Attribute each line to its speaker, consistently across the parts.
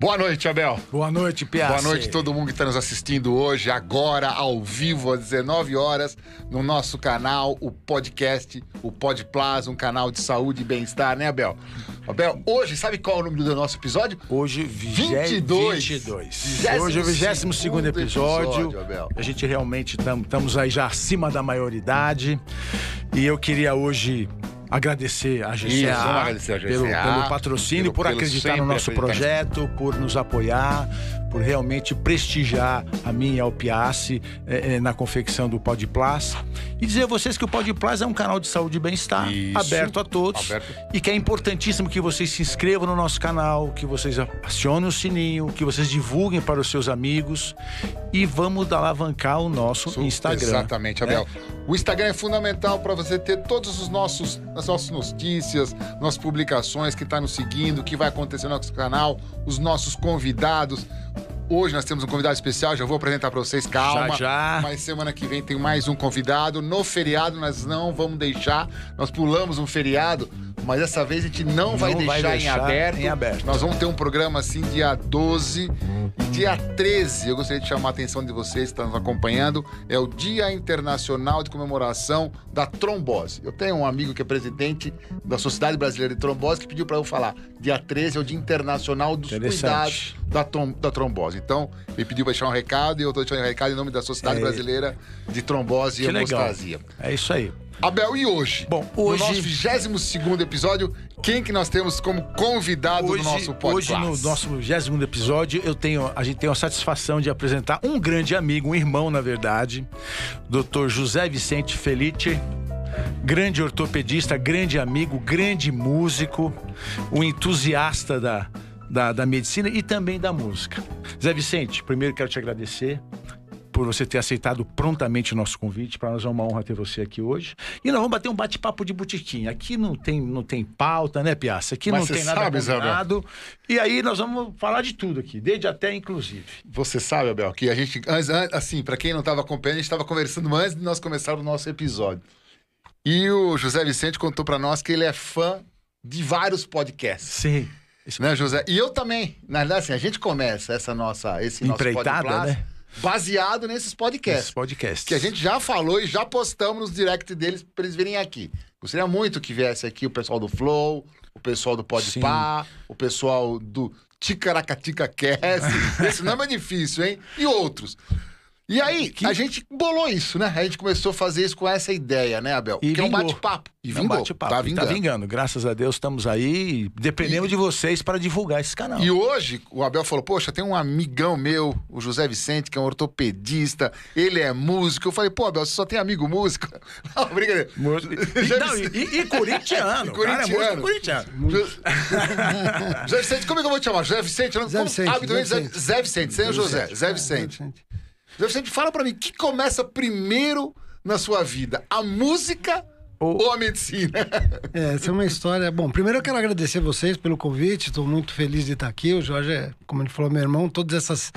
Speaker 1: Boa noite, Abel.
Speaker 2: Boa noite, Piazza.
Speaker 1: Boa noite a todo mundo que está nos assistindo hoje, agora, ao vivo, às 19 horas, no nosso canal, o podcast, o Podplaza, um canal de saúde e bem-estar, né, Abel? Abel, hoje, sabe qual é o número do nosso episódio?
Speaker 2: Hoje,
Speaker 1: 22.
Speaker 2: 22. 22. Hoje é o 22 episódio.
Speaker 1: episódio, Abel.
Speaker 2: A gente realmente estamos aí já acima da maioridade. E eu queria hoje agradecer a GCA,
Speaker 1: Isso, vamos agradecer a GCA,
Speaker 2: pelo, pelo patrocínio,
Speaker 1: pelo-
Speaker 2: por
Speaker 1: pelo
Speaker 2: acreditar no
Speaker 1: sempre
Speaker 2: nosso
Speaker 1: acreditar nisso.
Speaker 2: projeto, por nos apoiar, por realmente prestigiar a mim e ao Piace eh, eh, na confecção do Podplas. E dizer a vocês que o Podplas é um canal de saúde e bem-estar,
Speaker 1: Isso.
Speaker 2: aberto a todos.
Speaker 1: Aberto.
Speaker 2: E que é importantíssimo que vocês se inscrevam no nosso canal, que vocês acionem o sininho, que vocês divulguem para os seus amigos. E vamos alavancar o nosso Instagram.
Speaker 1: Exatamente, Abel. O Instagram é fundamental para você ter todos os nossos as nossas notícias, nossas publicações, que está nos seguindo, o que vai acontecer no nosso canal, os nossos convidados. Hoje nós temos um convidado especial, já vou apresentar para vocês, calma.
Speaker 2: já.
Speaker 1: Mas semana que vem tem mais um convidado. No feriado nós não vamos deixar, nós pulamos um feriado, mas dessa vez a gente não, vai,
Speaker 2: Não
Speaker 1: deixar
Speaker 2: vai
Speaker 1: em
Speaker 2: deixar
Speaker 1: aberto.
Speaker 2: em aberto.
Speaker 1: Nós vamos ter um programa assim dia 12 e dia 13. Eu gostaria de chamar a atenção de vocês que estão nos acompanhando. É o Dia Internacional de Comemoração da Trombose. Eu tenho um amigo que é presidente da Sociedade Brasileira de Trombose que pediu para eu falar. Dia 13 é o Dia Internacional dos Cuidados
Speaker 2: Interessante.
Speaker 1: da, trom- da Trombose. Então, ele pediu para deixar um recado e eu estou deixando um recado em nome da Sociedade
Speaker 2: É.
Speaker 1: Brasileira de Trombose e
Speaker 2: Que legal.
Speaker 1: Hemostasia.
Speaker 2: É isso aí.
Speaker 1: Abel, e hoje?
Speaker 2: Bom,
Speaker 1: No nosso
Speaker 2: hoje-
Speaker 1: 22 episódio, quem que nós temos como convidado
Speaker 2: Hoje,
Speaker 1: no nosso podcast?
Speaker 2: hoje, no nosso 22 episódio, eu tenho, a gente tem a satisfação de apresentar um grande amigo, um irmão, na verdade, Dr. José Vicente Felice. Grande ortopedista, grande amigo, grande músico, um entusiasta da, da, da medicina e também da música. Zé Vicente, primeiro quero te agradecer por você ter aceitado prontamente o nosso convite. Para nós é uma honra ter você aqui hoje. E nós vamos bater um bate-papo de botiquim. Aqui não tem, não tem pauta, né, Piaça? Aqui
Speaker 1: Mas
Speaker 2: não
Speaker 1: você
Speaker 2: tem nada
Speaker 1: sabe, Isabel.
Speaker 2: combinado. E aí nós vamos falar de tudo aqui, desde até inclusive.
Speaker 1: Você sabe, Abel, que a gente, antes- an- assim, pra quem não tava acompanhando, a gente tava conversando antes de nós começarmos o nosso episódio. E o José Vicente contou pra nós que ele é fã de vários podcasts,
Speaker 2: Sim.
Speaker 1: né, José? E eu também. Na verdade, assim, a gente começa essa nossa, esse nosso
Speaker 2: Empreitada,
Speaker 1: podcast
Speaker 2: né?
Speaker 1: baseado nesses podcasts.
Speaker 2: Esse podcast.
Speaker 1: que a gente já falou e já postamos nos direct deles pra eles virem aqui. Gostaria muito que viesse aqui o pessoal do Flow, o pessoal do Podpah, o pessoal do Ticaracatica Cast. Esse nome é difícil, hein? E outros. E
Speaker 2: É,
Speaker 1: aí, a gente bolou isso, né? A gente começou a fazer isso com essa ideia, né, Abel?
Speaker 2: E
Speaker 1: que é um
Speaker 2: vingou.
Speaker 1: bate-papo. E
Speaker 2: É um
Speaker 1: vingou.
Speaker 2: bate-papo.
Speaker 1: Tá
Speaker 2: E Tá
Speaker 1: vingando.
Speaker 2: vingando. Graças a Deus estamos aí. e Dependemos de vocês para divulgar esse canal.
Speaker 1: E hoje o Abel falou: Poxa, tem um amigão meu, o José Vicente, que é um ortopedista, ele é músico. Eu falei: Pô, Abel, você só tem amigo músico? Não, brincadeira.
Speaker 2: E, não, e- e corintiano.
Speaker 1: E
Speaker 2: o cara é
Speaker 1: corintiano.
Speaker 2: muito corintiano.
Speaker 1: José- Zé Vicente, como é que eu vou te chamar? José Vicente? Eu não-
Speaker 3: Zé
Speaker 1: como-
Speaker 3: Vicente,
Speaker 1: habitualmente,
Speaker 3: Zé
Speaker 1: Zé
Speaker 3: Vicente.
Speaker 1: Zé Vicente, sem o
Speaker 2: É,
Speaker 1: José.
Speaker 3: É,
Speaker 1: Zé Vicente. Zé Vicente, fala pra mim, o que começa primeiro na sua vida? A música
Speaker 2: Ou-
Speaker 1: ou a medicina?
Speaker 3: É, essa é uma história. Bom, primeiro eu quero agradecer vocês pelo convite. Estou muito feliz de estar aqui. O Jorge, é, como ele falou, meu irmão, todos essas,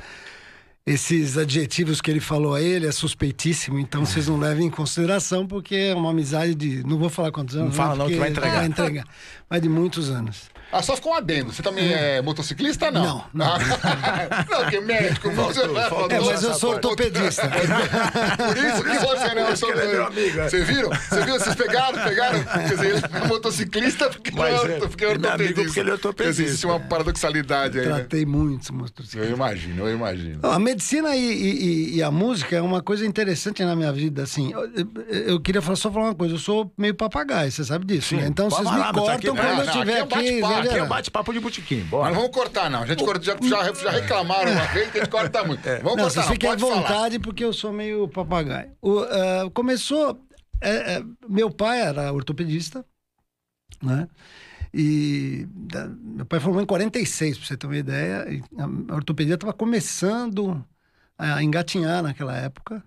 Speaker 3: esses adjetivos que ele falou a ele é suspeitíssimo.
Speaker 2: É.
Speaker 3: Então vocês não levem em consideração, porque é uma amizade de. Não vou falar quantos anos.
Speaker 2: fala não, que
Speaker 3: porque
Speaker 2: vai entregar.
Speaker 3: Vai entregar. Mas de muitos anos.
Speaker 1: Ah, só ficou um adendo. Você também é motociclista? Não.
Speaker 3: Não, não.
Speaker 1: Ah, não, que médico. funcionário,
Speaker 2: faltou.
Speaker 3: É,
Speaker 1: doutor.
Speaker 3: mas eu sou ortopedista.
Speaker 1: Por isso que você não é
Speaker 2: que ele é meu amigo, é.
Speaker 1: Vocês viram? Vocês viram? Vocês pegaram? Pegaram? Quer dizer, ele é motociclista porque,
Speaker 2: Mas
Speaker 1: eu,
Speaker 2: é,
Speaker 1: porque
Speaker 2: ele é amigo porque ele é ortopedista.
Speaker 1: Existe uma paradoxalidade aí, né?
Speaker 3: Tratei muitos monstros.
Speaker 1: Eu imagino, eu imagino.
Speaker 3: Não, A medicina e, e- e- e a música é uma coisa interessante na minha vida, assim. Eu, eu- eu queria falar- só falar uma coisa, eu sou meio papagaio, você sabe disso, né? Então
Speaker 2: Pode
Speaker 3: vocês
Speaker 2: falar,
Speaker 3: me
Speaker 2: mas tá aqui,
Speaker 3: cortam
Speaker 2: né?
Speaker 3: quando
Speaker 1: Não,
Speaker 3: eu
Speaker 1: não, aqui
Speaker 3: tiver
Speaker 1: é
Speaker 3: aqui,
Speaker 1: bate-papo,
Speaker 3: exagerando.
Speaker 2: Aqui é um bate-papo de botiquim.
Speaker 1: Mas
Speaker 2: Bora.
Speaker 1: não vamos cortar, não. A gente corta- já, já, já reclamaram uma vez que a gente corta muito. Vamos
Speaker 3: É. Não,
Speaker 1: cortar,
Speaker 3: vocês
Speaker 1: não.
Speaker 3: fiquem à
Speaker 1: Pode falar.
Speaker 3: vontade, porque eu sou meio papagaio. O, ah, começou. é, é, meu pai era ortopedista, né? E da- meu pai formou em 46, pra você ter uma ideia. e A ortopedia estava começando a engatinhar naquela época.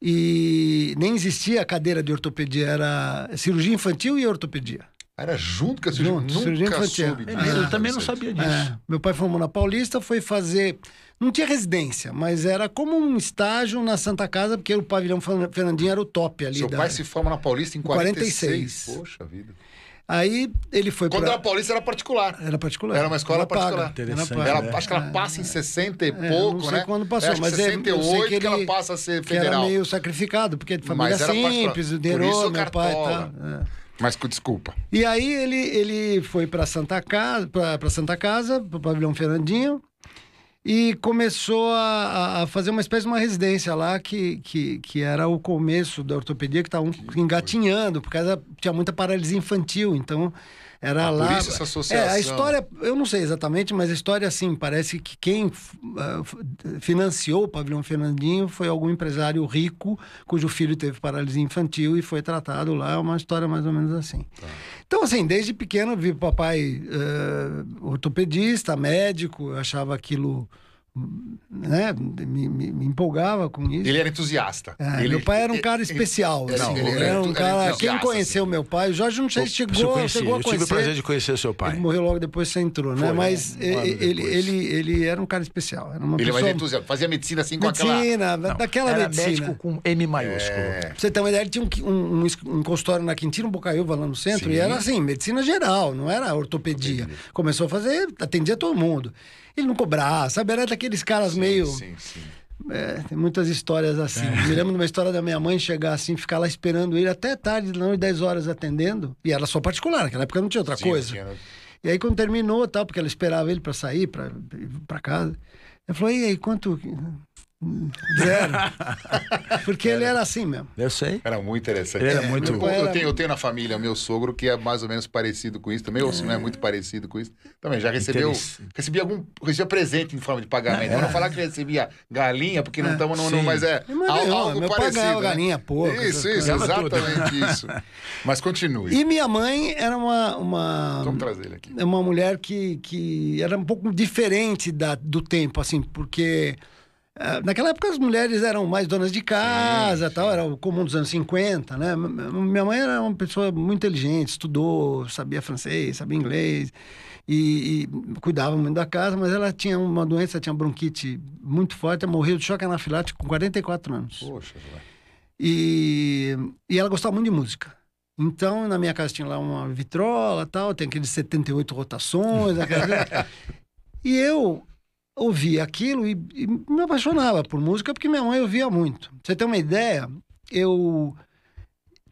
Speaker 3: E nem existia a cadeira de ortopedia, era cirurgia infantil e ortopedia.
Speaker 1: Era junto que a cirurgia.
Speaker 3: Junto,
Speaker 1: Nunca
Speaker 3: cirurgia infantil.
Speaker 1: soube. disso,
Speaker 2: Beleza,
Speaker 1: né,
Speaker 2: eu também não
Speaker 1: Vicente?
Speaker 2: sabia disso.
Speaker 3: É, meu pai formou na Paulista, foi fazer. Não tinha residência, mas era como um estágio na Santa Casa, porque o pavilhão Fern- Fernandinho era o top ali.
Speaker 1: Seu
Speaker 3: da-
Speaker 1: pai se forma na Paulista em 46.
Speaker 3: 46.
Speaker 1: Poxa vida.
Speaker 3: Aí ele foi
Speaker 1: Quando era
Speaker 3: para...
Speaker 1: Paulista era particular.
Speaker 3: Era particular.
Speaker 1: Era uma escola
Speaker 3: Ela paga.
Speaker 1: particular.
Speaker 2: Interessante,
Speaker 3: Ela paga.
Speaker 1: Ela, acho que ela passa em 60 e
Speaker 3: É,
Speaker 1: pouco,
Speaker 3: não sei
Speaker 1: né?
Speaker 3: quando passou,
Speaker 1: acho que
Speaker 3: mas é, eu sei
Speaker 1: 68
Speaker 3: que
Speaker 1: que, ela
Speaker 3: ele-
Speaker 1: passa a ser
Speaker 3: Que era
Speaker 1: federal.
Speaker 3: meio sacrificado, porque é de família
Speaker 1: Mas era
Speaker 3: simples,
Speaker 1: particular. Por
Speaker 3: liderou,
Speaker 1: isso,
Speaker 3: meu pai e tal.
Speaker 1: Cartola.
Speaker 3: É.
Speaker 1: Mas com desculpa.
Speaker 3: E aí ele, ele foi para Santa Casa, para Santa Casa, para o Pavilhão Fernandinho, e começou a, a- a fazer uma espécie de uma residência lá que, que, que era o começo da ortopedia que estava engatinhando, por causa tinha muita paralisia infantil, então era
Speaker 1: Ah, por
Speaker 3: lá.
Speaker 1: isso essa
Speaker 3: É, a
Speaker 1: associação.
Speaker 3: história, eu não sei exatamente, mas a história assim, parece que quem ah, f- financiou o Pavilhão Fernandinho foi algum empresário rico cujo filho teve paralisia infantil e foi tratado lá, é uma história mais ou menos assim. Então, assim, desde pequeno eu vi papai eh, ortopedista, médico, eu achava aquilo, né, me, me- me empolgava com isso.
Speaker 1: Ele era entusiasta.
Speaker 3: É,
Speaker 1: ele,
Speaker 3: meu pai era um cara
Speaker 1: ele-
Speaker 3: especial,
Speaker 1: ele-
Speaker 3: assim,
Speaker 1: não,
Speaker 3: ele
Speaker 1: ele
Speaker 3: era
Speaker 1: era
Speaker 3: um
Speaker 1: entu-
Speaker 3: cara,
Speaker 1: era
Speaker 3: quem
Speaker 1: entusiasta,
Speaker 3: conheceu meu pai, o Jorge não sei se
Speaker 2: Isso eu
Speaker 3: chegou,
Speaker 2: conheci.
Speaker 3: chegou
Speaker 2: Eu
Speaker 3: a
Speaker 2: tive o
Speaker 3: conhecer,
Speaker 2: prazer de conhecer seu
Speaker 3: ele
Speaker 2: pai.
Speaker 3: morreu logo depois você entrou, né,
Speaker 2: Foi,
Speaker 3: mas
Speaker 2: um
Speaker 3: eh,
Speaker 2: ano
Speaker 3: ele,
Speaker 2: depois.
Speaker 3: ele, ele era um cara especial, era uma
Speaker 1: Ele
Speaker 3: pessoa...
Speaker 1: era entusiasta. Fazia medicina assim com aquela.
Speaker 3: Medicina,
Speaker 2: Não,
Speaker 3: daquela
Speaker 2: era
Speaker 3: é medicina.
Speaker 2: médico com M maiúsculo.
Speaker 1: É.
Speaker 3: Pra você ter uma ideia, ele tinha um, qui- um- um es- um consultório na Quintino Bocaiúva, lá no centro,
Speaker 1: Sim.
Speaker 3: e era assim, medicina geral, não era ortopedia. Começou a fazer, atendia todo mundo. Ele não cobrava, sabe? Era daqueles caras meio...
Speaker 1: Sim, sim.
Speaker 3: É, tem muitas histórias assim. Me lembro de uma história da minha mãe chegar assim, ficar lá esperando ele até tarde, não, 10 horas atendendo. E era só particular, naquela época não tinha outra
Speaker 1: Sim,
Speaker 3: coisa.
Speaker 1: tinha-
Speaker 3: E aí quando terminou, tal, porque ela esperava ele para sair, para para casa. Ela falou: "E aí, quanto?" Zero. Porque ele era assim mesmo.
Speaker 2: Eu sei.
Speaker 1: Era muito interessante.
Speaker 2: Ele era
Speaker 1: Eu,
Speaker 2: muito-
Speaker 3: meu pai
Speaker 1: eu
Speaker 3: era-
Speaker 1: tenho, eu tenho na família o meu sogro que é mais ou menos parecido com isso também, ou se não é muito parecido com isso. Também já recebeu.
Speaker 2: Interessante. é.
Speaker 1: Recebia algum. Recebia presente em forma de pagamento. Vamos não falar que recebia galinha, porque não estamos no, no-
Speaker 2: Sim.
Speaker 1: Mas é
Speaker 3: Mas ganhou,
Speaker 1: algo, algo
Speaker 3: meu pai
Speaker 1: parecido.
Speaker 3: ganhava
Speaker 1: né?
Speaker 3: galinha, porco, essas
Speaker 1: Isso, isso,
Speaker 2: coisas. Ganhava tudo.
Speaker 1: exatamente isso. Mas continue.
Speaker 3: E minha mãe era uma uma
Speaker 1: Vamos trazer ele aqui.
Speaker 3: é uma mulher que, que era um pouco diferente da, do tempo, assim, porque ah, naquela época as mulheres eram mais donas de casa, tal, era o comum dos anos 50, né? M- m- Minha mãe era uma pessoa muito inteligente, estudou, sabia francês, sabia inglês e, e cuidava muito da casa, mas ela tinha uma doença, tinha bronquite muito forte, ela morreu de choque anafilático com 44 anos.
Speaker 1: Poxa, vai.
Speaker 3: E, e ela gostava muito de música. Então, na minha casa tinha lá uma vitrola tal, tem aqueles 78 rotações. aquela- e eu ouvia aquilo e, e me apaixonava por música, porque minha mãe ouvia muito. Pra você ter uma ideia, eu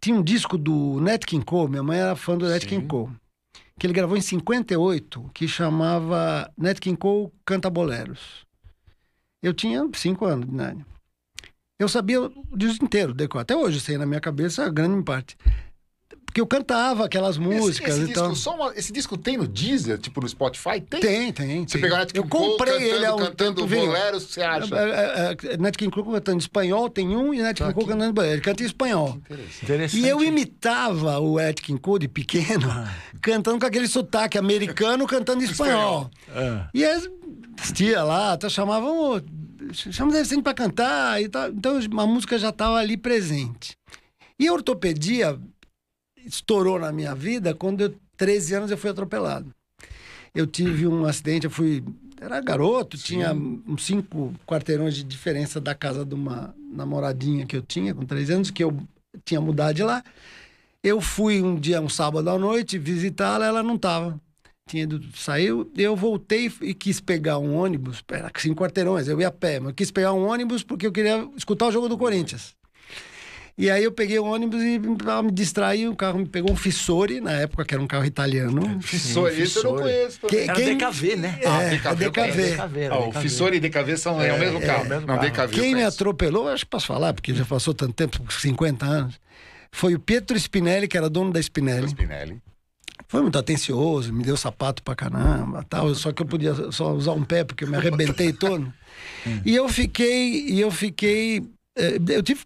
Speaker 3: tinha um disco do Nat King Cole, minha mãe era fã do Nat
Speaker 1: Sim.
Speaker 3: King Cole, que ele gravou em 58, que chamava Nat King Cole Canta Boleros. Eu tinha cinco anos de idade. Eu sabia o disco inteiro, decorado. até hoje eu sei na minha cabeça a grande parte. Porque eu cantava aquelas músicas
Speaker 1: esse, esse,
Speaker 3: então.
Speaker 1: disco, só uma- esse disco tem no Deezer, tipo no Spotify? Tem?
Speaker 3: Tem, tem.
Speaker 1: Você
Speaker 3: tem.
Speaker 1: pegar o Nat King
Speaker 3: Eu
Speaker 1: Cole
Speaker 3: comprei
Speaker 1: cantando,
Speaker 3: ele há um
Speaker 1: cantando
Speaker 3: tempo, viu?
Speaker 1: boleros, você acha?
Speaker 3: É, é, é, Nat King Cole cantando em espanhol tem um e Nat King Cole
Speaker 1: Tá aqui.
Speaker 3: cantando em espanhol. Ele canta em espanhol.
Speaker 1: Interessante. Ah.
Speaker 2: Interessante.
Speaker 3: E eu imitava o Nat King Cole de pequeno, cantando com aquele sotaque americano, cantando em espanhol.
Speaker 2: Ah,
Speaker 3: E as as tia lá até chamavam, "Ô, chama o Deficiente para cantar e tal. Então a música já estava ali presente. E a ortopedia estourou na minha vida quando eu, 13 anos, eu fui atropelado. Eu tive um acidente, eu fui. Era garoto, tinha uns cinco quarteirões de diferença da casa de uma namoradinha que eu tinha, com 13 anos, que eu tinha mudado de lá. Eu fui um dia, um sábado à noite, visitá-la, ela não estava. Tinha ido, saiu, eu voltei e quis pegar um ônibus, era cinco quarteirões, eu ia a pé, mas eu quis pegar um ônibus porque eu queria escutar o jogo do Corinthians. E aí eu peguei o ônibus e pra me distrair, o carro me pegou um Fissori, na época que era um carro italiano.
Speaker 1: Fissori, esse eu não
Speaker 2: Fissori.
Speaker 1: conheço. também.
Speaker 3: Que-
Speaker 2: Era
Speaker 3: quem-
Speaker 2: DKV, né?
Speaker 3: É,
Speaker 1: Ah,
Speaker 3: DKV.
Speaker 1: DKV,
Speaker 2: DKV, era
Speaker 1: Ah, o
Speaker 3: é?
Speaker 2: DKV.
Speaker 1: Fissori e DKV são é, o mesmo
Speaker 2: é,
Speaker 1: carro.
Speaker 2: é o mesmo
Speaker 1: não,
Speaker 2: carro.
Speaker 1: DKV. eu
Speaker 3: Quem me
Speaker 1: conheço.
Speaker 3: atropelou, acho que posso falar, porque já passou tanto tempo, 50 anos, foi o Pietro Spinelli, que era dono da Spinelli.
Speaker 1: Spinelli.
Speaker 3: Foi muito atencioso, me deu sapato pra caramba, tal, só que eu podia só usar um pé porque eu me arrebentei todo. e eu fiquei, e eu fiquei, eh, eu tive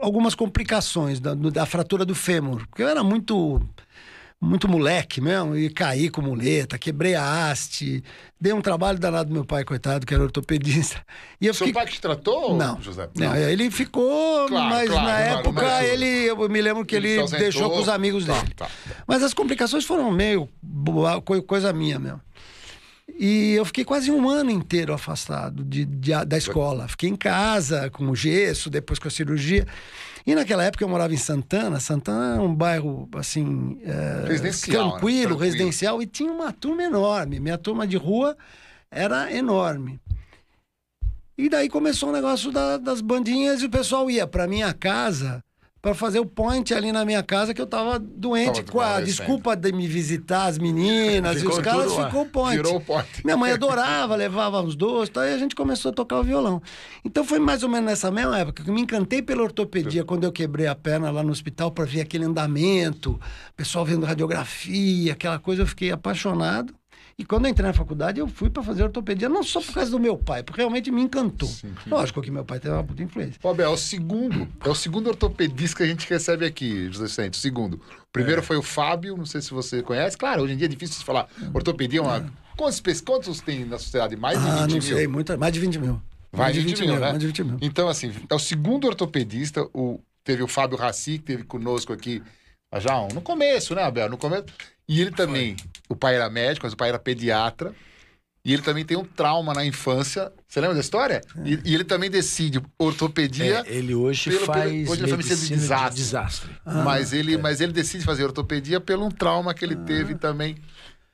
Speaker 3: algumas complicações da, do- da fratura do fêmur, porque eu era muito muito moleque mesmo, e caí com muleta, quebrei a haste, dei um trabalho danado do meu pai, coitado, que era ortopedista. E eu
Speaker 1: Seu
Speaker 3: fiquei
Speaker 1: pai que te tratou,
Speaker 3: Não.
Speaker 1: José?
Speaker 3: não, é ele ficou,
Speaker 1: Claro,
Speaker 3: mas
Speaker 1: claro,
Speaker 3: na
Speaker 1: claro,
Speaker 3: época
Speaker 1: mas-
Speaker 3: ele, eu me lembro que
Speaker 1: Ele
Speaker 3: ele,
Speaker 1: se ausentou.
Speaker 3: deixou com os amigos
Speaker 1: Tá,
Speaker 3: dele.
Speaker 1: tá.
Speaker 3: Mas as complicações foram meio boa- coi- coisa minha mesmo. E eu fiquei quase um ano inteiro afastado de, de- da escola. Fiquei em casa, com o gesso, depois com a cirurgia. E naquela época eu morava em Santana. Santana era um bairro, assim, eh,
Speaker 1: Residencial, né?
Speaker 3: tranquilo,
Speaker 1: Tranquilo.
Speaker 3: residencial. E tinha uma turma enorme. Minha turma de rua era enorme. E daí começou o negócio da- das bandinhas e o pessoal ia pra minha casa pra fazer o point ali na minha casa que eu tava doente.
Speaker 1: Tava
Speaker 3: com a
Speaker 1: convalescendo.
Speaker 3: desculpa de me visitar as meninas e
Speaker 2: Ficou
Speaker 3: os caras,
Speaker 2: tudo lá.
Speaker 3: ficou o point.
Speaker 1: Virou o pote.
Speaker 3: Minha mãe adorava, levava os doces, tá? e tal, e a gente começou a tocar o violão. Então foi mais ou menos nessa mesma época que eu me encantei pela ortopedia quando eu quebrei a perna lá no hospital para ver aquele andamento, o pessoal vendo radiografia, aquela coisa, eu fiquei apaixonado. E quando eu entrei na faculdade, eu fui para fazer ortopedia, não só por causa do meu pai, porque realmente me encantou. Lógico que meu pai teve uma puta influência.
Speaker 1: Ó, Bel, é o segundo. É o segundo ortopedista que a gente recebe aqui, José Vicente. O segundo. O
Speaker 3: É.
Speaker 1: primeiro foi o Fábio, não sei se você conhece. Claro, hoje em dia é difícil de falar.
Speaker 3: Hum.
Speaker 1: Ortopedia é uma. Quantos, espe- quantos tem na sociedade? Mais de
Speaker 3: Ah,
Speaker 1: 20
Speaker 3: não
Speaker 1: mil.
Speaker 3: sei, muita, mais de 20 mil.
Speaker 1: Vai
Speaker 3: mais
Speaker 1: de 20, mil, né?
Speaker 3: Mais de 20 mil.
Speaker 1: Então, assim, é o segundo ortopedista. O, teve o Fábio Raci, que teve conosco aqui já um- no começo, né, Abel? No começo. E ele também, o pai era médico, mas o pai era pediatra. E ele também tem um trauma na infância. Você lembra da história?
Speaker 3: É.
Speaker 1: E, e ele também decide ortopedia.
Speaker 2: É, ele hoje
Speaker 1: Pelo- pelo-
Speaker 2: faz
Speaker 1: hoje ele faz medicina de
Speaker 2: medicina de
Speaker 1: desastre.
Speaker 2: desastre.
Speaker 3: Ah,
Speaker 1: mas,
Speaker 3: é.
Speaker 1: ele, mas ele decide fazer ortopedia pelo um trauma que ele
Speaker 3: Ah.
Speaker 1: teve também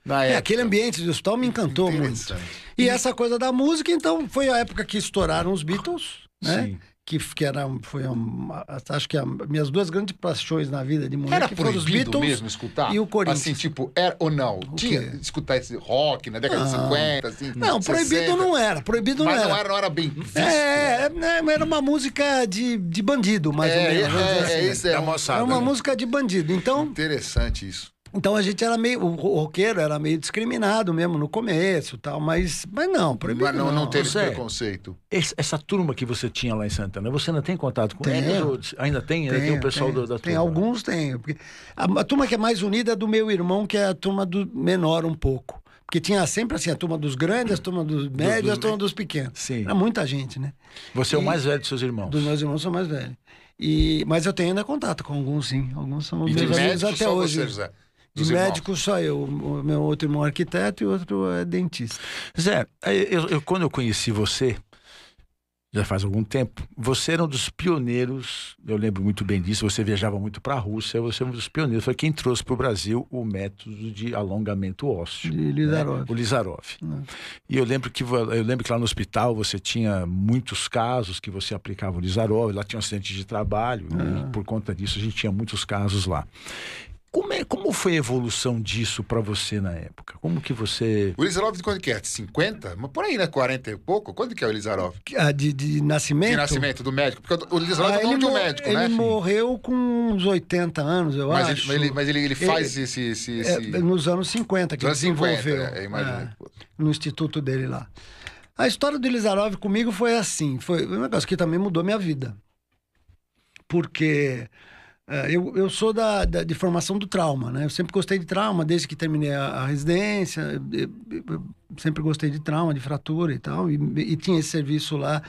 Speaker 1: na
Speaker 3: É,
Speaker 1: época.
Speaker 3: aquele ambiente do hospital me encantou muito.
Speaker 1: Interessante.
Speaker 3: E essa coisa da música, então, foi a época que estouraram os Beatles, né?
Speaker 2: Sim.
Speaker 3: Que, que era, foi uma, acho que as minhas duas grandes paixões na vida de
Speaker 1: Era
Speaker 3: moleque foram os
Speaker 1: proibido
Speaker 3: Beatles
Speaker 1: mesmo escutar?
Speaker 3: e o Corinthians.
Speaker 1: Assim, tipo, era ou não? Tinha
Speaker 3: quê?
Speaker 1: escutar esse rock na década de
Speaker 3: Não.
Speaker 1: 50, assim?
Speaker 3: não, proibido
Speaker 1: 60.
Speaker 3: não era, proibido não
Speaker 1: Mas
Speaker 3: era.
Speaker 1: não era, não era bem visto.
Speaker 3: É, né, era uma música de, de bandido, mais
Speaker 1: É,
Speaker 3: ou menos.
Speaker 1: é,
Speaker 3: vamos dizer
Speaker 1: é,
Speaker 3: assim,
Speaker 1: é
Speaker 3: né?
Speaker 1: isso, é
Speaker 2: Da
Speaker 1: um-
Speaker 2: moçada.
Speaker 3: Era uma
Speaker 2: né?
Speaker 3: música de bandido. Então,
Speaker 1: Interessante isso.
Speaker 3: Então a gente era meio. O ro- roqueiro era meio discriminado mesmo no começo tal, mas, mas não, proibido.
Speaker 1: Mas não, não teve esse
Speaker 2: José.
Speaker 1: preconceito.
Speaker 2: Esse- Essa turma que você tinha lá em Santana, você ainda tem contato com
Speaker 3: Tenho.
Speaker 2: eles? Ou Ainda tem? Ainda tem o pessoal
Speaker 3: tem,
Speaker 2: do- da turma?
Speaker 3: Tem
Speaker 1: né?
Speaker 3: alguns, tem. Porque a, a turma que é mais unida é do meu irmão, que é a turma do menor um pouco. Porque tinha sempre assim, a turma dos grandes, a turma dos médios, a turma dos pequenos.
Speaker 2: Sim.
Speaker 3: Era muita gente, né?
Speaker 2: Você é o
Speaker 3: E-
Speaker 2: mais velho dos seus irmãos.
Speaker 3: Dos meus irmãos são mais velhos. E, mas eu tenho ainda contato com alguns, sim. Alguns são
Speaker 1: E de
Speaker 3: meus amigos
Speaker 1: médico
Speaker 3: até
Speaker 1: só
Speaker 3: hoje.
Speaker 1: você, José. Dos
Speaker 3: de
Speaker 1: irmãos.
Speaker 3: médico só eu. O meu outro irmão é arquiteto e outro é dentista.
Speaker 2: Zé, eu- eu- quando eu conheci você, já faz algum tempo, você era um dos pioneiros, eu lembro muito bem disso, você viajava muito para a Rússia, você é um dos pioneiros, foi quem trouxe para o Brasil o método de alongamento ósseo. né?
Speaker 3: De Lizarov.
Speaker 2: O Lizarov.
Speaker 3: Hum.
Speaker 2: E eu lembro, que, vo- eu lembro que lá no hospital você tinha muitos casos que você aplicava o Lizarov, lá tinha um acidente de trabalho, né?
Speaker 3: Ah.
Speaker 2: e por conta disso a gente tinha muitos casos lá. Como, é, como foi a evolução disso para você na época? Como que você.
Speaker 1: O Elizarov de quanto que é? De 50? Mas por aí, né? 40 e pouco? Quanto que é o Elizarov?
Speaker 3: Ah, de, de nascimento?
Speaker 1: De nascimento do médico? Porque o Elizarov é
Speaker 3: Ah,
Speaker 1: o nome de um
Speaker 3: mo-
Speaker 1: médico,
Speaker 3: ele
Speaker 1: né?
Speaker 3: morreu com uns 80 anos, eu
Speaker 1: Mas, ele,
Speaker 3: acho.
Speaker 1: mas, ele, mas ele- ele faz esse... esse,
Speaker 3: É,
Speaker 1: esse...
Speaker 3: nos anos 50 que
Speaker 1: dos anos
Speaker 3: ele
Speaker 1: 50,
Speaker 3: desenvolveu
Speaker 1: é, imagina.
Speaker 3: é, no instituto dele lá. A história do Elizarov comigo foi assim, foi um negócio que também mudou minha vida. Porque é, eu, eu sou da, da- de formação do trauma, né? Eu sempre gostei de trauma, desde que terminei a, a residência, eu, eu- eu sempre gostei de trauma, de fratura e tal, e, e tinha esse serviço lá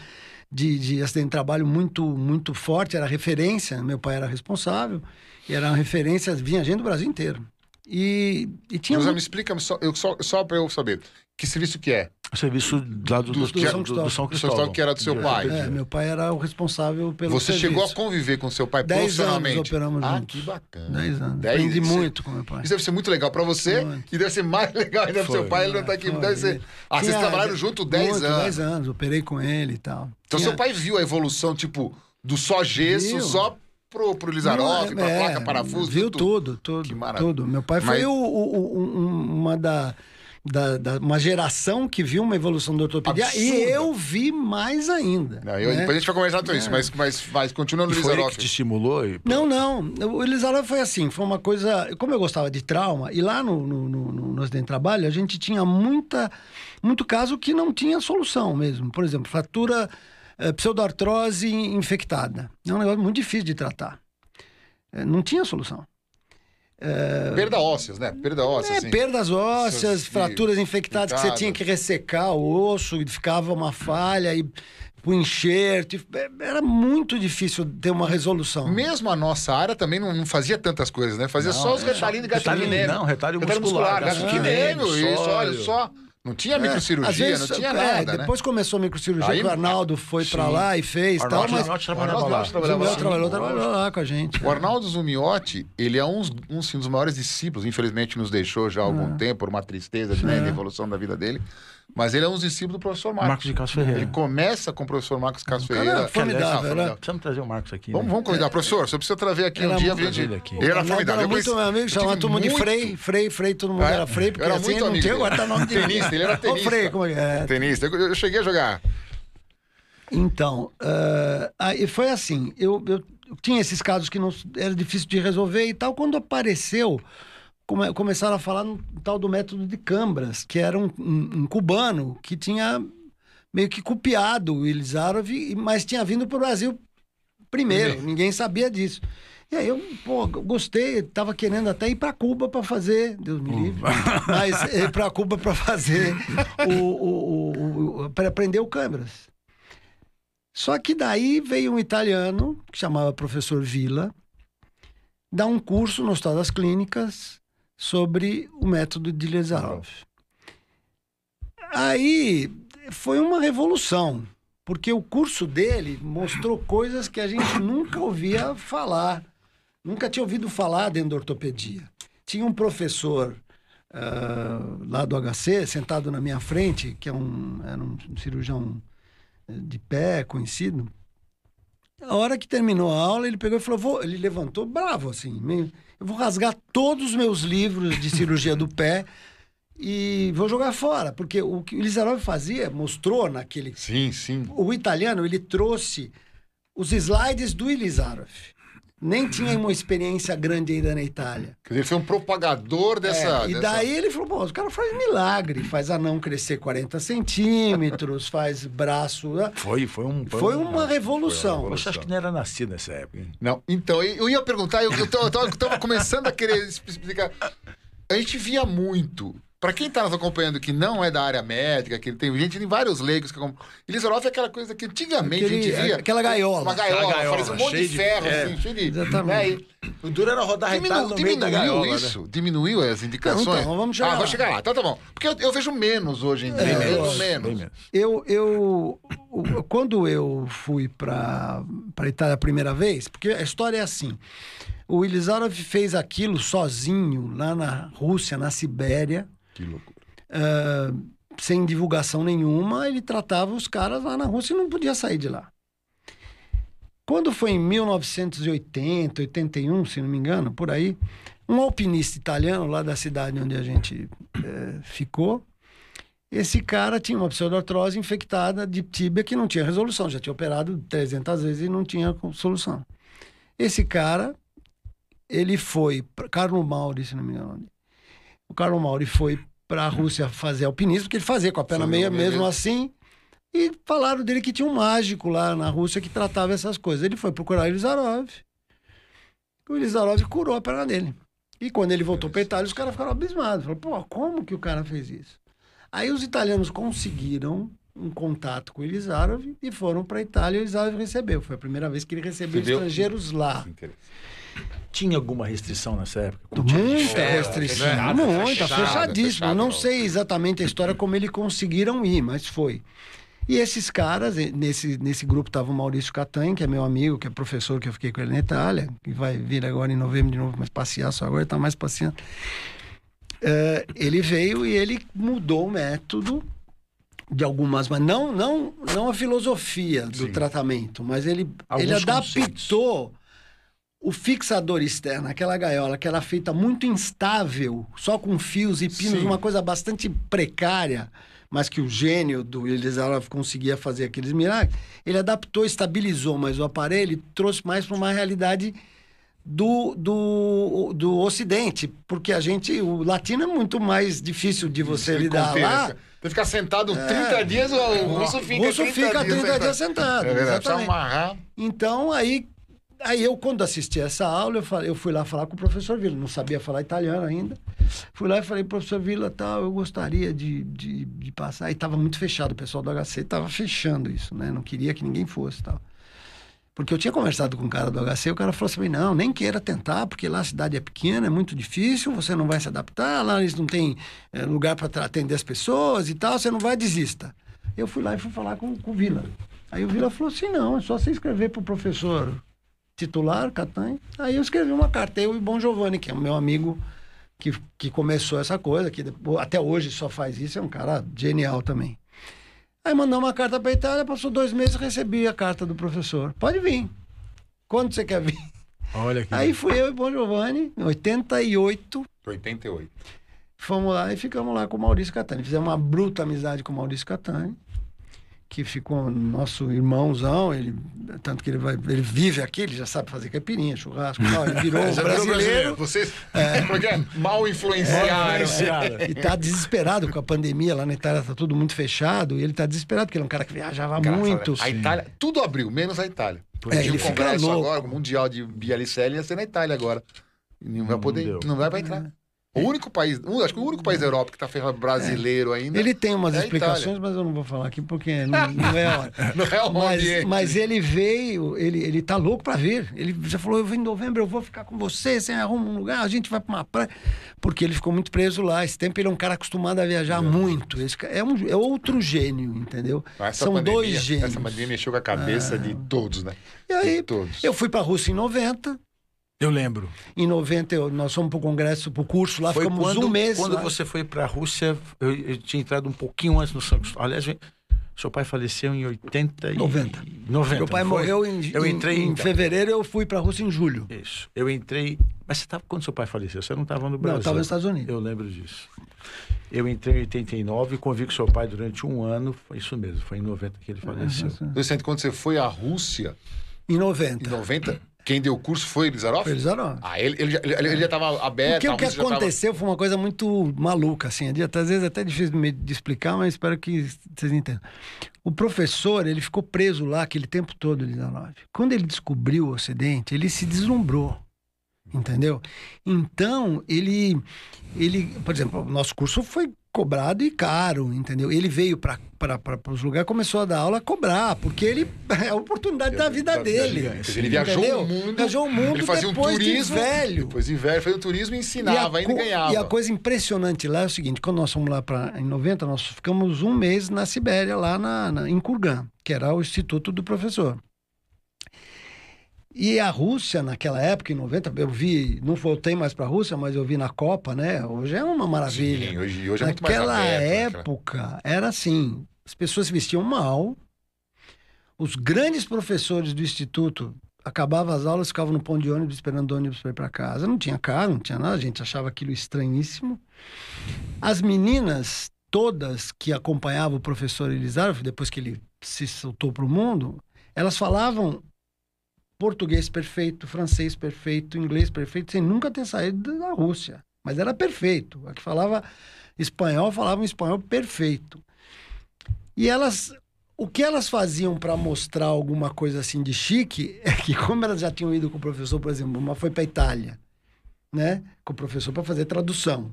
Speaker 3: de, de acidente de trabalho muito muito forte, era referência, meu pai era responsável, e era uma referência, vinha gente do Brasil inteiro. E, e tinha um
Speaker 1: José,
Speaker 3: muito-
Speaker 1: me explica só, eu, só, só pra eu saber. Que serviço que é?
Speaker 2: O serviço lá do,
Speaker 1: Do-
Speaker 2: do,
Speaker 1: do São
Speaker 2: do- do
Speaker 3: Cristóvão.
Speaker 2: São
Speaker 1: O senhor
Speaker 2: Cristóvão.
Speaker 1: que era do seu pai.
Speaker 3: É, meu pai era o responsável pelo
Speaker 1: Você
Speaker 3: serviço.
Speaker 1: chegou a conviver com seu pai
Speaker 3: Dez anos
Speaker 1: profissionalmente?
Speaker 3: operamos
Speaker 1: ah,
Speaker 3: juntos.
Speaker 1: que bacana.
Speaker 3: 10 anos.
Speaker 1: Dez-
Speaker 3: Aprendi
Speaker 1: isso-
Speaker 3: muito com meu pai.
Speaker 1: Isso deve ser muito legal pra você
Speaker 3: Muito.
Speaker 1: e deve ser mais legal ainda pro
Speaker 2: Foi.
Speaker 1: seu pai, ele não tá aqui.
Speaker 3: É, Foi.
Speaker 1: Deve ser... Ah, vocês
Speaker 3: Tinha-
Speaker 1: trabalharam junto 10
Speaker 3: muito,
Speaker 1: anos.
Speaker 3: 10 anos, operei com ele e tal.
Speaker 1: Então
Speaker 3: Tinha-
Speaker 1: seu pai viu a evolução, tipo, do só gesso,
Speaker 3: Viu.
Speaker 1: só pro, pro Lizarov,
Speaker 3: Não,
Speaker 1: pra
Speaker 3: é,
Speaker 1: placa, parafuso,
Speaker 3: Viu tudo, tudo.
Speaker 1: Que maravilha.
Speaker 3: tudo. Meu pai
Speaker 1: Mas-
Speaker 3: foi o- o- o- um- uma da, da- da- uma geração que viu uma evolução da ortopedia
Speaker 1: Absurda.
Speaker 3: e eu vi mais ainda.
Speaker 1: Não, eu-
Speaker 3: né?
Speaker 1: Depois a gente vai conversar sobre isso, mas, mas, mas continua no
Speaker 2: E foi ele
Speaker 1: Lizarov.
Speaker 2: que te estimulou? E...
Speaker 3: Não, não. O Elizarov foi assim, foi uma coisa. Como eu gostava de trauma, e lá no, no, no, no, no acidente de trabalho, a gente tinha muita, muito caso que não tinha solução mesmo. Por exemplo, fratura eh, pseudoartrose infectada. É um negócio muito difícil de tratar. Eh, não tinha solução.
Speaker 1: Perda ósseas, né? Perda óssea,
Speaker 3: É,
Speaker 1: assim.
Speaker 3: perdas ósseas,
Speaker 1: Essas-
Speaker 3: fraturas infectadas que você
Speaker 1: infectadas.
Speaker 3: tinha que ressecar o osso e ficava uma falha e o enxerto. e- é, Era muito difícil ter uma resolução.
Speaker 1: Mesmo a nossa área também não, não fazia tantas
Speaker 3: é
Speaker 1: coisas, né? Fazia só os retalhinhos de gato
Speaker 2: tá Retalho-
Speaker 1: mineiro.
Speaker 2: não, retalho muscular,
Speaker 1: gato
Speaker 2: gasto
Speaker 1: mineiro,
Speaker 2: quinênio,
Speaker 1: isso, olha
Speaker 2: sólio.
Speaker 1: só. Não tinha
Speaker 3: É, Às
Speaker 1: microcirurgia,
Speaker 3: vezes,
Speaker 1: não tinha
Speaker 3: é,
Speaker 1: nada, né?
Speaker 3: Depois começou a microcirurgia,
Speaker 1: Aí-
Speaker 3: que o Arnaldo foi pra
Speaker 2: Sim.
Speaker 3: lá e fez e tal,
Speaker 2: Arnaldo
Speaker 3: mas
Speaker 2: Arnaldo
Speaker 1: Arnaldo
Speaker 2: trabalhava lá.
Speaker 1: Arnaldo
Speaker 3: o
Speaker 1: trabalhava assim,
Speaker 3: Mel
Speaker 1: lá.
Speaker 3: trabalhou, trabalhou lá com a gente.
Speaker 1: O Arnaldo Zumiotti, ele é um, um, sim, dos maiores discípulos, infelizmente nos deixou já há algum
Speaker 3: Ah.
Speaker 1: tempo, por uma tristeza né,
Speaker 3: É.
Speaker 1: da evolução da vida dele, mas ele é um dos discípulos do professor Marcos.
Speaker 2: Marcos de Carlos Ferreira.
Speaker 1: Ele começa com o professor Marcos Carlos
Speaker 3: cara
Speaker 1: Ferreira.
Speaker 3: era formidável,
Speaker 1: Ah,
Speaker 3: né?
Speaker 2: Precisamos trazer o Marcos aqui.
Speaker 1: Vamos,
Speaker 2: né?
Speaker 1: vamos convidar. Professor, você precisa trazer aqui
Speaker 3: Era
Speaker 1: um dia.
Speaker 3: muito
Speaker 1: pra gente-
Speaker 2: amigo aqui.
Speaker 1: Ele era
Speaker 3: Arnaldo
Speaker 1: formidável.
Speaker 3: Era
Speaker 1: Eu
Speaker 3: é muito
Speaker 1: conheci-
Speaker 3: meu amigo,
Speaker 1: eu
Speaker 3: chamava
Speaker 1: tive
Speaker 3: todo mundo de
Speaker 1: muito-
Speaker 3: Frei, Frei, Frei, todo mundo
Speaker 1: Ah,
Speaker 3: era Frei, porque
Speaker 1: era
Speaker 3: assim
Speaker 1: muito
Speaker 3: não
Speaker 1: amigo
Speaker 3: tinha
Speaker 1: dele.
Speaker 3: guardar nome de
Speaker 1: Tenista, ele era tenista.
Speaker 3: Ô, Frei, como é que é?
Speaker 1: Tenista. Eu, eu cheguei a jogar.
Speaker 3: Então, ah, aí foi assim, eu, eu tinha esses casos que não era difícil de resolver e tal, quando apareceu, come- começaram a falar no tal do método de Cambras, que era um, um- um cubano que tinha meio que copiado o Ilizarov, e- mas tinha vindo para o Brasil primeiro, ninguém sabia disso. E aí eu, pô, gostei, tava querendo até ir para Cuba para fazer, Deus me livre, mas ir para Cuba para fazer o, o, para aprender o Cambras. Só que daí veio um italiano, que chamava professor Villa, dar um curso no Hospital das Clínicas sobre o método de Lezarov. Aí foi uma revolução, porque o curso dele mostrou coisas que a gente nunca ouvia falar, nunca tinha ouvido falar dentro da ortopedia. Tinha um professor ah, lá do HC, sentado na minha frente, que é um, era um cirurgião eh, de pé, conhecido. A hora que terminou a aula, ele pegou e falou: vou, ele levantou bravo assim, meio, eu vou rasgar todos os meus livros de cirurgia do pé e vou jogar fora, porque o que o Lizarov fazia, mostrou naquele
Speaker 1: Sim, sim.
Speaker 3: o italiano ele trouxe os slides do Ilizarov. Nem tinha uma experiência grande ainda na Itália.
Speaker 1: Quer dizer, ele foi um propagador dessa.
Speaker 3: É, e
Speaker 1: dessa-
Speaker 3: daí ele falou: pô, os caras fazem milagre, faz anão crescer 40 centímetros, faz braço. né?
Speaker 2: Foi, foi um.
Speaker 3: Foi uma revolução.
Speaker 2: Você acha que não era nascido nessa época, hein?
Speaker 1: Não, então, eu eu ia perguntar, eu, eu, tava, eu tava- eu tava começando a querer es- explicar. A gente via muito. Pra quem tá nos acompanhando que não é da área médica, que tem gente, tem vários leigos que acompanham. Elisarov é aquela coisa que antigamente a gente
Speaker 3: Aquele-
Speaker 1: via.
Speaker 3: aquela gaiola.
Speaker 1: Uma gaiola,
Speaker 2: Aquela gaiola,
Speaker 1: parece um monte de
Speaker 2: cheio de-
Speaker 1: ferro,
Speaker 2: é,
Speaker 1: assim, cheio de.
Speaker 3: exatamente.
Speaker 1: né, e-
Speaker 2: O duro era rodar
Speaker 1: Diminu,
Speaker 2: retado no meio da
Speaker 1: diminuiu
Speaker 2: gaiola, né?
Speaker 1: isso? Diminuiu as indicações?
Speaker 3: Então, vamos chegar
Speaker 1: Ah,
Speaker 3: lá. É,
Speaker 1: vai chegar lá. Então tá bom. Porque eu, eu vejo menos hoje em dia.
Speaker 2: né?
Speaker 1: eu
Speaker 2: Bem
Speaker 1: vejo
Speaker 2: menos,
Speaker 1: É, menos.
Speaker 2: bem menos.
Speaker 3: Eu, eu, o- quando eu fui para para Itália a primeira vez, porque a história é assim: o Ilizarov fez aquilo sozinho lá na Rússia, na Sibéria,
Speaker 1: Que loucura.
Speaker 3: ah, sem divulgação nenhuma. Ele tratava os caras lá na Rússia e não podia sair de lá. Quando foi em 1980, 81, se não me engano, por aí, um alpinista italiano lá da cidade onde a gente eh, ficou, esse cara tinha uma pseudartrose infectada de tíbia que não tinha resolução, já tinha operado 300 vezes e não tinha co- solução. Esse cara, ele foi, pra- Carlo Mauri, se não me engano, onde. o Carlo Mauri foi para a Rússia fazer alpinismo, porque ele fazia com a perna
Speaker 1: Fazia
Speaker 3: meia
Speaker 1: meia
Speaker 3: mesmo
Speaker 1: mesmo.
Speaker 3: assim, e falaram dele que tinha um mágico lá na Rússia que tratava essas coisas. Ele foi procurar o Elizarov. O Elizarov curou a perna dele. E quando ele voltou para Itália, os caras ficaram abismados. Falaram, pô, como que o cara fez isso? Aí os italianos conseguiram um contato com o Elizarov e foram para Itália e o Elizarov recebeu. Foi a primeira vez que ele recebeu
Speaker 1: Entendeu?
Speaker 3: estrangeiros lá.
Speaker 2: Tinha alguma restrição nessa época?
Speaker 3: Muita
Speaker 1: fechada,
Speaker 3: é restrição,
Speaker 1: fechada,
Speaker 3: muita,
Speaker 1: fechada,
Speaker 3: fechadíssima.
Speaker 1: fechada,
Speaker 3: Eu não
Speaker 1: não.
Speaker 3: sei exatamente a história como eles conseguiram ir, mas foi. E esses caras, eh, nesse, nesse grupo estava o Maurício Catan, que é meu amigo, que é professor, que eu fiquei com ele na Itália, que vai vir agora em novembro de novo, mas passear só agora, está mais passeando. Eh, ele veio e ele mudou o método de algumas, mas não, não, não a filosofia do tratamento, mas ele, ele
Speaker 2: Alguns conceitos.
Speaker 3: adaptou o fixador externo, aquela gaiola que era feita muito instável, só com fios e pinos,
Speaker 1: Sim.
Speaker 3: uma coisa bastante precária, mas que o gênio do Elizarov conseguia fazer aqueles milagres, ele adaptou, estabilizou mais o aparelho e trouxe mais para uma realidade do, do, do Ocidente, porque a gente, o latino é muito mais difícil de você
Speaker 1: Ele
Speaker 3: lidar
Speaker 1: conter,
Speaker 3: lá.
Speaker 1: né? Você ficar sentado 30 dias, o russo fica
Speaker 3: É. russo
Speaker 1: 30
Speaker 3: fica 30 dias
Speaker 1: É
Speaker 3: sentado.
Speaker 1: verdade, precisa
Speaker 3: exatamente.
Speaker 1: amarrar.
Speaker 3: Então, aí, aí eu, quando assisti essa aula, eu, falei- eu fui lá falar com o professor Vila, não sabia falar italiano ainda. Fui lá e falei, professor Vila, tal, eu gostaria de, de, de passar. E estava muito fechado, o pessoal do HC estava fechando isso, né? Não queria que ninguém fosse tal. Porque eu tinha conversado com um cara do HC e o cara falou assim: não, nem queira tentar, porque lá a cidade é pequena, é muito difícil, você não vai se adaptar, lá eles não têm é, lugar para atender as pessoas e tal, você não vai, desista. Eu fui lá e fui falar com, com o Vila. Aí o Vila falou assim: não, é só você escrever para o professor titular, Catanha. Aí eu escrevi uma carta, eu e Bom Giovanni, que é o meu amigo que, que começou essa coisa, que depois- até hoje só faz isso, é um cara genial também. Aí mandou uma carta para Itália, passou dois meses recebi a carta do professor. Pode vir. Quando você quer vir?
Speaker 2: Olha que.
Speaker 3: Aí fui eu e Bom Giovanni, em 88,
Speaker 1: 88.
Speaker 3: fomos lá e ficamos lá com o Maurício Catani. Fizemos uma bruta amizade com o Maurício Catani, que ficou nosso irmãozão, ele, tanto que ele, vai, ele vive aqui, ele já sabe fazer caipirinha, churrasco, e tal, ele virou um
Speaker 1: Já virou
Speaker 3: brasileiro.
Speaker 1: Vocês como é que é? mal
Speaker 3: É,
Speaker 1: influenciaram.
Speaker 2: Diferenciada.
Speaker 3: E tá desesperado com a pandemia lá na Itália, tá tudo muito fechado. E ele tá desesperado, porque ele é um cara que viajava
Speaker 1: Engraçado,
Speaker 3: muito.
Speaker 1: né? A Itália, tudo abriu, menos a Itália.
Speaker 3: É,
Speaker 1: Tinha
Speaker 3: ele
Speaker 1: um
Speaker 3: fica
Speaker 1: congresso
Speaker 3: louco.
Speaker 1: agora, o Mundial de Bialicelli ia ser na Itália agora. E Não vai
Speaker 2: Não
Speaker 1: poder,
Speaker 2: deu.
Speaker 1: não, vai pra entrar.
Speaker 3: É.
Speaker 1: O único país, um- acho que o único país da Europa que tá ferrado brasileiro ainda.
Speaker 3: Ele tem umas
Speaker 1: É a
Speaker 3: explicações, mas eu não vou falar aqui porque não, não é a hora.
Speaker 1: Não é onde
Speaker 3: Mas,
Speaker 1: é.
Speaker 3: mas ele veio, ele, ele tá louco pra vir. Ele já falou: eu vou em novembro, eu vou ficar com você, você arruma um lugar, a gente vai pra uma praia. Porque ele ficou muito preso lá. Esse tempo ele é um cara acostumado a viajar
Speaker 2: Uhum.
Speaker 3: muito. Esse ca- é, um, é outro gênio, entendeu?
Speaker 2: Ah,
Speaker 1: Essa
Speaker 3: São
Speaker 1: pandemia-
Speaker 3: dois gênios.
Speaker 1: Essa pandemia mexeu com a cabeça de todos, né?
Speaker 3: E aí,
Speaker 1: de todos.
Speaker 3: eu fui pra Rússia em 90.
Speaker 2: Eu lembro.
Speaker 3: Em 90, eu- nós fomos pro congresso, pro curso lá,
Speaker 2: Foi
Speaker 3: ficamos
Speaker 2: quando,
Speaker 3: um mês.
Speaker 2: Quando
Speaker 3: lá.
Speaker 2: você foi para a Rússia, eu, eu tinha entrado um pouquinho antes no São Cristóvão. Aliás, eu- seu pai faleceu em 80 e...
Speaker 3: 90.
Speaker 2: 90.
Speaker 3: Meu pai
Speaker 2: não foi?
Speaker 3: morreu em,
Speaker 2: Eu
Speaker 3: em-
Speaker 2: entrei
Speaker 3: em
Speaker 2: então.
Speaker 3: fevereiro, eu fui pra Rússia em julho.
Speaker 2: Isso. Eu entrei. Mas você estava quando seu pai faleceu? Você não estava no
Speaker 3: Não,
Speaker 2: Brasil?
Speaker 3: eu estava nos Estados Unidos.
Speaker 2: Eu lembro disso. Eu entrei em 89, convivi com seu pai durante um ano. Foi Isso mesmo, foi em 90 que ele
Speaker 3: Ah,
Speaker 2: faleceu.
Speaker 1: Vicente, quando você foi à Rússia,
Speaker 3: Em
Speaker 1: em
Speaker 3: 90.
Speaker 1: 90, quem deu o curso foi Elizarov?
Speaker 3: Foi Elizarov.
Speaker 1: Ah, ele, ele, já, ele, ele já tava aberto.
Speaker 3: Porque
Speaker 1: a
Speaker 3: o que
Speaker 1: Rússia É, já tava-
Speaker 3: aconteceu foi uma coisa muito maluca, assim. adianta- Às vezes é até difícil de me- de explicar, mas espero que vocês entendam. O professor, ele ficou preso lá aquele tempo todo, Lidanov. Quando ele descobriu o Ocidente, ele se deslumbrou, entendeu? Então, ele, ele por exemplo, o nosso curso foi cobrado e caro, entendeu? Ele veio para os lugares, começou a dar aula, cobrar, porque ele é a oportunidade da vida dele.
Speaker 1: Ele viajou
Speaker 3: entendeu?
Speaker 1: o mundo.
Speaker 3: Viajou o mundo
Speaker 1: Ele fazia um
Speaker 3: depois de
Speaker 1: turismo.
Speaker 3: velho.
Speaker 1: Depois de velho, fazia um turismo e ensinava,
Speaker 3: E a
Speaker 1: ainda
Speaker 3: co-
Speaker 1: ganhava.
Speaker 3: E a coisa impressionante lá é o seguinte: quando nós fomos lá pra, em 90, nós ficamos um mês na Sibéria, lá na, na- em Kurgan, que era o instituto do professor. E a Rússia, naquela época, em 90, eu vi, não voltei mais para a Rússia, mas eu vi na Copa, né? Hoje é uma maravilha.
Speaker 1: Sim, hoje, hoje é muito mais
Speaker 3: Naquela
Speaker 1: aberto, né, cara?
Speaker 3: época, era assim: as pessoas se vestiam mal, os grandes professores do instituto acabavam as aulas, ficavam no pão de ônibus esperando o ônibus para ir para casa. Não tinha carro, não tinha nada, a gente achava aquilo estranhíssimo. As meninas todas que acompanhavam o professor Elizardo, depois que ele se soltou para o mundo, elas falavam português perfeito, francês perfeito, inglês perfeito, sem nunca ter saído da Rússia. Mas era perfeito. A que falava espanhol falava um espanhol perfeito. E elas, o que elas faziam para mostrar alguma coisa assim de chique é que como elas já tinham ido com o professor, por exemplo, uma foi para Itália, né, com o professor para fazer tradução.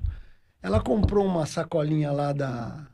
Speaker 3: Ela comprou uma sacolinha lá da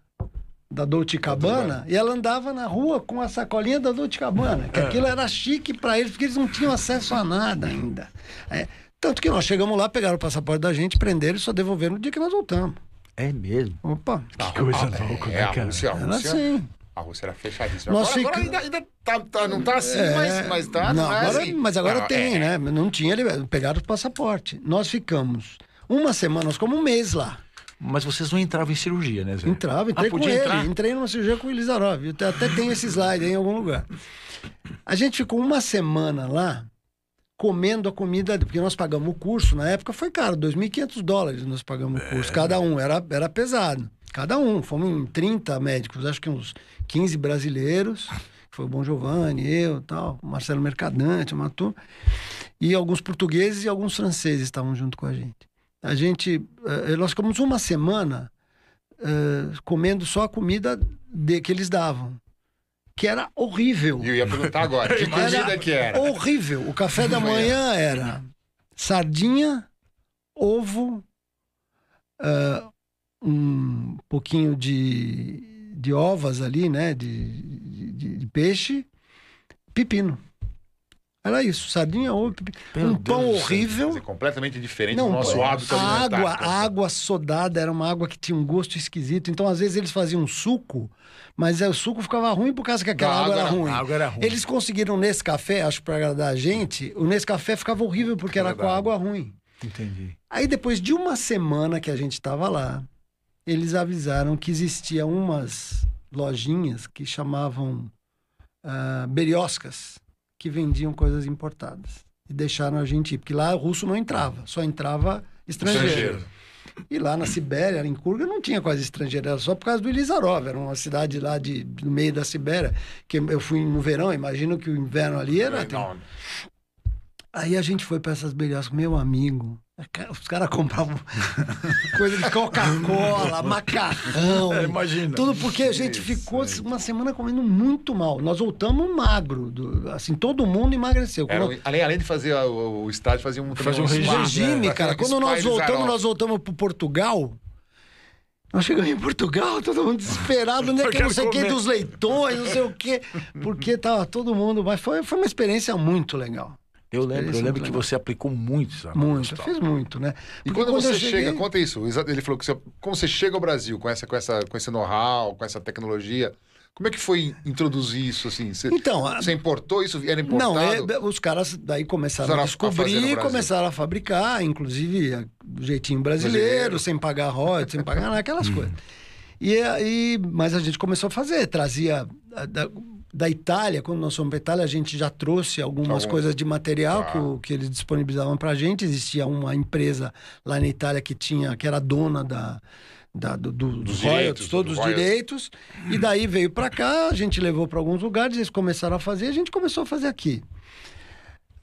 Speaker 3: da Dolce Cabana e ela andava na rua com a sacolinha da Dolce Cabana, que aquilo era chique para eles porque eles não tinham acesso a nada ainda. É, tanto que nós chegamos lá, pegaram o passaporte da gente, prenderam e só devolveram no dia que nós voltamos.
Speaker 2: É mesmo?
Speaker 3: Opa,
Speaker 1: Ah,
Speaker 2: coisa
Speaker 1: ah,
Speaker 2: louca,
Speaker 1: é,
Speaker 2: né,
Speaker 1: A
Speaker 2: cara?
Speaker 1: Rússia, a
Speaker 3: era
Speaker 1: Rússia,
Speaker 3: assim.
Speaker 1: a Rússia era fechadíssima.
Speaker 3: Nós
Speaker 1: Agora, agora
Speaker 3: fica- É.
Speaker 1: ainda, ainda tá, tá- não tá assim, mas, mas tá.
Speaker 3: não,
Speaker 1: é
Speaker 3: agora,
Speaker 1: assim.
Speaker 3: mas agora
Speaker 1: Não,
Speaker 3: tem,
Speaker 1: é,
Speaker 3: né? Não tinha, liberdade. pegaram o passaporte. Nós ficamos uma semana, nós ficamos um mês lá.
Speaker 2: Mas vocês não entravam em cirurgia, né, Zé?
Speaker 1: É.
Speaker 3: Entrava, entrei
Speaker 2: Ah,
Speaker 3: com
Speaker 2: podia
Speaker 3: ele,
Speaker 2: entrar?
Speaker 3: entrei numa cirurgia com o Elizarov. Eu te- até tenho esse slide aí em algum lugar. A gente ficou uma semana lá comendo a comida, porque nós pagamos o curso, na época foi caro, 2.500 dólares nós pagamos o
Speaker 1: É.
Speaker 3: curso, cada um, era, era pesado. Cada um, fomos em 30 médicos, acho que uns 15 brasileiros, que foi o Bom Giovanni, eu tal, o Marcelo Mercadante, uma turma, e alguns portugueses e alguns franceses estavam junto com a gente. A gente, eh, nós ficamos uma semana eh, comendo só a comida de, que eles davam, que era horrível.
Speaker 1: E é. eu ia perguntar agora, que comida que
Speaker 3: um
Speaker 1: era?
Speaker 3: Horrível. O café da manhã era sardinha, ovo, ah, um pouquinho de, de ovas ali, né? De, de- de peixe, pepino. Era isso, sardinha, ovo, pipi- um pão horrível.
Speaker 1: Quer dizer, completamente diferente
Speaker 3: Não,
Speaker 1: do nosso
Speaker 3: pô,
Speaker 1: hábito
Speaker 3: a
Speaker 1: alimentar. né?
Speaker 3: água, a água sodada era uma água que tinha um gosto esquisito. Então, às vezes, eles faziam um suco, mas aí o suco ficava ruim por causa que aquela
Speaker 1: Da
Speaker 3: água,
Speaker 1: água
Speaker 3: era
Speaker 1: era-
Speaker 3: ruim.
Speaker 2: a água era ruim.
Speaker 3: Eles conseguiram nesse café, acho para agradar a gente, o nesse café ficava horrível porque era com a água ruim.
Speaker 2: Entendi.
Speaker 3: Aí, depois de uma semana que a gente estava lá, eles avisaram que existia umas lojinhas que chamavam ah, berioscas, que vendiam coisas importadas. E deixaram a gente ir, porque lá o russo não entrava, só entrava estrangeiro.
Speaker 1: Estrangeiro.
Speaker 3: E lá na Sibéria, em Kurga, não tinha quase estrangeiro, era só por causa do Ilizarov, era uma cidade lá de, no meio da Sibéria, que eu fui no verão, imagino que o inverno ali era.
Speaker 1: Não,
Speaker 3: Aí a gente foi para essas berioscas, meu amigo. ca- Os caras compravam coisa de Coca-Cola, macarrão.
Speaker 2: É, imagina.
Speaker 3: Tudo porque a gente
Speaker 1: Isso,
Speaker 3: ficou uma semana comendo muito mal. Nós voltamos magro. do- assim, todo mundo emagreceu.
Speaker 1: era,
Speaker 3: Quando-
Speaker 1: um- além, além de fazer a- o, o estádio, fazia um,
Speaker 2: Fazia um
Speaker 1: spa,
Speaker 2: regime,
Speaker 3: regime,
Speaker 1: né?
Speaker 3: cara.
Speaker 1: Fazia um
Speaker 3: Quando nós
Speaker 1: spa
Speaker 3: voltamos,
Speaker 1: Elizarov.
Speaker 3: nós voltamos pro Portugal. Nós chegamos em Portugal, todo mundo desesperado, onde é que
Speaker 2: Porque
Speaker 3: não sei o que
Speaker 2: comer.
Speaker 3: dos leitões, não sei o que, porque tava todo mundo. Mas foi, foi uma experiência muito legal.
Speaker 2: Eu lembro, eu lembro que você aplicou muito essa
Speaker 3: Muito. Eu fiz muito, né?
Speaker 1: É E
Speaker 3: Porque
Speaker 1: quando, você
Speaker 3: eu
Speaker 1: chega,
Speaker 3: cheguei-
Speaker 1: conta isso. exa- Ele falou que você, como você chega ao Brasil com essa, com essa, com esse know-how, com essa tecnologia, como é que foi introduzir isso assim? Você,
Speaker 3: Então, a-
Speaker 1: você importou isso? Era importado?
Speaker 3: Não, é- os caras daí começaram
Speaker 1: Começaram a-
Speaker 3: a
Speaker 1: a fazer no
Speaker 3: descobrir,
Speaker 1: Brasil.
Speaker 3: começaram a fabricar, inclusive a- do jeitinho brasileiro,
Speaker 1: Brasileiro. Hum.
Speaker 3: sem pagar royalties, sem pagar nada, aquelas coisas. E, aí, mas a gente começou a fazer, trazia a- da, da Itália, quando nós fomos para Itália, a gente já trouxe algumas
Speaker 1: Algum-
Speaker 3: coisas de material
Speaker 1: Tá.
Speaker 3: que, o- que eles disponibilizavam para a gente. Existia uma empresa lá na Itália que tinha, que era dona da, da- do, do- dos
Speaker 1: Dos
Speaker 3: royalties,
Speaker 1: direitos,
Speaker 3: todos
Speaker 1: do
Speaker 3: os
Speaker 1: royalties.
Speaker 3: direitos. E daí veio para cá, a gente levou para alguns lugares, eles começaram a fazer, a gente começou a fazer aqui.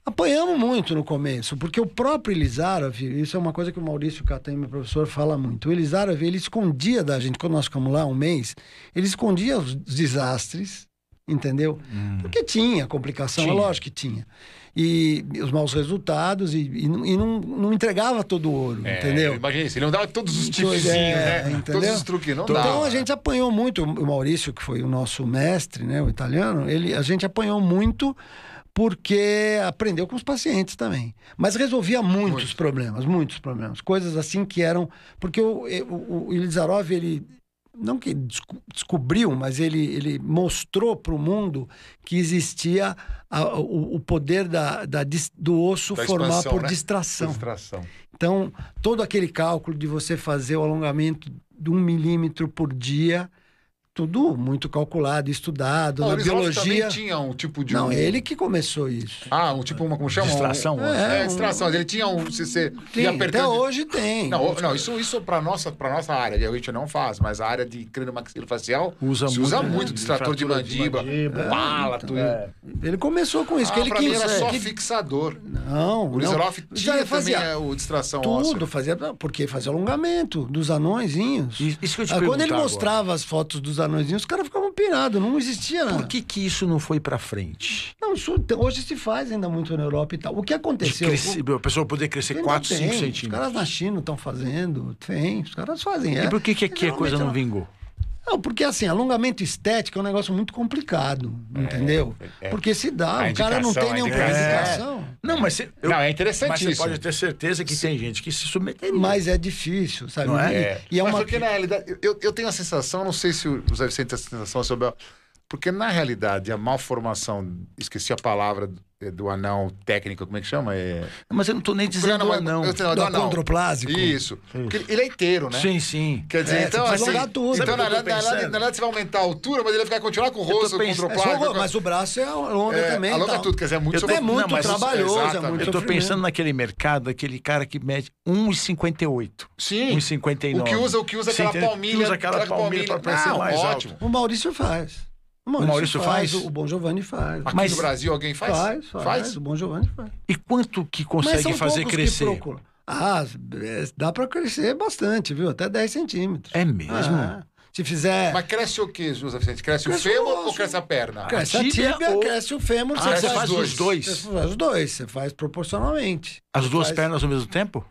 Speaker 3: Apanhamos muito no começo, porque o próprio Elizarov, isso é uma coisa que o Maurício Catem, meu professor, fala muito. O Elizarov, ele escondia da gente, quando nós ficamos lá um mês, ele escondia os desastres, entendeu?
Speaker 1: Hum.
Speaker 3: Porque tinha complicação, é
Speaker 2: Tinha.
Speaker 3: lógico que tinha. E os maus resultados, e, e não- e não, não entregava todo o ouro,
Speaker 1: É,
Speaker 3: entendeu?
Speaker 1: Imagina isso. Ele não dava todos os
Speaker 3: Então,
Speaker 1: tipezinhos,
Speaker 3: é,
Speaker 1: né?
Speaker 3: entendeu?
Speaker 1: Todos os truques. Não dá.
Speaker 3: Então a gente apanhou muito. O Maurício, que foi o nosso mestre, né, o italiano, ele, a gente apanhou muito porque aprendeu com os pacientes também. Mas resolvia muitos problemas, muitos problemas. Coisas assim que eram. Porque o, o, o Ilizarov, ele. Não que desco- descobriu, mas ele, ele mostrou para o mundo que existia a- o, o poder da, da dis- do osso
Speaker 1: Da
Speaker 3: formar
Speaker 1: expansão,
Speaker 3: por
Speaker 1: né?
Speaker 3: distração.
Speaker 1: Frustração.
Speaker 3: Então, todo aquele cálculo de você fazer o alongamento de um milímetro por dia, tudo muito calculado, estudado,
Speaker 1: Não,
Speaker 3: na
Speaker 1: o Elizarov
Speaker 3: biologia.
Speaker 1: também tinha um tipo de...
Speaker 3: Não,
Speaker 1: um-
Speaker 3: ele que começou isso.
Speaker 1: Ah, um tipo, uma, como chama?
Speaker 2: Distração,
Speaker 1: Um...
Speaker 3: é,
Speaker 1: É, distração. Ele tinha um... Se você
Speaker 3: Tem,
Speaker 1: ia
Speaker 3: até
Speaker 1: apertando...
Speaker 3: hoje tem.
Speaker 1: Não, o- não, isso, isso para nossa, pra nossa área, a gente não faz, mas a área de crânio-maxilofacial
Speaker 2: Usa
Speaker 1: se
Speaker 2: muito,
Speaker 1: usa
Speaker 2: né?
Speaker 1: muito, distrator de
Speaker 2: Fratura de
Speaker 1: mandíbula,
Speaker 2: mandíbula.
Speaker 1: bala, tudo.
Speaker 3: Ele começou com é isso.
Speaker 1: Ah,
Speaker 3: que ele
Speaker 1: pra
Speaker 3: quis, é,
Speaker 1: mim era só
Speaker 3: que-
Speaker 1: fixador.
Speaker 3: Não,
Speaker 1: O
Speaker 3: não.
Speaker 1: Lizarov
Speaker 3: Já
Speaker 1: tinha também
Speaker 3: fazia
Speaker 1: é, o distração
Speaker 3: tudo,
Speaker 1: óssea.
Speaker 3: fazia. Porque fazia alongamento dos anõezinhos.
Speaker 2: Isso- isso que eu te
Speaker 3: Ah, Quando ele
Speaker 2: perguntar
Speaker 3: mostrava as fotos dos anõezinhos, os caras ficavam pirados, não existia.
Speaker 2: Por que que isso não foi pra frente?
Speaker 3: Não, isso- hoje se faz ainda muito na Europa e tal. O que
Speaker 2: De
Speaker 3: aconteceu?
Speaker 2: crescer- a pessoa poder crescer
Speaker 3: Ainda
Speaker 2: 4, 5
Speaker 3: tem. Os
Speaker 2: centímetros.
Speaker 3: caras na China estão fazendo, tem, os caras fazem. é.
Speaker 2: E por que que aqui a coisa não
Speaker 3: vem?
Speaker 2: vingou?
Speaker 3: é Não, porque assim, alongamento estético é um negócio muito complicado, entendeu? Porque se dá,
Speaker 1: É, A
Speaker 3: o cara não
Speaker 1: indicação,
Speaker 3: tem
Speaker 1: a
Speaker 3: nenhuma
Speaker 1: indicação.
Speaker 3: indicação.
Speaker 2: Não, mas você, eu-
Speaker 1: Não, é
Speaker 2: mas
Speaker 1: interessante
Speaker 2: você
Speaker 1: isso.
Speaker 2: pode ter certeza que tem gente que se submeteria.
Speaker 3: Mas é difícil, sabe?
Speaker 2: Não
Speaker 3: E,
Speaker 2: é?
Speaker 1: É.
Speaker 3: e é
Speaker 1: Mas
Speaker 3: uma.
Speaker 1: porque na realidade, eu- eu, eu tenho a sensação, não sei se o José Vicente tem a sensação, seu Bel, porque na realidade a malformação, esqueci a palavra do, do anão técnico, como é que chama? É...
Speaker 2: Mas eu não tô nem dizendo
Speaker 1: Não, mas-
Speaker 2: não.
Speaker 1: eu tenho- é
Speaker 3: Do
Speaker 1: anão.
Speaker 3: acondroplásico.
Speaker 1: Isso. Porque ele- ele é inteiro, né?
Speaker 2: Sim, sim.
Speaker 1: Quer dizer,
Speaker 3: É,
Speaker 1: então
Speaker 3: você precisa
Speaker 1: assim,
Speaker 3: alongar tudo.
Speaker 1: então na
Speaker 2: Sabe o que eu
Speaker 1: verdade,
Speaker 2: tô
Speaker 1: na verdade-
Speaker 2: pensando?
Speaker 1: na verdade, você vai aumentar a altura, mas ele vai ficar continuar com o rosto
Speaker 2: pensando-
Speaker 3: É só
Speaker 1: controplado.
Speaker 3: o- mas o braço é alonga também.
Speaker 1: alonga
Speaker 3: tal.
Speaker 1: tudo, quer dizer, é muito
Speaker 2: Eu tô-
Speaker 3: É
Speaker 1: sobre-
Speaker 3: muito
Speaker 2: Não, mas isso-
Speaker 3: trabalhoso, é
Speaker 1: exatamente.
Speaker 3: muito
Speaker 2: Eu tô
Speaker 3: sofrimento.
Speaker 2: pensando naquele mercado, aquele cara que mede 1,58.
Speaker 1: Sim.
Speaker 2: 1,59.
Speaker 1: O que usa, o que usa
Speaker 2: Você
Speaker 1: aquela
Speaker 2: entende?
Speaker 1: palmilha.
Speaker 2: Que usa aquela palmilha pra parecer
Speaker 1: Não,
Speaker 2: mais
Speaker 1: ótimo.
Speaker 2: alto.
Speaker 3: O Maurício faz. O
Speaker 2: Maurício faz?
Speaker 3: O Bom Giovanni faz.
Speaker 1: Aqui
Speaker 2: Mas-
Speaker 1: no Brasil alguém faz?
Speaker 3: faz, faz, O Bom Giovanni faz.
Speaker 2: E quanto que
Speaker 3: Mas
Speaker 2: consegue
Speaker 3: são
Speaker 2: fazer
Speaker 3: poucos
Speaker 2: crescer?
Speaker 3: Que procuram. ah, é, dá pra crescer bastante, viu? Até 10 centímetros.
Speaker 2: É mesmo?
Speaker 3: Ah, se fizer.
Speaker 1: Mas cresce o que, José Vicente? Cresce,
Speaker 3: Cresce
Speaker 1: o
Speaker 3: o
Speaker 1: fêmur
Speaker 3: osso.
Speaker 1: ou cresce a perna?
Speaker 3: cresce a
Speaker 2: tíbia
Speaker 3: tíbia,
Speaker 2: ou-
Speaker 3: cresce o fêmur.
Speaker 2: Ah,
Speaker 1: Você
Speaker 2: você
Speaker 1: faz
Speaker 2: faz
Speaker 1: os
Speaker 2: os
Speaker 3: Você
Speaker 2: dois.
Speaker 3: faz os dois, você faz proporcionalmente.
Speaker 2: As
Speaker 3: Você
Speaker 2: duas
Speaker 3: faz-
Speaker 2: pernas ao mesmo tempo?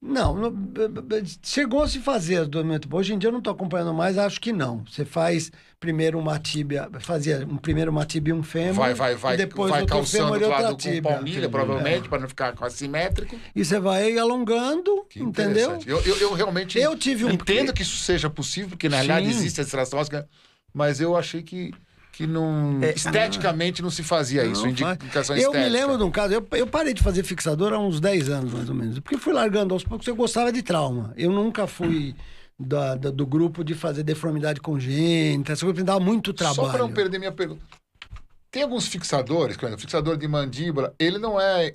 Speaker 3: Não, não, b- b- b- chegou a se fazer as duas mil tubos. Hoje em dia eu não estou acompanhando mais, acho que não. Você faz primeiro uma tíbia, fazia um primeiro uma tíbia e um fêmur.
Speaker 1: Vai, vai, vai,
Speaker 3: e depois
Speaker 1: vai
Speaker 3: outro
Speaker 1: calçando
Speaker 3: fêmur e
Speaker 1: do
Speaker 3: outra
Speaker 1: lado com
Speaker 3: tíbia. É.
Speaker 1: palmilha, provavelmente, para não ficar com assimétrico.
Speaker 3: E você vai alongando,
Speaker 1: Que
Speaker 3: entendeu?
Speaker 1: interessante. Eu, eu, eu realmente
Speaker 3: Eu tive um
Speaker 1: entendo que isso seja possível, porque na
Speaker 2: Sim.
Speaker 1: realidade existe a distração óssea, mas eu achei que, que não... esteticamente não se fazia isso,
Speaker 3: É, Não faz.
Speaker 1: indicação
Speaker 3: Eu
Speaker 1: estética.
Speaker 3: me lembro de um caso, eu, eu parei de fazer fixador há uns 10 anos, mais ou menos. Porque fui largando aos poucos, eu gostava de trauma. Eu nunca fui da- da- do grupo de fazer deformidade congênita, essa coisa me dava muito trabalho.
Speaker 1: Só para não perder minha pergunta. Tem alguns fixadores, por exemplo, fixador de mandíbula, ele não é.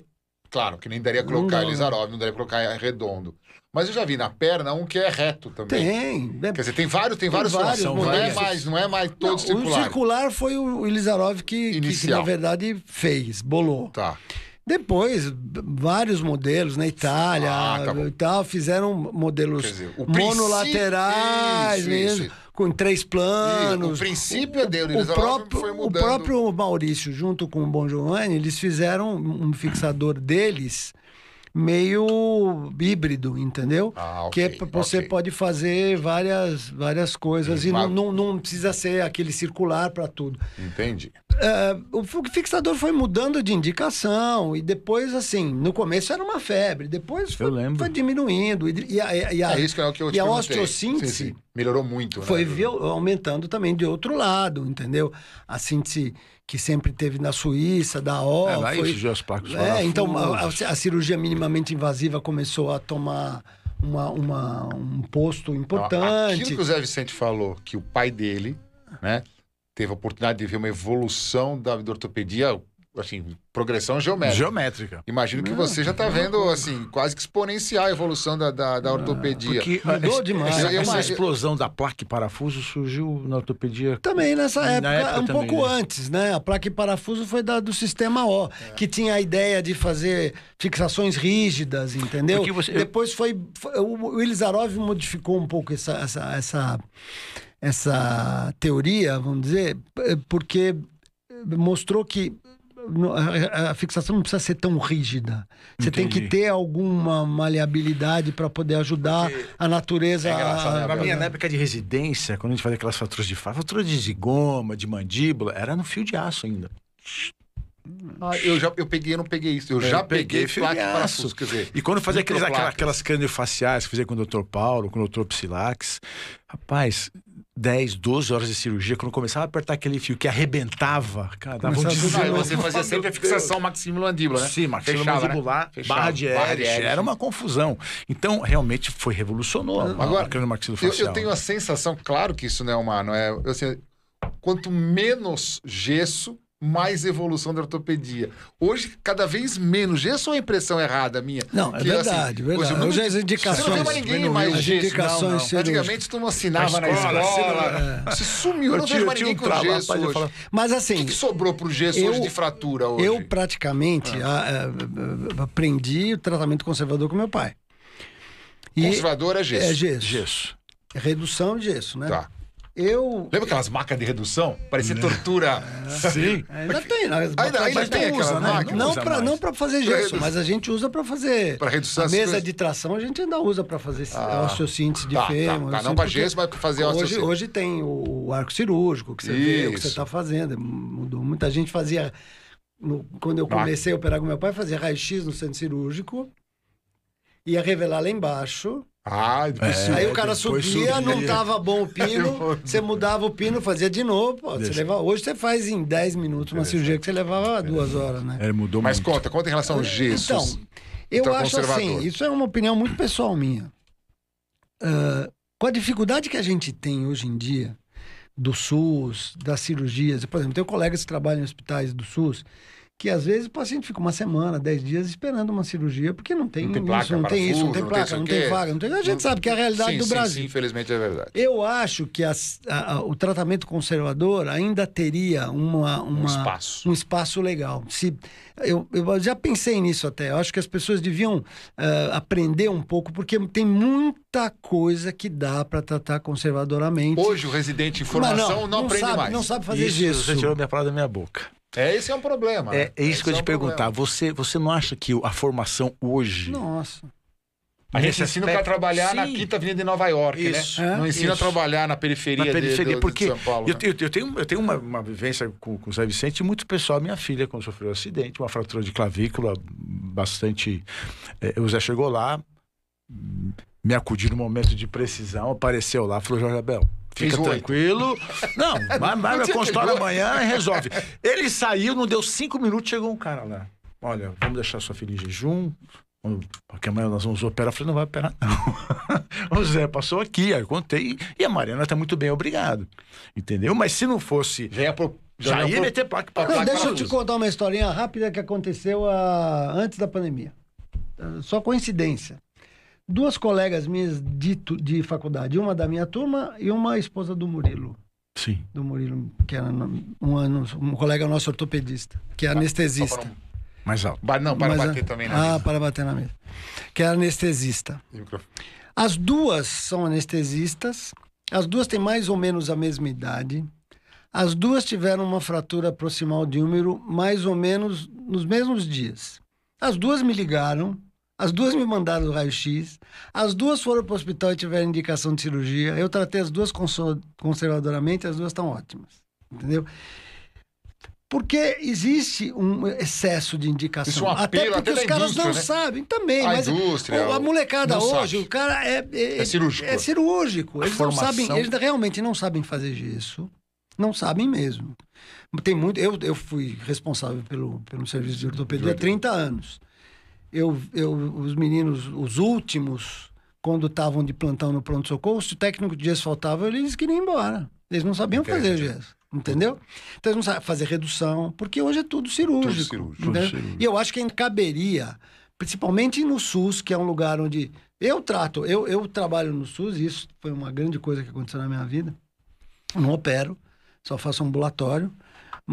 Speaker 1: Claro, que nem daria colocar
Speaker 3: dá.
Speaker 1: Elizarov, não daria colocar redondo. Mas eu já vi na perna um que é reto também.
Speaker 3: Tem. é-
Speaker 1: Quer dizer, tem vários, tem, vários,
Speaker 3: vários
Speaker 1: formatos. não
Speaker 2: modelos.
Speaker 1: é mais, não é mais
Speaker 3: Não,
Speaker 1: todos
Speaker 3: o
Speaker 1: circulares.
Speaker 3: circular foi o Elizarov que, que- que,
Speaker 1: Inicial.
Speaker 3: na verdade, fez, bolou.
Speaker 1: Tá.
Speaker 3: Depois, b- vários modelos na Itália
Speaker 1: Ah, tá bom.
Speaker 3: e tal, fizeram modelos
Speaker 1: Quer dizer, o princípio-
Speaker 3: monolaterais,
Speaker 1: Isso,
Speaker 3: mesmo,
Speaker 1: isso.
Speaker 3: com três planos.
Speaker 1: E o princípio é dele,
Speaker 3: o
Speaker 1: eles
Speaker 3: próprio,
Speaker 1: foi
Speaker 3: o
Speaker 1: mudando.
Speaker 3: próprio Maurício, junto com o Bon Giovanni, eles fizeram um fixador deles meio híbrido, entendeu?
Speaker 1: Ah,
Speaker 3: que
Speaker 1: ok,
Speaker 3: é pra- você
Speaker 1: ok.
Speaker 3: pode fazer várias, várias coisas e
Speaker 1: Mas-
Speaker 3: não, não, não precisa ser aquele circular para tudo.
Speaker 1: Entendi.
Speaker 3: É, o fi- fixador foi mudando de indicação e depois, assim, no começo era uma febre, depois foi,
Speaker 2: Eu lembro.
Speaker 3: foi diminuindo. E, e a, e a-
Speaker 1: é isso que é o que eu te
Speaker 3: e a
Speaker 1: perguntei.
Speaker 3: osteossíntese
Speaker 1: Sim, sim. Melhorou muito, né?
Speaker 3: foi viu- aumentando também de outro lado, entendeu? A síntese que sempre teve na Suíça, da O.
Speaker 2: É, lá
Speaker 3: foi-
Speaker 2: surgiu as placas
Speaker 3: É,
Speaker 2: parafuso.
Speaker 3: então a, a- a cirurgia minimamente invasiva começou a tomar uma, uma- um posto
Speaker 2: Então,
Speaker 1: Aquilo
Speaker 3: importante.
Speaker 1: que o Zé Vicente falou, que o pai dele, né, teve a oportunidade de ver uma evolução da da ortopedia, assim, progressão geométrica.
Speaker 2: Geométrica.
Speaker 1: Imagino que você já está
Speaker 3: é
Speaker 1: vendo, assim, quase que exponencial a evolução da, da, da ortopedia.
Speaker 2: Porque
Speaker 3: Mudou
Speaker 2: essa-
Speaker 3: demais.
Speaker 2: Essa,
Speaker 1: Eu
Speaker 2: essa
Speaker 1: imagino-
Speaker 2: explosão da placa e parafuso surgiu na ortopedia.
Speaker 3: Também nessa
Speaker 2: Na
Speaker 3: época,
Speaker 2: época
Speaker 3: um
Speaker 2: também,
Speaker 3: pouco
Speaker 2: né? É.
Speaker 3: antes, né? A placa e parafuso foi da, do sistema O, que tinha a ideia de fazer fixações rígidas, entendeu?
Speaker 2: Porque você-
Speaker 3: Depois foi, foi- O o Elizarov modificou um pouco essa, essa, essa, essa teoria, vamos dizer, p- porque mostrou que no- a- a a fixação não precisa ser tão rígida. Você tem que
Speaker 2: Entendi.
Speaker 3: ter alguma maleabilidade para poder ajudar a natureza.
Speaker 1: É engraçado, né,
Speaker 3: a-
Speaker 2: Na minha
Speaker 1: verdade.
Speaker 2: época de residência, quando a gente fazia aquelas fraturas de fato, fraturas de goma, de mandíbula, era no fio de aço ainda.
Speaker 1: Ah, eu já eu peguei, eu não peguei isso. Eu já peguei,
Speaker 2: fio
Speaker 1: placa
Speaker 2: de
Speaker 1: e
Speaker 2: aço.
Speaker 1: parafuso, quer dizer.
Speaker 2: É, E quando fazia aqueles, aquela-
Speaker 1: microplacas.
Speaker 2: aquelas craniofaciais que fazia com o Dr. Paulo, com o Dr. Psilax, rapaz, 10, 12 horas de cirurgia, quando começava a apertar aquele fio que arrebentava, cara, dava um
Speaker 3: Começava tudo de
Speaker 1: Ah, e
Speaker 2: desespero.
Speaker 1: você fazia sempre a fixação maximilmandibular, né?
Speaker 2: Sim, maxila
Speaker 1: Fechava, né?
Speaker 2: mandibular,
Speaker 1: Fechava. é,
Speaker 2: barra de
Speaker 1: Barra de
Speaker 2: hélice.
Speaker 1: hélice.
Speaker 2: é, Era uma confusão. Então, realmente, foi revolucionou a-
Speaker 1: Ah, Agora,
Speaker 2: a né? craniomaxilofacial.
Speaker 1: Eu, eu tenho a sensação, claro que isso não é uma. Não é, eu sei, quanto menos gesso, mais evolução da ortopedia. Hoje, cada vez menos gesso ou é impressão errada minha?
Speaker 3: Não, é
Speaker 1: Que, assim,
Speaker 3: verdade,
Speaker 1: hoje,
Speaker 3: verdade.
Speaker 1: o número
Speaker 3: Hoje é
Speaker 1: de- Você
Speaker 3: as
Speaker 1: não vê mais
Speaker 3: indicações.
Speaker 1: ninguém
Speaker 2: diminuiu.
Speaker 1: mais
Speaker 3: As
Speaker 1: gesso.
Speaker 3: indicações
Speaker 2: não, não.
Speaker 3: cirúrgicas.
Speaker 1: Antigamente tu não assinava na
Speaker 2: Na escola,
Speaker 1: escola.
Speaker 3: é.
Speaker 2: assinava.
Speaker 1: Isso sumiu, eu não
Speaker 2: Eu
Speaker 1: vejo
Speaker 2: tinha, eu
Speaker 1: mais
Speaker 2: tinha um
Speaker 1: ninguém com
Speaker 2: trauma,
Speaker 1: gesso
Speaker 2: rapaz, eu
Speaker 1: hoje.
Speaker 2: falava,
Speaker 3: Mas
Speaker 1: O que
Speaker 3: assim,
Speaker 1: que sobrou pro gesso
Speaker 3: Eu-
Speaker 1: hoje de fratura hoje? Ah.
Speaker 3: eu praticamente a- a- a- aprendi o tratamento conservador com meu pai. E
Speaker 1: Conservador é gesso.
Speaker 3: é gesso. É
Speaker 2: gesso.
Speaker 3: Redução de gesso, né?
Speaker 1: Tá.
Speaker 3: Eu.
Speaker 1: Lembra aquelas macas de redução? Parecia tortura.
Speaker 2: Sim.
Speaker 3: Ainda tem, né?
Speaker 1: Ainda- ainda
Speaker 3: Mas
Speaker 1: tem
Speaker 3: não
Speaker 1: aquela
Speaker 3: usa, né?
Speaker 1: máquina?
Speaker 3: Não
Speaker 2: Usa
Speaker 3: pra-
Speaker 2: mais.
Speaker 3: Não para fazer
Speaker 1: Pra
Speaker 3: gesso,
Speaker 1: redu-
Speaker 3: mas a gente usa para fazer.
Speaker 1: Pra redução
Speaker 3: É. A
Speaker 1: as
Speaker 3: mesa
Speaker 1: coisas.
Speaker 3: de tração a gente ainda usa para fazer
Speaker 1: Ah.
Speaker 3: osteossíntese de
Speaker 1: Tá, tá,
Speaker 3: fêmur.
Speaker 1: tá. Não
Speaker 3: assim,
Speaker 1: pra
Speaker 3: porque
Speaker 1: gesso, mas pra fazer assim.
Speaker 3: hoje,
Speaker 1: osteossíntese.
Speaker 3: hoje tem o, o arco cirúrgico, que você vê o que você
Speaker 1: Isso.
Speaker 3: está fazendo. é, Mudou. Muita gente fazia. no- quando eu
Speaker 1: Tá.
Speaker 3: comecei a operar com meu pai, fazia raio-x no centro cirúrgico. Ia revelar lá embaixo.
Speaker 1: Ah, depois
Speaker 3: aí o cara
Speaker 2: É, depois
Speaker 3: subia,
Speaker 2: subia.
Speaker 3: não tava bom o pino. você mudava o pino, fazia de novo. pô, você
Speaker 2: Deixa.
Speaker 3: leva, hoje você faz em 10 minutos uma cirurgia que você levava duas horas, né?
Speaker 2: É, mudou
Speaker 1: Mas
Speaker 2: muito.
Speaker 1: conta, conta em relação aos gessos.
Speaker 3: Então, eu
Speaker 1: Então,
Speaker 3: acho assim,
Speaker 1: conservador.
Speaker 3: isso é uma opinião muito pessoal minha. Ah, com a dificuldade que a gente tem hoje em dia do SUS, das cirurgias, por exemplo, tenho colegas que trabalham em hospitais do SUS que às vezes o paciente fica uma semana, dez dias esperando uma cirurgia porque não tem,
Speaker 1: Não tem placa,
Speaker 3: isso, não tem isso, não tem
Speaker 1: parafuso,
Speaker 3: placa, não
Speaker 1: isso aqui.
Speaker 3: tem vaga, não tem. A gente sabe que é a realidade
Speaker 1: Sim,
Speaker 3: do
Speaker 1: sim,
Speaker 3: Brasil.
Speaker 1: sim, infelizmente é verdade.
Speaker 3: Eu acho que as- a- a- o tratamento conservador ainda teria uma, uma-
Speaker 1: espaço.
Speaker 3: um espaço legal. Se, eu, eu já pensei nisso até. Eu acho que as pessoas deviam ah, aprender um pouco, porque tem muita coisa que dá para tratar conservadoramente.
Speaker 1: Hoje o residente em
Speaker 3: Mas
Speaker 1: formação não, aprende
Speaker 3: sabe,
Speaker 1: mais.
Speaker 3: Não sabe fazer
Speaker 2: isso,
Speaker 3: gesso.
Speaker 2: Você tirou minha palavra da minha boca.
Speaker 1: É, esse é um problema.
Speaker 2: É, é isso
Speaker 1: Esse
Speaker 2: que eu ia
Speaker 1: um
Speaker 2: te perguntar.
Speaker 1: problema.
Speaker 2: Você, você não acha que a formação hoje
Speaker 3: Nossa.
Speaker 1: A gente
Speaker 2: Nesse
Speaker 1: ensina o cara
Speaker 2: aspecto,
Speaker 1: a trabalhar na
Speaker 2: sim.
Speaker 1: Quinta Avenida de Nova York,
Speaker 2: Isso.
Speaker 1: né?
Speaker 2: É.
Speaker 1: Não ensina
Speaker 2: Isso.
Speaker 1: a trabalhar na periferia,
Speaker 2: na periferia,
Speaker 1: de, do- de
Speaker 2: porque
Speaker 1: São Paulo.
Speaker 2: eu,
Speaker 1: né?
Speaker 2: eu- eu tenho, eu tenho uma, uma vivência com, com o Zé Vicente muito pessoal. Minha filha, quando sofreu um acidente, uma fratura de clavícula, bastante. eh, o Zé chegou lá, me acudiu no momento de precisão, apareceu lá, falou: Jorge Abel. Fica
Speaker 1: Fiz oito."
Speaker 2: tranquilo. Não, vai, vai
Speaker 1: Não
Speaker 2: no
Speaker 1: tinha
Speaker 2: consultório
Speaker 1: pegou.
Speaker 2: amanhã e resolve. Ele saiu, não deu cinco minutos, chegou um cara lá. Olha, vamos deixar sua filha em jejum, Vamos- Porque amanhã nós vamos operar. Eu falei, não vai operar, não. o Zé passou aqui, aí eu contei. E a Mariana tá muito bem, obrigado. Entendeu? Mas se não fosse.
Speaker 1: Já ia pro...
Speaker 2: Já ia
Speaker 1: pro-
Speaker 2: meter placa pra
Speaker 1: Não,
Speaker 3: Não,
Speaker 2: placa.
Speaker 3: deixa eu te
Speaker 1: parafuso.
Speaker 3: contar uma historinha rápida que aconteceu ah, antes da pandemia. Ah, Só coincidência. Duas colegas minhas de, tu- de faculdade, uma da minha turma e uma esposa do Murilo.
Speaker 2: Sim.
Speaker 3: Do Murilo, que era um, ano- um colega nosso ortopedista, que é
Speaker 1: Tá, Só
Speaker 3: anestesista.
Speaker 1: pra não-
Speaker 2: Mais alto.
Speaker 1: Ba- Não, para
Speaker 3: Mas,
Speaker 1: bater
Speaker 3: ah,
Speaker 1: também né? na
Speaker 3: Ah, para bater na mesa. Que é anestesista.
Speaker 1: mesa.
Speaker 3: As duas são anestesistas, as duas têm mais ou menos a mesma idade, as duas tiveram uma fratura proximal de úmero mais ou menos nos mesmos dias. As duas me ligaram, as duas me mandaram o raio-x, as duas foram para o hospital e tiveram indicação de cirurgia. Eu tratei as duas conso- conservadoramente, as duas estão ótimas. Entendeu? Porque existe um excesso de indicação.
Speaker 1: Isso é um
Speaker 3: até
Speaker 1: apelo
Speaker 3: porque
Speaker 1: até da
Speaker 3: os caras não
Speaker 1: indústria, né?
Speaker 3: sabem também.
Speaker 1: A
Speaker 3: mas
Speaker 1: indústria,
Speaker 3: o- a
Speaker 1: o-
Speaker 3: molecada
Speaker 1: não
Speaker 3: hoje,
Speaker 1: sabe.
Speaker 3: o cara é,
Speaker 1: É cirúrgico.
Speaker 3: é cirúrgico. Eles não
Speaker 2: formação.
Speaker 3: sabem, eles realmente não sabem fazer gesso. Não sabem mesmo. Tem muito. Eu, eu fui responsável pelo, pelo serviço de ortopedia há 30 anos. Eu, eu, os meninos, os últimos, quando estavam de plantão no pronto-socorro, se o técnico de gesso faltava, eles queriam ir embora. Eles não sabiam fazer gesso. Entendeu? Então eles não sabem fazer redução, porque hoje é tudo cirúrgico.
Speaker 1: cirúrgico.
Speaker 3: entendeu?
Speaker 2: Tudo cirúrgico.
Speaker 3: E eu acho que caberia, principalmente no SUS, que é um lugar onde eu trato, eu, eu trabalho no SUS, e isso foi uma grande coisa que aconteceu na minha vida. Eu Não opero, só faço ambulatório.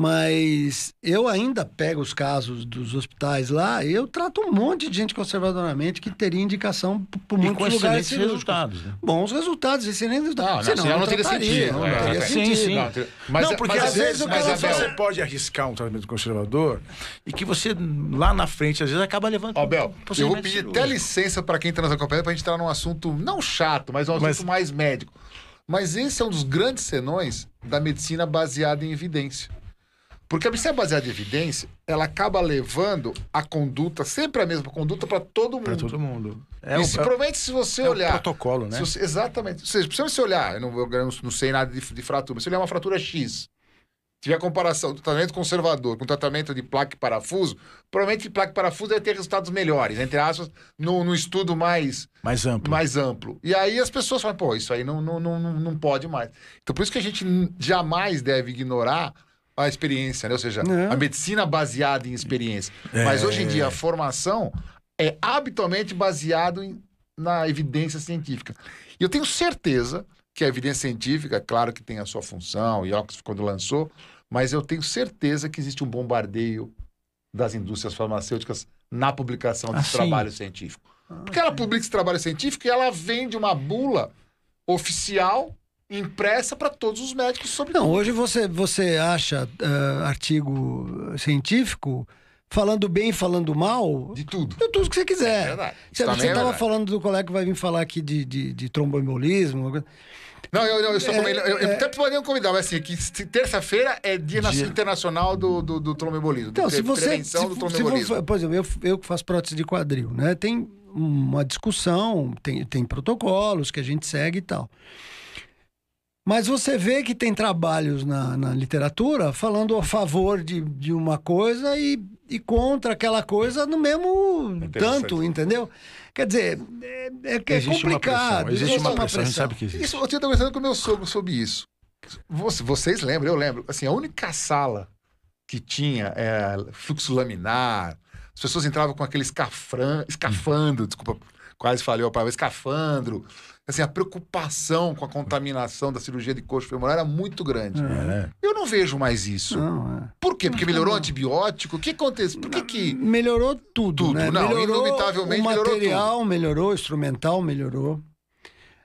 Speaker 3: Mas eu ainda pego os casos dos hospitais lá e eu trato um monte de gente conservadoramente que teria indicação por- por
Speaker 2: E com
Speaker 3: muitos
Speaker 2: excelentes
Speaker 3: lugares cirúrgicos.
Speaker 2: resultados. Né?
Speaker 3: Bons resultados, excelentes
Speaker 1: Não, não,
Speaker 3: resultados.
Speaker 1: senão não teria
Speaker 3: trataria,
Speaker 1: sentido,
Speaker 3: Não,
Speaker 1: é,
Speaker 3: teria
Speaker 1: é.
Speaker 2: Sim,
Speaker 3: sentido.
Speaker 2: sim.
Speaker 1: Não, mas, é-
Speaker 2: não, porque
Speaker 1: mas
Speaker 2: às vezes,
Speaker 3: o
Speaker 1: mas,
Speaker 3: cara
Speaker 2: às vezes
Speaker 1: Abel,
Speaker 2: você pode arriscar um tratamento conservador e que você, lá na frente, às vezes acaba levando.
Speaker 1: Ó, Bel, eu vou
Speaker 2: procedimento
Speaker 1: pedir
Speaker 2: cirúrgico.
Speaker 1: até licença para quem tá nos acompanhando pra gente entrar num assunto não chato, mas um assunto
Speaker 2: Mas-
Speaker 1: mais médico. Mas esse é um dos grandes senões da medicina baseada em evidência. Porque a medicina baseada em evidência, ela acaba levando a conduta, sempre a mesma conduta, para todo mundo.
Speaker 2: Pra todo mundo. É
Speaker 1: e
Speaker 2: o-
Speaker 1: se
Speaker 2: é o-
Speaker 1: provavelmente, se você
Speaker 2: é o
Speaker 1: olhar.
Speaker 2: protocolo, né?
Speaker 1: se você- exatamente. Vocês precisam se olhar, eu não, eu não- não sei nada de, de fratura, mas se olhar uma fratura X, tiver comparação do tratamento conservador com tratamento de placa e parafuso, provavelmente placa e parafuso vai ter resultados melhores, entre aspas, no, no estudo mais,
Speaker 2: Mais amplo.
Speaker 1: mais amplo. E aí as pessoas falam, pô, isso aí não, não, não, não não pode mais. Então por isso que a gente n- jamais deve ignorar a experiência, né? Ou seja,
Speaker 3: Não.
Speaker 1: a medicina baseada em experiência.
Speaker 2: É.
Speaker 1: Mas hoje em dia a formação é habitualmente baseado em- na evidência científica. E eu tenho certeza que a evidência científica, claro que tem a sua função, e Oxford quando lançou, mas eu tenho certeza que existe um bombardeio das indústrias farmacêuticas na publicação desse
Speaker 2: Ah, sim.
Speaker 1: trabalho científico. Porque ela publica esse trabalho científico e ela vende uma bula oficial impressa para todos os médicos sobre
Speaker 3: Não, hoje você, você acha ah, artigo científico falando bem e falando mal
Speaker 1: de tudo.
Speaker 3: de tudo que você quiser.
Speaker 1: verdade. Isso
Speaker 3: Você
Speaker 1: também é
Speaker 3: estava
Speaker 1: verdade.
Speaker 3: falando do colega que vai vir falar aqui de, de, de tromboembolismo. uma coisa-
Speaker 1: Não, eu, eu, eu sou
Speaker 3: É,
Speaker 1: como ele. Eu, eu
Speaker 3: é.
Speaker 1: até poderiam convidar, mas assim, que se- terça-feira é dia, na-
Speaker 2: Dia.
Speaker 1: internacional do, do, do tromboembolismo.
Speaker 3: Então,
Speaker 1: de
Speaker 3: se você. Se,
Speaker 1: Prevenção do
Speaker 3: se
Speaker 1: tromboembolismo.
Speaker 3: for, por exemplo, eu, eu que faço prótese de quadril, né? Tem uma discussão, tem, tem protocolos que a gente segue e tal. Mas você vê que tem trabalhos na, na literatura falando a favor de, de uma coisa e, e contra aquela coisa no mesmo
Speaker 1: Interessante.
Speaker 3: tanto, entendeu? Quer dizer, é, é, que é
Speaker 2: Existe uma pressão,
Speaker 3: complicado.
Speaker 2: Existe uma pressão. A gente sabe que é existe.
Speaker 1: é Isso, eu tinha conversando com meu sogro sobre isso. Você- Vocês lembram? Eu lembro. Assim, a única sala que tinha é, fluxo laminar, as pessoas entravam com aquele escafran, escafandro, desculpa, quase falhou a palavra, escafandro. Assim, a preocupação com a contaminação da cirurgia de coxo femoral era muito grande.
Speaker 2: É.
Speaker 1: Eu não vejo mais isso.
Speaker 3: Não, é.
Speaker 1: Por quê? Porque melhorou o antibiótico? O que aconteceu? Por que que...
Speaker 3: Melhorou tudo,
Speaker 1: Tudo,
Speaker 3: né?
Speaker 1: não,
Speaker 3: melhorou
Speaker 1: inevitavelmente
Speaker 3: o
Speaker 1: melhorou
Speaker 3: material, melhorou, o instrumental melhorou.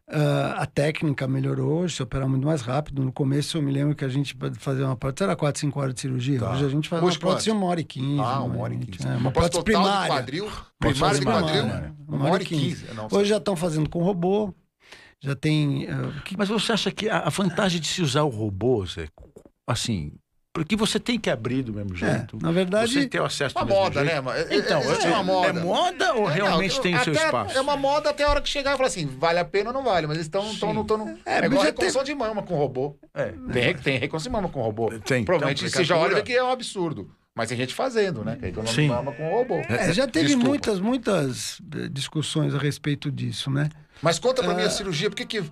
Speaker 3: Ah, a técnica melhorou, se operar muito mais rápido. No começo eu me lembro que a gente fazia uma prótese, era 4, 5 horas de cirurgia.
Speaker 1: Tá.
Speaker 3: Hoje a gente faz
Speaker 1: Hoje
Speaker 3: uma prótese
Speaker 1: pode?
Speaker 3: uma hora e 15.
Speaker 1: Ah, uma hora e
Speaker 3: vinte,
Speaker 1: quinze.
Speaker 3: É,
Speaker 1: Posso
Speaker 3: uma prótese
Speaker 1: total de
Speaker 3: primária.
Speaker 1: quadril? Primária de
Speaker 3: primária,
Speaker 1: quadril?
Speaker 3: né?
Speaker 1: Uma hora e quinze. Não,
Speaker 3: Hoje já estão fazendo com robô, já tem. ah, que-
Speaker 2: Mas você acha que a, a vantagem de se usar o robô, Zé, assim, porque você tem que abrir do mesmo
Speaker 3: é,
Speaker 2: jeito.
Speaker 3: na verdade,
Speaker 2: você tem o acesso
Speaker 1: Uma
Speaker 2: do mesmo
Speaker 1: moda,
Speaker 2: jeito.
Speaker 1: né? Mas, é, é,
Speaker 2: Então,
Speaker 1: existe
Speaker 2: é,
Speaker 1: uma moda.
Speaker 2: é moda ou
Speaker 1: É,
Speaker 2: realmente
Speaker 1: não,
Speaker 2: tem o seu
Speaker 1: até-
Speaker 2: espaço?
Speaker 1: É uma moda até a hora que chegar e falar assim, vale a pena ou não vale, mas eles estão
Speaker 2: Sim.
Speaker 1: não tão, no-
Speaker 3: É,
Speaker 1: É,
Speaker 3: mas
Speaker 1: igual
Speaker 3: já
Speaker 1: reconstrução de mama com robô.
Speaker 2: É.
Speaker 1: Tem, re- tem reconstrução de mama com robô.
Speaker 2: Tem,
Speaker 1: Provavelmente
Speaker 2: então,
Speaker 1: você já olha e vê
Speaker 2: caricatura.
Speaker 1: que é um absurdo. Mas tem gente fazendo, né? Que é reconstrução
Speaker 2: Sim.
Speaker 1: de mama com robô.
Speaker 3: é, já teve
Speaker 1: Desculpa.
Speaker 3: muitas, muitas eh, discussões a respeito disso, né?
Speaker 1: Mas conta pra mim a cirurgia, por que que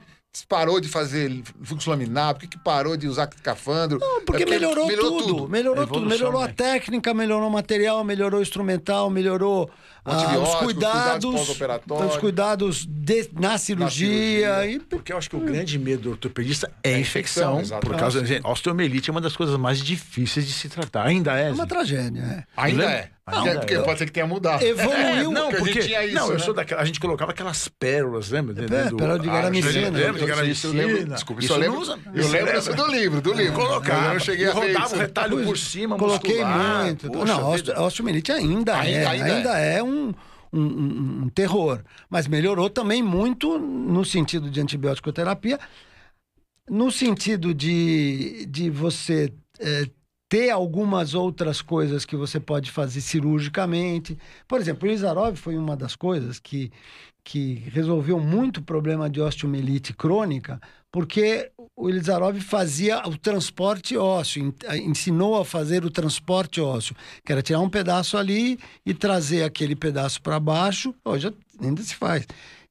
Speaker 1: parou de fazer fluxo laminar, por que que parou de usar É cafandro? Não,
Speaker 3: Porque, melhorou, tudo, Melhorou
Speaker 2: A
Speaker 3: tudo.
Speaker 2: evolução,
Speaker 3: Melhorou a
Speaker 2: né?
Speaker 3: técnica, melhorou o material, melhorou o instrumental, melhorou ah, os
Speaker 1: Antibióticos, cuidados
Speaker 3: cuidados.
Speaker 1: pós-operatórios.
Speaker 3: os cuidados de- na, cirurgia,
Speaker 1: cirurgia.
Speaker 3: e-
Speaker 2: Porque eu acho que o grande medo do ortopedista Hum. é, a
Speaker 1: infecção,
Speaker 2: infecção. por
Speaker 1: exatamente.
Speaker 2: causa da osteomielite é uma das coisas mais difíceis de se tratar. Ainda é.
Speaker 3: É uma
Speaker 2: Zé?
Speaker 3: tragédia. é.
Speaker 1: Ainda
Speaker 2: Lembra?
Speaker 1: é.
Speaker 2: Ainda
Speaker 1: É, porque
Speaker 2: é.
Speaker 1: pode ser que tenha mudado.
Speaker 3: Evoluiu.
Speaker 2: não,
Speaker 1: porque a gente
Speaker 2: porque
Speaker 1: tinha isso,
Speaker 2: não, eu
Speaker 1: né?
Speaker 2: sou daquela. A gente colocava aquelas pérolas, lembra? né,
Speaker 3: É, pérola de garamicina.
Speaker 2: Lembra de
Speaker 1: Isso eu
Speaker 2: garamicina?
Speaker 1: lembro- Desculpa, né? isso,
Speaker 2: Isso
Speaker 1: eu
Speaker 2: não
Speaker 1: lembro.
Speaker 2: usa-
Speaker 1: eu
Speaker 2: isso
Speaker 1: lembro
Speaker 2: lembra?
Speaker 1: isso é do livro, do livro.
Speaker 2: Colocava.
Speaker 1: Eu não cheguei
Speaker 2: e
Speaker 1: a ver
Speaker 2: rodava
Speaker 1: isso.
Speaker 2: o retalho
Speaker 3: Pois,
Speaker 2: por cima,
Speaker 3: Coloquei
Speaker 2: muscular.
Speaker 3: muito. tá?
Speaker 1: tá?
Speaker 2: Poxa
Speaker 3: não, a
Speaker 2: vida.
Speaker 3: osteo- a osteomielite ainda,
Speaker 1: Ainda-
Speaker 3: é,
Speaker 1: ainda
Speaker 3: ainda,
Speaker 1: é.
Speaker 3: é, um, um- um- um terror. Mas melhorou também muito no sentido de antibiótico-terapia, no sentido de, de você eh, ter algumas outras coisas que você pode fazer cirurgicamente. Por exemplo, o Isarov foi uma das coisas que, que resolveu muito o problema de osteomielite crônica, porque o Elizarov fazia o transporte ósseo, en- eh, ensinou a fazer o transporte ósseo, que era tirar um pedaço ali e trazer aquele pedaço para baixo, hoje ainda se faz,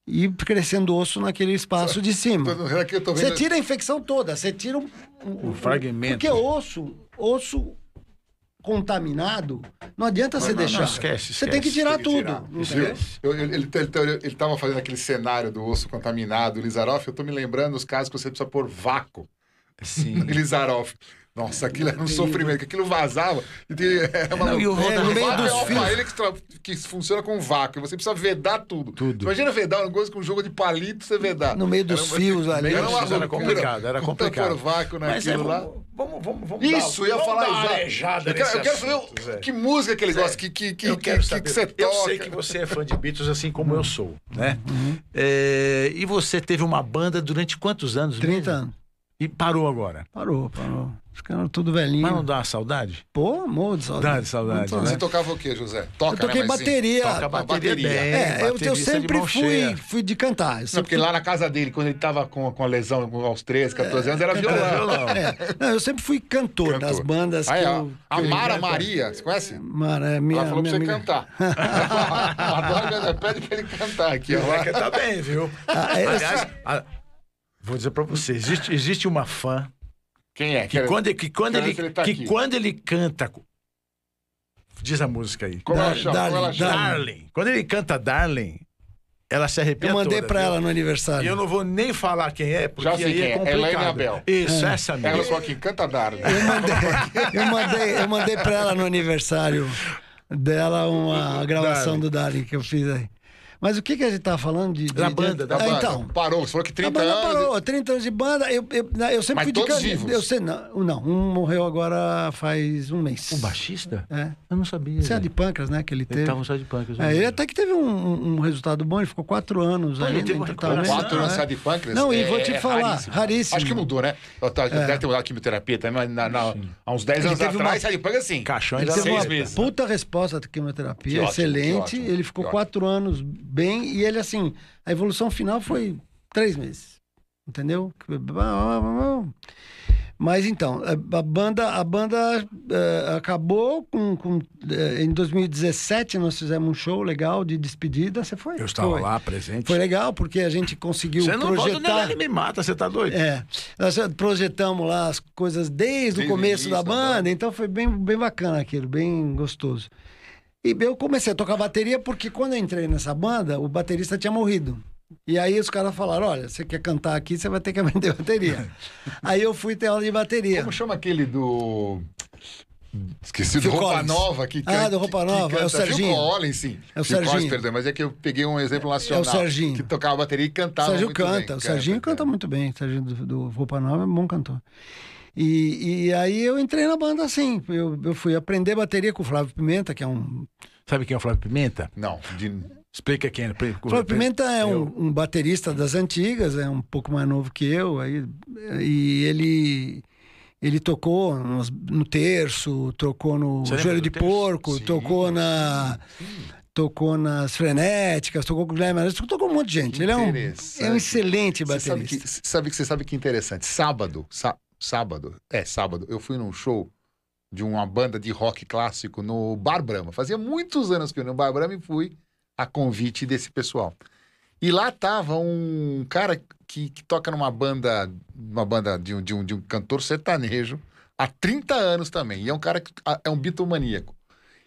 Speaker 3: e crescendo osso naquele espaço de cima.
Speaker 1: Tô- Aqui eu tô
Speaker 3: Você
Speaker 1: vendo.
Speaker 3: tira a infecção toda, você tira um,
Speaker 2: Um fragmento.
Speaker 3: Porque osso, osso contaminado, não adianta você
Speaker 2: não,
Speaker 3: deixar.
Speaker 2: não, esquece,
Speaker 3: você tem que
Speaker 2: esquece,
Speaker 3: tirar
Speaker 2: tem que
Speaker 3: tudo.
Speaker 2: tirar.
Speaker 3: entendeu?
Speaker 1: Eu- ele, ele, tá- ele, tá- ele tava fazendo aquele cenário do osso contaminado, Lizaroff. Eu tô me lembrando dos casos que você precisa pôr vácuo
Speaker 2: Sim.
Speaker 1: no Lizaroff. Nossa, aquilo era um sofrimento, que aquilo vazava. E tem- era uma
Speaker 2: Não, e o
Speaker 1: loucura.
Speaker 2: roda-
Speaker 1: O
Speaker 2: no meio
Speaker 1: vácuo
Speaker 2: dos
Speaker 1: é um
Speaker 2: fios.
Speaker 1: aparelho que, tra- que funciona com vácuo. e Você precisa vedar tudo.
Speaker 2: Tudo.
Speaker 1: Imagina vedar um negócio com um jogo de palito, você vedar.
Speaker 3: No meio dos
Speaker 1: Era uma-
Speaker 3: fios ali.
Speaker 1: Era, uma
Speaker 2: Era
Speaker 1: loucura.
Speaker 2: complicado, era
Speaker 1: Puta,
Speaker 2: complicado.
Speaker 1: Pôr vácuo
Speaker 2: Mas é,
Speaker 1: naquilo lá.
Speaker 2: vamos, vamos, vamos, vamos
Speaker 1: Isso, eu
Speaker 2: dar,
Speaker 1: ia
Speaker 2: vamos
Speaker 1: falar
Speaker 2: dar uma
Speaker 1: isso.
Speaker 2: arejada
Speaker 1: Eu quero, eu
Speaker 2: nesse
Speaker 1: quero saber
Speaker 2: assunto,
Speaker 1: o-
Speaker 2: Zé.
Speaker 1: que música que eles gostam, que, que, que,
Speaker 2: Eu
Speaker 1: que,
Speaker 2: quero
Speaker 1: que,
Speaker 2: saber.
Speaker 1: que você
Speaker 2: Eu
Speaker 1: toca. Uhum.
Speaker 2: sei que você é fã de Beatles, assim como eu sou, né? É, e você teve uma banda durante quantos anos?
Speaker 3: 30
Speaker 2: mesmo?
Speaker 3: anos.
Speaker 2: E parou agora.
Speaker 3: Parou, parou. Ficaram tudo
Speaker 2: Mas não
Speaker 3: velhinho.
Speaker 2: dá uma saudade?
Speaker 3: Pô, amor de saudade.
Speaker 2: Dá saudade,
Speaker 3: Muito
Speaker 1: Você
Speaker 2: né?
Speaker 1: tocava o quê, José? Toca,
Speaker 3: Eu toquei
Speaker 1: né, mas sim.
Speaker 3: bateria.
Speaker 2: Toca bateria,
Speaker 1: bateria.
Speaker 2: bem.
Speaker 3: É, eu, eu
Speaker 2: baterista de
Speaker 3: sempre
Speaker 2: mão
Speaker 3: fui,
Speaker 2: cheia.
Speaker 3: fui de cantar. Eu
Speaker 1: Não,
Speaker 3: sempre
Speaker 1: porque lá na casa dele, quando ele tava com, com a lesão com- aos 13, 14 anos, É, era
Speaker 2: Era
Speaker 1: violão.
Speaker 2: violão.
Speaker 3: É, Não, eu sempre fui cantor,
Speaker 1: Cantor.
Speaker 3: das bandas
Speaker 1: Aí,
Speaker 3: que
Speaker 1: ó,
Speaker 3: eu...
Speaker 1: a
Speaker 3: que eu-
Speaker 1: Mara Maria, você conhece?
Speaker 3: Mara, é minha,
Speaker 1: Ela falou pra
Speaker 3: minha
Speaker 1: você
Speaker 3: amiga.
Speaker 1: cantar. Adoro, José, pede pra ele cantar aqui, ó.
Speaker 2: Ela tá bem, viu?
Speaker 3: Ah, é, eu-
Speaker 2: Aliás, a- vou dizer pra você, existe, existe uma fã
Speaker 1: Quem é?
Speaker 2: que
Speaker 1: Quero-
Speaker 2: quando, que quando
Speaker 1: quero ver
Speaker 2: ele,
Speaker 1: se ele tá aqui.
Speaker 2: que quando ele canta... Diz a música aí.
Speaker 1: Como ela
Speaker 3: Dar-
Speaker 1: chama? Como ela
Speaker 3: Darling,
Speaker 1: chama?
Speaker 2: Darling. Quando ele canta Darling, ela se arrepia
Speaker 3: Eu mandei
Speaker 2: toda,
Speaker 3: pra
Speaker 2: viu?
Speaker 3: ela no aniversário.
Speaker 2: E eu não vou nem falar quem é, porque
Speaker 1: Já sei
Speaker 2: aí
Speaker 1: quem é.
Speaker 2: é complicado.
Speaker 1: Elaine Abel.
Speaker 2: Isso,
Speaker 3: É.
Speaker 2: essa mesmo.
Speaker 1: Ela só que canta Darling.
Speaker 3: Eu mandei, eu mandei, eu mandei pra ela no aniversário dela uma gravação do Darling que eu fiz aí. Mas o que, que a gente tava falando de. de-
Speaker 2: Da
Speaker 3: de-
Speaker 2: banda, da
Speaker 3: Ah,
Speaker 1: Tá,
Speaker 3: Então.
Speaker 1: Parou, você falou que
Speaker 3: A
Speaker 1: 30
Speaker 3: banda
Speaker 1: anos.
Speaker 3: parou, 30 anos de banda. Eu, eu, eu sempre
Speaker 1: Mas
Speaker 3: fui de
Speaker 1: todos
Speaker 3: can-
Speaker 1: vivos?
Speaker 3: Eu sei, não, não, um morreu agora faz um mês.
Speaker 2: O baixista?
Speaker 3: É.
Speaker 2: Eu não sabia.
Speaker 3: Isso é de
Speaker 2: velho.
Speaker 3: pâncreas, né? Que ele teve.
Speaker 2: Ele tava só de punk. eu
Speaker 3: É, ele
Speaker 2: sabia.
Speaker 3: até que teve um, um- um resultado bom, ele ficou quatro anos
Speaker 2: ele
Speaker 3: ainda
Speaker 2: teve
Speaker 3: em
Speaker 2: uma
Speaker 3: tratamento.
Speaker 2: recuperação,
Speaker 1: um Quatro
Speaker 3: né?
Speaker 1: anos de de pâncreas.
Speaker 3: Não, e
Speaker 1: é-
Speaker 3: vou te
Speaker 1: é
Speaker 3: falar,
Speaker 1: raríssimo.
Speaker 3: raríssimo. É.
Speaker 1: Acho que mudou, né? Eu tá- Deve ter mudado a quimioterapia também, mas na- na- há uns 10
Speaker 3: Ele
Speaker 1: anos
Speaker 3: teve uma-
Speaker 1: atrás, sai de pâncreas sim.
Speaker 2: Caixão
Speaker 3: Ele
Speaker 2: ainda
Speaker 3: teve
Speaker 1: seis
Speaker 3: uma
Speaker 2: aceita.
Speaker 1: meses.
Speaker 3: puta resposta da quimioterapia,
Speaker 1: Que ótimo,
Speaker 3: excelente.
Speaker 1: que ótimo,
Speaker 3: ele ficou
Speaker 1: que
Speaker 3: quatro anos bem e ele, assim, a evolução final foi três meses. Entendeu? Mas então, a a banda, a banda eh, acabou com. com, eh, em 2017 nós fizemos um show legal de despedida. Você foi?
Speaker 2: Eu estava
Speaker 3: Foi.
Speaker 2: lá presente.
Speaker 3: Foi legal porque a gente conseguiu
Speaker 2: Você não
Speaker 1: né,
Speaker 3: projetar.
Speaker 2: volta nem lá, ele me mata, você tá doido?
Speaker 3: É, nós projetamos lá as coisas desde
Speaker 1: Desde
Speaker 3: o
Speaker 1: o
Speaker 3: começo da
Speaker 1: início da
Speaker 3: banda,
Speaker 1: banda.
Speaker 3: então foi bem, bem bacana aquilo, bem gostoso. E eu comecei a tocar bateria porque quando eu entrei nessa banda, o baterista tinha morrido. E aí os caras falaram, olha, você quer cantar aqui, você vai ter que aprender bateria. aí eu fui ter aula de bateria.
Speaker 1: Como chama aquele do. Esqueci do
Speaker 3: Phil
Speaker 1: Roupa
Speaker 3: Collins.
Speaker 1: Nova. Que, que-
Speaker 3: Ah, do Roupa
Speaker 1: que- que
Speaker 3: Nova, é o
Speaker 1: canta.
Speaker 3: Serginho.
Speaker 1: Phil Collins, sim.
Speaker 3: É o
Speaker 1: Phil Collins,
Speaker 3: Serginho.
Speaker 1: perdão, mas é que eu peguei um exemplo nacional.
Speaker 3: Serginho.
Speaker 1: Que tocava bateria e
Speaker 3: O
Speaker 1: cantava
Speaker 3: Serginho
Speaker 1: muito
Speaker 3: canta,
Speaker 1: bem.
Speaker 3: o Serginho canta, muito bem. O Serginho do, do Roupa Nova é um bom cantor. E, e aí eu entrei na banda assim. Eu, eu fui aprender bateria com o Flávio Pimenta, que é um.
Speaker 2: Sabe quem é o Flávio Pimenta?
Speaker 1: Não, de...
Speaker 2: Explica quem é.
Speaker 3: Flávio Pimenta é um, um baterista das antigas, é um pouco mais novo que eu. Aí, e ele. Ele tocou nos- no terço, tocou no
Speaker 2: Você lembra
Speaker 3: joelho
Speaker 2: do
Speaker 3: de
Speaker 2: terço?
Speaker 3: porco,
Speaker 1: Sim,
Speaker 3: tocou na. Tocou nas frenéticas, tocou com o Guilherme Arantes, tocou com um monte de gente. Ele é um, é um
Speaker 1: Interessante.
Speaker 3: excelente
Speaker 1: Você sabe
Speaker 3: baterista.
Speaker 1: que, sabe que você sabe que interessante. Sábado, sá- sábado, é sábado, eu fui num show de uma banda de rock clássico no Bar Brahma. Fazia muitos anos que eu ia no Bar Brahma e fui a convite desse pessoal. E lá tava um cara que, que toca numa banda, uma banda de um, de um- de um cantor sertanejo há 30 anos também. E é um cara que a- é um bitomaníaco.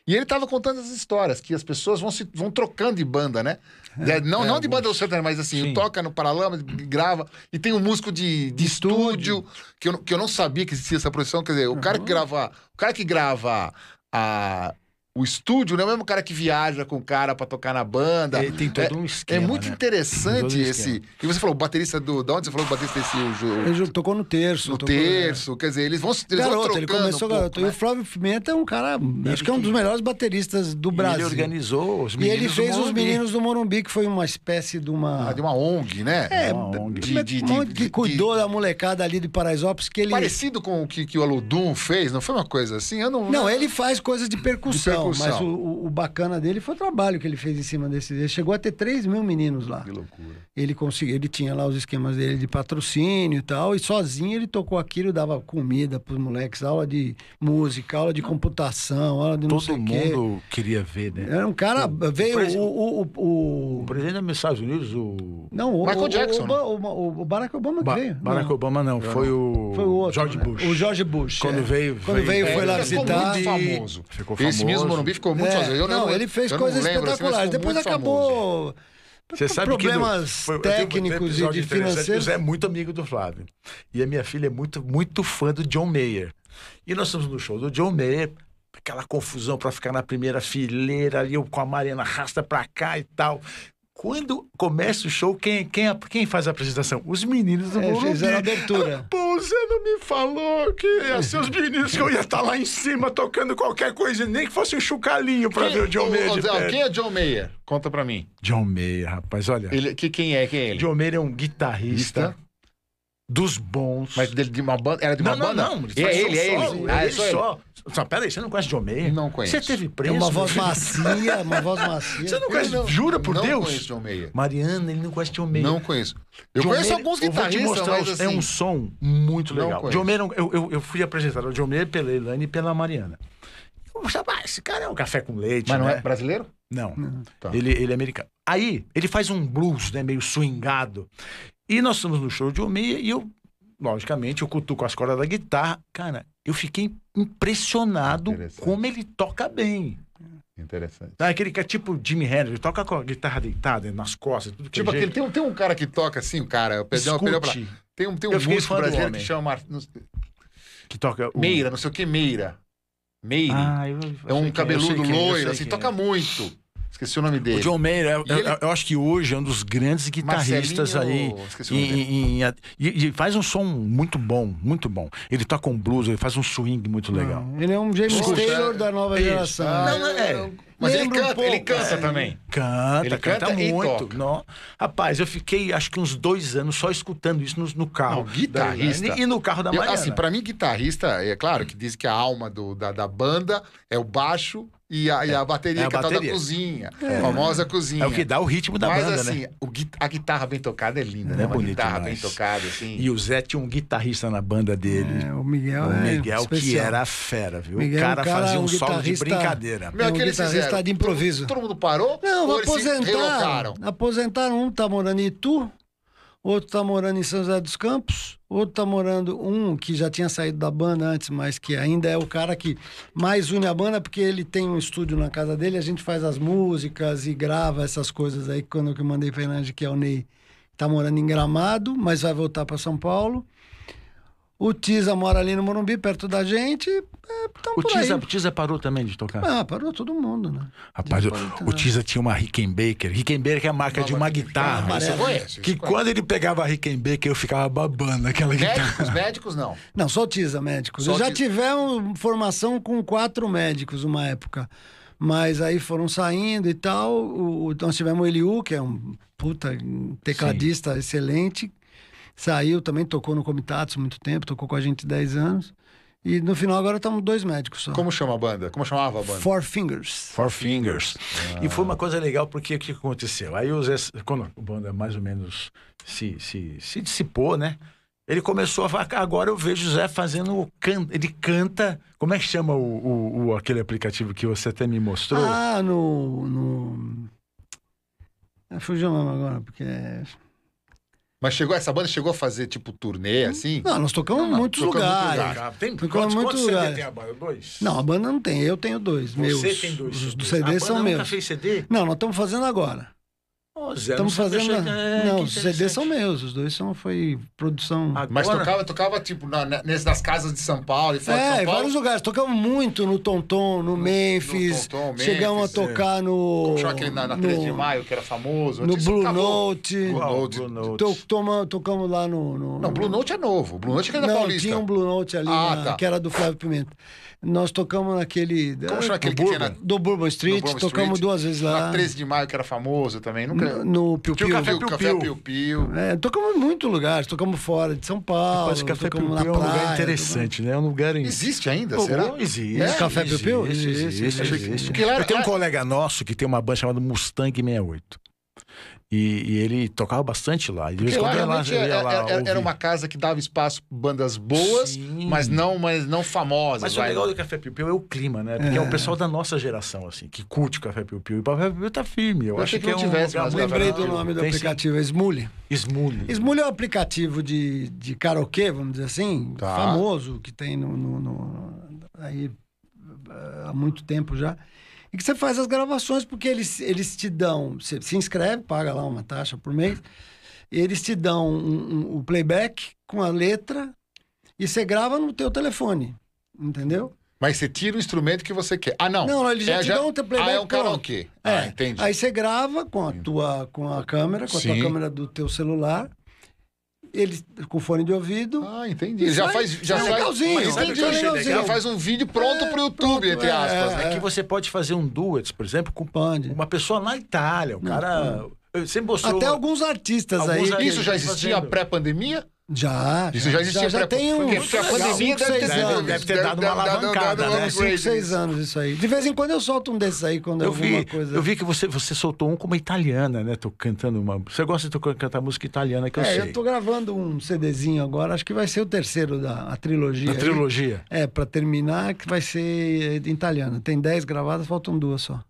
Speaker 1: E ele tava contando essas histórias, que as pessoas vão, se, vão trocando de banda, né? É, não, não de banda do sertanejo, mas assim,
Speaker 2: Sim.
Speaker 1: toca no Paralama, grava. E tem um músico de, de estúdio, que, eu, não- que eu não sabia que existia essa profissão. Quer dizer, o cara que grava. O cara que grava a, o estúdio não é o mesmo cara que viaja com o cara pra tocar na banda.
Speaker 2: É, tem todo um esquema,
Speaker 1: É muito
Speaker 2: né? Tem todo
Speaker 1: interessante
Speaker 2: um
Speaker 1: esse. E você falou, o baterista do. Da onde você falou o baterista desse o, Ju-
Speaker 3: Ele jo- tocou no terço.
Speaker 1: no
Speaker 3: tocou-
Speaker 1: terço? Quer dizer, eles vão se.
Speaker 3: é.
Speaker 1: Eles vão
Speaker 3: Garoto,
Speaker 1: trocando
Speaker 3: ele começou
Speaker 1: um pouco,
Speaker 3: garoto.
Speaker 1: né?
Speaker 3: E o Flávio Pimenta é um cara, acho que é um dos melhores bateristas
Speaker 2: E
Speaker 3: do
Speaker 2: Ele
Speaker 3: Brasil.
Speaker 2: organizou os
Speaker 3: e
Speaker 2: meninos.
Speaker 3: ele fez
Speaker 2: do
Speaker 3: os
Speaker 2: Morumbi.
Speaker 3: meninos do Morumbi, que foi uma espécie de uma.
Speaker 1: Ah, de uma ONG, né?
Speaker 3: É,
Speaker 2: uma ONG.
Speaker 3: de- de- de- de- que cuidou da molecada ali de Paraisópolis, que ele.
Speaker 1: Parecido com o que, que o Aludum fez, não foi uma coisa assim? Eu não.
Speaker 3: Não, ele faz coisas de percussão,
Speaker 1: percussão.
Speaker 3: mas o, o- o bacana dele foi o trabalho que ele fez em cima desse. Ele chegou a ter 3 mil meninos lá.
Speaker 1: Que loucura.
Speaker 3: Ele conseguiu, ele tinha lá os esquemas dele de patrocínio e tal, e sozinho ele tocou aquilo, dava comida pros moleques, aula de música, aula de computação, aula de não sei
Speaker 2: Todo
Speaker 3: o quê.
Speaker 2: mundo queria ver, né?
Speaker 3: Era um cara, veio
Speaker 2: presi-
Speaker 3: o... o, o- o-
Speaker 2: O presidente dos Estados Unidos, o.
Speaker 3: não, o,
Speaker 1: Michael
Speaker 3: o-
Speaker 1: Jackson,
Speaker 3: O, Oba- o- o Barack Obama que
Speaker 2: Ba-
Speaker 3: veio.
Speaker 2: Barack
Speaker 3: não.
Speaker 2: Obama não, foi o.
Speaker 3: Foi o outro,
Speaker 2: George
Speaker 3: né?
Speaker 2: Bush.
Speaker 3: O George Bush.
Speaker 2: Quando
Speaker 3: é.
Speaker 2: veio,
Speaker 3: Quando veio,
Speaker 1: É,
Speaker 3: foi lá
Speaker 1: ele ficou
Speaker 3: visitar.
Speaker 1: muito famoso.
Speaker 2: Ficou
Speaker 1: Esse
Speaker 2: famoso.
Speaker 1: mesmo Morumbi ficou muito
Speaker 3: É,
Speaker 1: famoso. Eu
Speaker 3: não, ele fez
Speaker 1: eu não
Speaker 3: coisas
Speaker 1: lembro, assim, mas
Speaker 3: espetaculares.
Speaker 1: ficou
Speaker 3: Depois
Speaker 1: muito famoso.
Speaker 3: acabou.
Speaker 2: Você sabe que do-
Speaker 3: problemas
Speaker 2: foi- eu tenho um
Speaker 3: técnicos e
Speaker 2: episódio
Speaker 3: de
Speaker 2: interessante, O
Speaker 3: financeiros.
Speaker 2: Zé é muito amigo do Flávio. E a minha filha é muito, muito fã do John Mayer. E nós estamos no show do John Mayer, aquela confusão pra ficar na primeira fileira ali, eu com a Mariana arrasta pra cá e tal. Quando começa o show, quem, quem, quem faz a apresentação? Os meninos do
Speaker 3: É,
Speaker 2: Morumbi.
Speaker 3: fizeram a abertura.
Speaker 2: Pô, você não me falou que ia ser os meninos que eu ia estar lá em cima tocando qualquer coisa, nem que fosse um chucalinho pra ver o John Mayer. de
Speaker 1: Zé,
Speaker 2: perto.
Speaker 1: Quem é John Mayer? Conta pra mim.
Speaker 2: John Mayer, rapaz, olha.
Speaker 1: Ele, que, quem é? Quem é ele?
Speaker 2: John Mayer é um guitarrista
Speaker 1: Guitarrista.
Speaker 2: dos bons.
Speaker 1: Mas dele de uma banda? Era de uma
Speaker 2: não, não,
Speaker 1: banda?
Speaker 2: não,
Speaker 1: é
Speaker 2: faz
Speaker 1: ele, é
Speaker 2: solo,
Speaker 1: ele.
Speaker 2: É
Speaker 1: Ah, é
Speaker 2: ele
Speaker 1: só ele.
Speaker 2: só. Só, Peraí, você não conhece John Mayer?
Speaker 1: Não conheço.
Speaker 2: Você teve
Speaker 3: É
Speaker 2: preso?
Speaker 3: uma voz
Speaker 2: meu filho?
Speaker 3: macia, uma voz macia.
Speaker 2: Você não conhece,
Speaker 1: Eu não-
Speaker 2: jura por
Speaker 1: Não
Speaker 2: Deus?
Speaker 1: conheço John Mayer.
Speaker 2: Mariana, ele não conhece John Mayer.
Speaker 1: Não conheço. Eu
Speaker 2: John
Speaker 1: conheço
Speaker 2: Mayer,
Speaker 1: alguns
Speaker 2: eu vou te
Speaker 1: guitarristas,
Speaker 2: mostrar,
Speaker 1: mas assim...
Speaker 2: É um som muito
Speaker 1: Não
Speaker 2: legal.
Speaker 1: conheço.
Speaker 2: John Mayer, é um, eu, eu, eu fui apresentado ao John Mayer pela Elane e pela Mariana. Eu pensava, "Ah, esse cara é um café com leite,
Speaker 1: Mas não
Speaker 2: né?
Speaker 1: é brasileiro?
Speaker 2: Não.
Speaker 1: Tá.
Speaker 2: Ele, ele é americano. Aí, ele faz um blues, né? Meio swingado. E nós estamos no show de Omeia e eu, logicamente, eu cutuco as cordas da guitarra. Cara, eu fiquei impressionado
Speaker 1: Interessante.
Speaker 2: como ele toca bem.
Speaker 1: Interessante.
Speaker 2: Tá? Aquele que é tipo Jimmy Hendrix, ele toca com a guitarra deitada nas costas, tudo que
Speaker 1: Tipo,
Speaker 2: é
Speaker 1: aquele,
Speaker 2: jeito.
Speaker 1: tem, um- tem um cara que toca assim, o cara, eu perdi uma perdeu pra
Speaker 2: Escute,
Speaker 1: Tem um, tem um
Speaker 2: Eu fiquei
Speaker 1: músico
Speaker 2: fã do
Speaker 1: brasileiro que
Speaker 2: homem.
Speaker 1: chama Mar- não sei-
Speaker 2: que toca o...
Speaker 1: Meira, não sei o que, Meira. Meire.
Speaker 2: Ah, eu, eu
Speaker 1: é
Speaker 2: sei quem
Speaker 1: um
Speaker 2: eu sei
Speaker 1: cabeludo
Speaker 2: quem é, eu
Speaker 1: loiro,
Speaker 2: sei
Speaker 1: assim,
Speaker 2: quem
Speaker 1: toca
Speaker 2: é.
Speaker 1: muito. Esqueci o nome
Speaker 2: O
Speaker 1: dele.
Speaker 2: John Mayer, eu,
Speaker 1: E ele-
Speaker 2: eu- eu acho que hoje é um dos grandes guitarristas aí.
Speaker 1: Marcelinho- esqueci o nome
Speaker 2: em- em- em- e, e faz um som muito bom, muito bom. Ele toca um blues, ele faz um swing muito legal.
Speaker 3: Ele é um James
Speaker 1: Puxa,
Speaker 3: Taylor
Speaker 1: é-
Speaker 3: da nova
Speaker 2: isso.
Speaker 3: geração.
Speaker 1: Ah,
Speaker 2: Não, não
Speaker 1: eu-
Speaker 2: é.
Speaker 1: eu- Mas ele
Speaker 3: Lembra um
Speaker 1: canta, ele
Speaker 3: pouco,
Speaker 1: canta
Speaker 3: é.
Speaker 1: também.
Speaker 2: Canta,
Speaker 1: Ele
Speaker 2: canta,
Speaker 1: canta e
Speaker 2: muito.
Speaker 1: toca.
Speaker 2: Não, rapaz, eu fiquei acho que uns dois anos só escutando isso no, no carro.
Speaker 1: Não, guitarrista.
Speaker 2: da Ivani E no carro da
Speaker 1: Eu,
Speaker 2: Mariana.
Speaker 1: assim, pra mim, guitarrista, é claro que diz que a alma do- da, da banda é o baixo e a, e a bateria,
Speaker 2: É a
Speaker 1: que é a tal da
Speaker 2: bateria.
Speaker 1: cozinha. A famosa cozinha.
Speaker 2: É o que dá o ritmo da
Speaker 1: Mas
Speaker 2: banda,
Speaker 1: assim,
Speaker 2: né?
Speaker 1: o gui- a guitarra bem tocada é linda,
Speaker 2: É
Speaker 1: né? Uma
Speaker 2: bonito
Speaker 1: guitarra
Speaker 2: demais.
Speaker 1: bem tocada, assim.
Speaker 2: E o Zé tinha um guitarrista na banda dele.
Speaker 3: É, o Miguel,
Speaker 2: O
Speaker 3: é
Speaker 2: Miguel, que
Speaker 3: especial.
Speaker 2: era fera, viu?
Speaker 3: Miguel
Speaker 2: o
Speaker 3: é um
Speaker 2: cara,
Speaker 3: cara,
Speaker 2: fazia um,
Speaker 3: um
Speaker 2: solo de
Speaker 3: guitarrista-
Speaker 2: brincadeira.
Speaker 1: Meu,
Speaker 3: É um
Speaker 1: aquele eles
Speaker 3: guitarrista
Speaker 1: fizeram.
Speaker 3: de improviso.
Speaker 1: Todo, todo mundo parou?
Speaker 3: Não,
Speaker 1: ou eles se
Speaker 3: aposentaram.
Speaker 1: relocaram?
Speaker 3: Aposentaram. Um tá morando em Itu, outro tá morando em São José dos Campos, outro tá morando um que já tinha saído da banda antes, mas que ainda é o cara que mais une a banda, porque ele tem um estúdio na casa dele, a gente faz as músicas e grava essas coisas aí, quando eu mandei pra Hernandes, que é o Ney, tá morando em Gramado, mas vai voltar para São Paulo. O Tisa mora ali no Morumbi, perto da gente. É, tamo
Speaker 2: O
Speaker 3: por aí.
Speaker 2: Tisa, o Tisa parou também de tocar.
Speaker 3: Ah, parou todo mundo, né?
Speaker 2: Rapaz, o,
Speaker 3: Depois,
Speaker 2: o Tisa tinha uma Rickenbacker. Rickenbacker é a marca de uma guitarra. né?
Speaker 1: Você
Speaker 3: é
Speaker 1: conhece?
Speaker 2: Que
Speaker 1: você conhece.
Speaker 2: quando ele pegava a Rickenbacker, eu ficava babando aquela
Speaker 3: Né?
Speaker 2: guitarra.
Speaker 1: Médicos, médicos não.
Speaker 3: Não, só Tisa, médicos.
Speaker 1: Só
Speaker 3: Eu já
Speaker 1: Tisa.
Speaker 3: tivemos formação com quatro médicos uma época. Mas aí foram saindo e tal. O, o- nós tivemos o Eliu, que é um puta tecladista excelente. Saiu também, tocou no Comitatsu muito tempo, tocou com a gente 10 anos. E no final agora estamos dois médicos só.
Speaker 1: Como chama a banda? Como chamava a banda?
Speaker 3: Four Fingers.
Speaker 2: Four Fingers. E foi uma coisa legal, porque o que aconteceu? Aí o Zé, quando a banda mais ou menos se, se, se dissipou, né? Ele começou a falar, agora eu vejo o Zé fazendo, o can- ele canta, como é que chama o, o- o- aquele aplicativo que você até me mostrou?
Speaker 3: Ah, no. no... É, fugiu o nome agora, porque. é-
Speaker 1: Mas chegou, essa banda chegou a fazer, tipo, turnê, assim?
Speaker 3: Não, nós tocamos em
Speaker 1: não,
Speaker 3: muitos
Speaker 1: tocamos em muito
Speaker 3: lugares.
Speaker 1: lugar.
Speaker 2: tem,
Speaker 3: Ficou muito
Speaker 2: CD
Speaker 3: lugar.
Speaker 2: a banda? Dois?
Speaker 3: Não, a banda não tem, eu tenho dois.
Speaker 2: Você
Speaker 3: meus.
Speaker 2: tem dois
Speaker 3: Os dos
Speaker 2: CDs. A
Speaker 3: CDs
Speaker 2: banda
Speaker 1: é um
Speaker 3: são
Speaker 2: nunca
Speaker 3: meus.
Speaker 2: fez CD?
Speaker 3: Não, nós estamos fazendo agora.
Speaker 2: Ô, Zé,
Speaker 3: Estamos
Speaker 2: não sei se
Speaker 3: fazendo.
Speaker 2: eu achei- É,
Speaker 3: não,
Speaker 2: que
Speaker 3: os CDs são
Speaker 2: interessante.
Speaker 3: meus, os dois são, foi produção.
Speaker 2: Agora-
Speaker 1: Mas tocava, tocava, tipo, na, na- nesse- nas casas de São Paulo e fora de
Speaker 3: É,
Speaker 1: São
Speaker 3: em
Speaker 1: Paulo.
Speaker 3: vários lugares. Tocamos muito no Tonton, no, Memphis.
Speaker 1: Tonton, Memphis,
Speaker 3: Chegamos a
Speaker 1: é.
Speaker 3: tocar no.
Speaker 1: Como chama aquele na, na 3 de
Speaker 3: no-
Speaker 1: maio, que era famoso?
Speaker 3: No
Speaker 1: Isso
Speaker 3: Blue
Speaker 1: acabou.
Speaker 3: Note. Então,
Speaker 1: Blue
Speaker 2: Qual?
Speaker 1: Note.
Speaker 2: Blue Note.
Speaker 3: To- toma- tocamos lá no. no
Speaker 1: Não, Blue Note é novo. Blue Note é aquele da
Speaker 3: Não,
Speaker 1: Paulista.
Speaker 3: tinha um Blue Note ali,
Speaker 1: Ah,
Speaker 3: na-
Speaker 1: tá.
Speaker 3: que era do Flávio Pimenta. Nós tocamos naquele.
Speaker 1: Como chama
Speaker 3: Ah,
Speaker 1: aquele
Speaker 3: do
Speaker 1: que tinha na-
Speaker 3: Bourbon. Do Bourbon Street,
Speaker 1: Bourbon
Speaker 3: tocamos
Speaker 1: Street.
Speaker 3: duas vezes lá.
Speaker 1: Na 13 de maio, que era famoso também. Nunca...
Speaker 3: No, no Piu
Speaker 2: Tinha o
Speaker 3: Piu.
Speaker 2: Café Piu Piu.
Speaker 1: Piu Piu.
Speaker 3: É, tocamos em muito lugares, tocamos fora de São Paulo.
Speaker 2: Rapaz, Café Piu
Speaker 3: tocamos na
Speaker 2: Piu é um lugar
Speaker 3: praia,
Speaker 2: interessante, né? É um lugar em
Speaker 1: Existe ainda,
Speaker 2: Pô,
Speaker 1: será?
Speaker 2: Existe.
Speaker 3: É? Café
Speaker 2: existe,
Speaker 3: Piu-Piu?
Speaker 2: Existe,
Speaker 3: Existe,
Speaker 2: existe.
Speaker 3: existe.
Speaker 2: existe.
Speaker 1: Porque lá era-
Speaker 2: Eu tenho um
Speaker 1: lá-
Speaker 2: colega nosso que tem uma banda chamada Mustang 68. E, e ele tocava bastante lá. E de vez em
Speaker 1: Porque lá
Speaker 2: quando eu ia lá,
Speaker 1: realmente
Speaker 2: eu ia
Speaker 1: era,
Speaker 2: lá
Speaker 1: era- era- era
Speaker 2: ouvir.
Speaker 1: uma casa que dava espaço pra bandas boas,
Speaker 2: Sim.
Speaker 1: mas não, mas não famosas.
Speaker 2: Mas o
Speaker 1: vai.
Speaker 2: legal do Café Piu Piu é o clima, né? Porque é, o pessoal da nossa geração, assim, que curte o Café Piu Piu. E o Café Piu Piu tá firme. Eu,
Speaker 1: Eu
Speaker 2: acho
Speaker 1: achei
Speaker 2: que,
Speaker 1: que
Speaker 2: é
Speaker 1: não
Speaker 2: um
Speaker 1: tivesse
Speaker 2: lugar
Speaker 1: mais
Speaker 2: muito
Speaker 3: Lembrei do
Speaker 2: tranquilo.
Speaker 3: nome do
Speaker 2: Tem sim.
Speaker 3: aplicativo, é Smule.
Speaker 2: Smule.
Speaker 3: Smule é um aplicativo de, de karaokê, vamos dizer assim,
Speaker 1: Tá.
Speaker 3: famoso, que tem no, no- no- aí eh, há muito tempo já. E que você faz as gravações, porque eles, eles te dão. Você se inscreve, paga lá uma taxa por mês, e eles te dão um- um- o playback com a letra e você grava no teu telefone. Entendeu?
Speaker 1: Mas você tira o instrumento que você quer. Ah, não.
Speaker 3: Não, não, eles já
Speaker 1: É,
Speaker 3: te dão um playback
Speaker 1: Ah, é um
Speaker 3: pronto.
Speaker 1: karaokê.
Speaker 3: É.
Speaker 1: Ah, entendi.
Speaker 3: Aí você grava com a tua com a câmera, com a
Speaker 1: Sim.
Speaker 3: tua câmera do teu celular, ele com fone de ouvido.
Speaker 1: Ah, entendi. Ele já
Speaker 3: Sai-
Speaker 1: faz. Já
Speaker 3: sai
Speaker 1: faz
Speaker 3: é legalzinho,
Speaker 1: Mas
Speaker 2: sabe
Speaker 1: entendi.
Speaker 2: o que eu achei
Speaker 1: Ele já
Speaker 2: legal?
Speaker 1: faz um vídeo pronto
Speaker 3: É,
Speaker 1: pro YouTube,
Speaker 3: pronto,
Speaker 1: entre
Speaker 3: é,
Speaker 1: aspas,
Speaker 3: é,
Speaker 1: né?
Speaker 2: É que
Speaker 1: Que-
Speaker 2: você pode fazer um duet, por exemplo, com
Speaker 3: Pode.
Speaker 2: uma pessoa na Itália. O cara. Eu sempre mostrou.
Speaker 3: Até alguns artistas
Speaker 2: Alguns
Speaker 3: aí.
Speaker 2: artistas.
Speaker 3: que-
Speaker 1: Isso já existia
Speaker 2: fazendo.
Speaker 1: pré-pandemia?
Speaker 3: Já.
Speaker 1: Isso já existia
Speaker 3: Já,
Speaker 1: pré-
Speaker 3: tem uns.
Speaker 1: Porque a
Speaker 3: uns
Speaker 1: pandemia
Speaker 3: cinco,
Speaker 1: deve ter
Speaker 3: seis
Speaker 1: sido-
Speaker 3: anos.
Speaker 2: Deve ter dado uma
Speaker 1: deve- deve- deve-
Speaker 2: alavancada,
Speaker 1: deve-
Speaker 2: né?
Speaker 1: deve-
Speaker 3: Cinco, seis anos isso aí. De vez em quando eu solto um desses aí quando
Speaker 2: Eu
Speaker 3: alguma
Speaker 2: vi,
Speaker 3: coisa.
Speaker 2: eu vi que você, você soltou um com uma italiana, né? Tô cantando uma. Você gosta de tocar, cantar música italiana que eu
Speaker 3: é,
Speaker 2: sei.
Speaker 3: eu tô gravando um CDzinho agora, acho que vai ser o terceiro da a trilogia.
Speaker 2: Da
Speaker 3: aí.
Speaker 2: trilogia.
Speaker 3: É, pra terminar, que vai ser eh, em italiano. Tem dez gravadas, faltam duas só.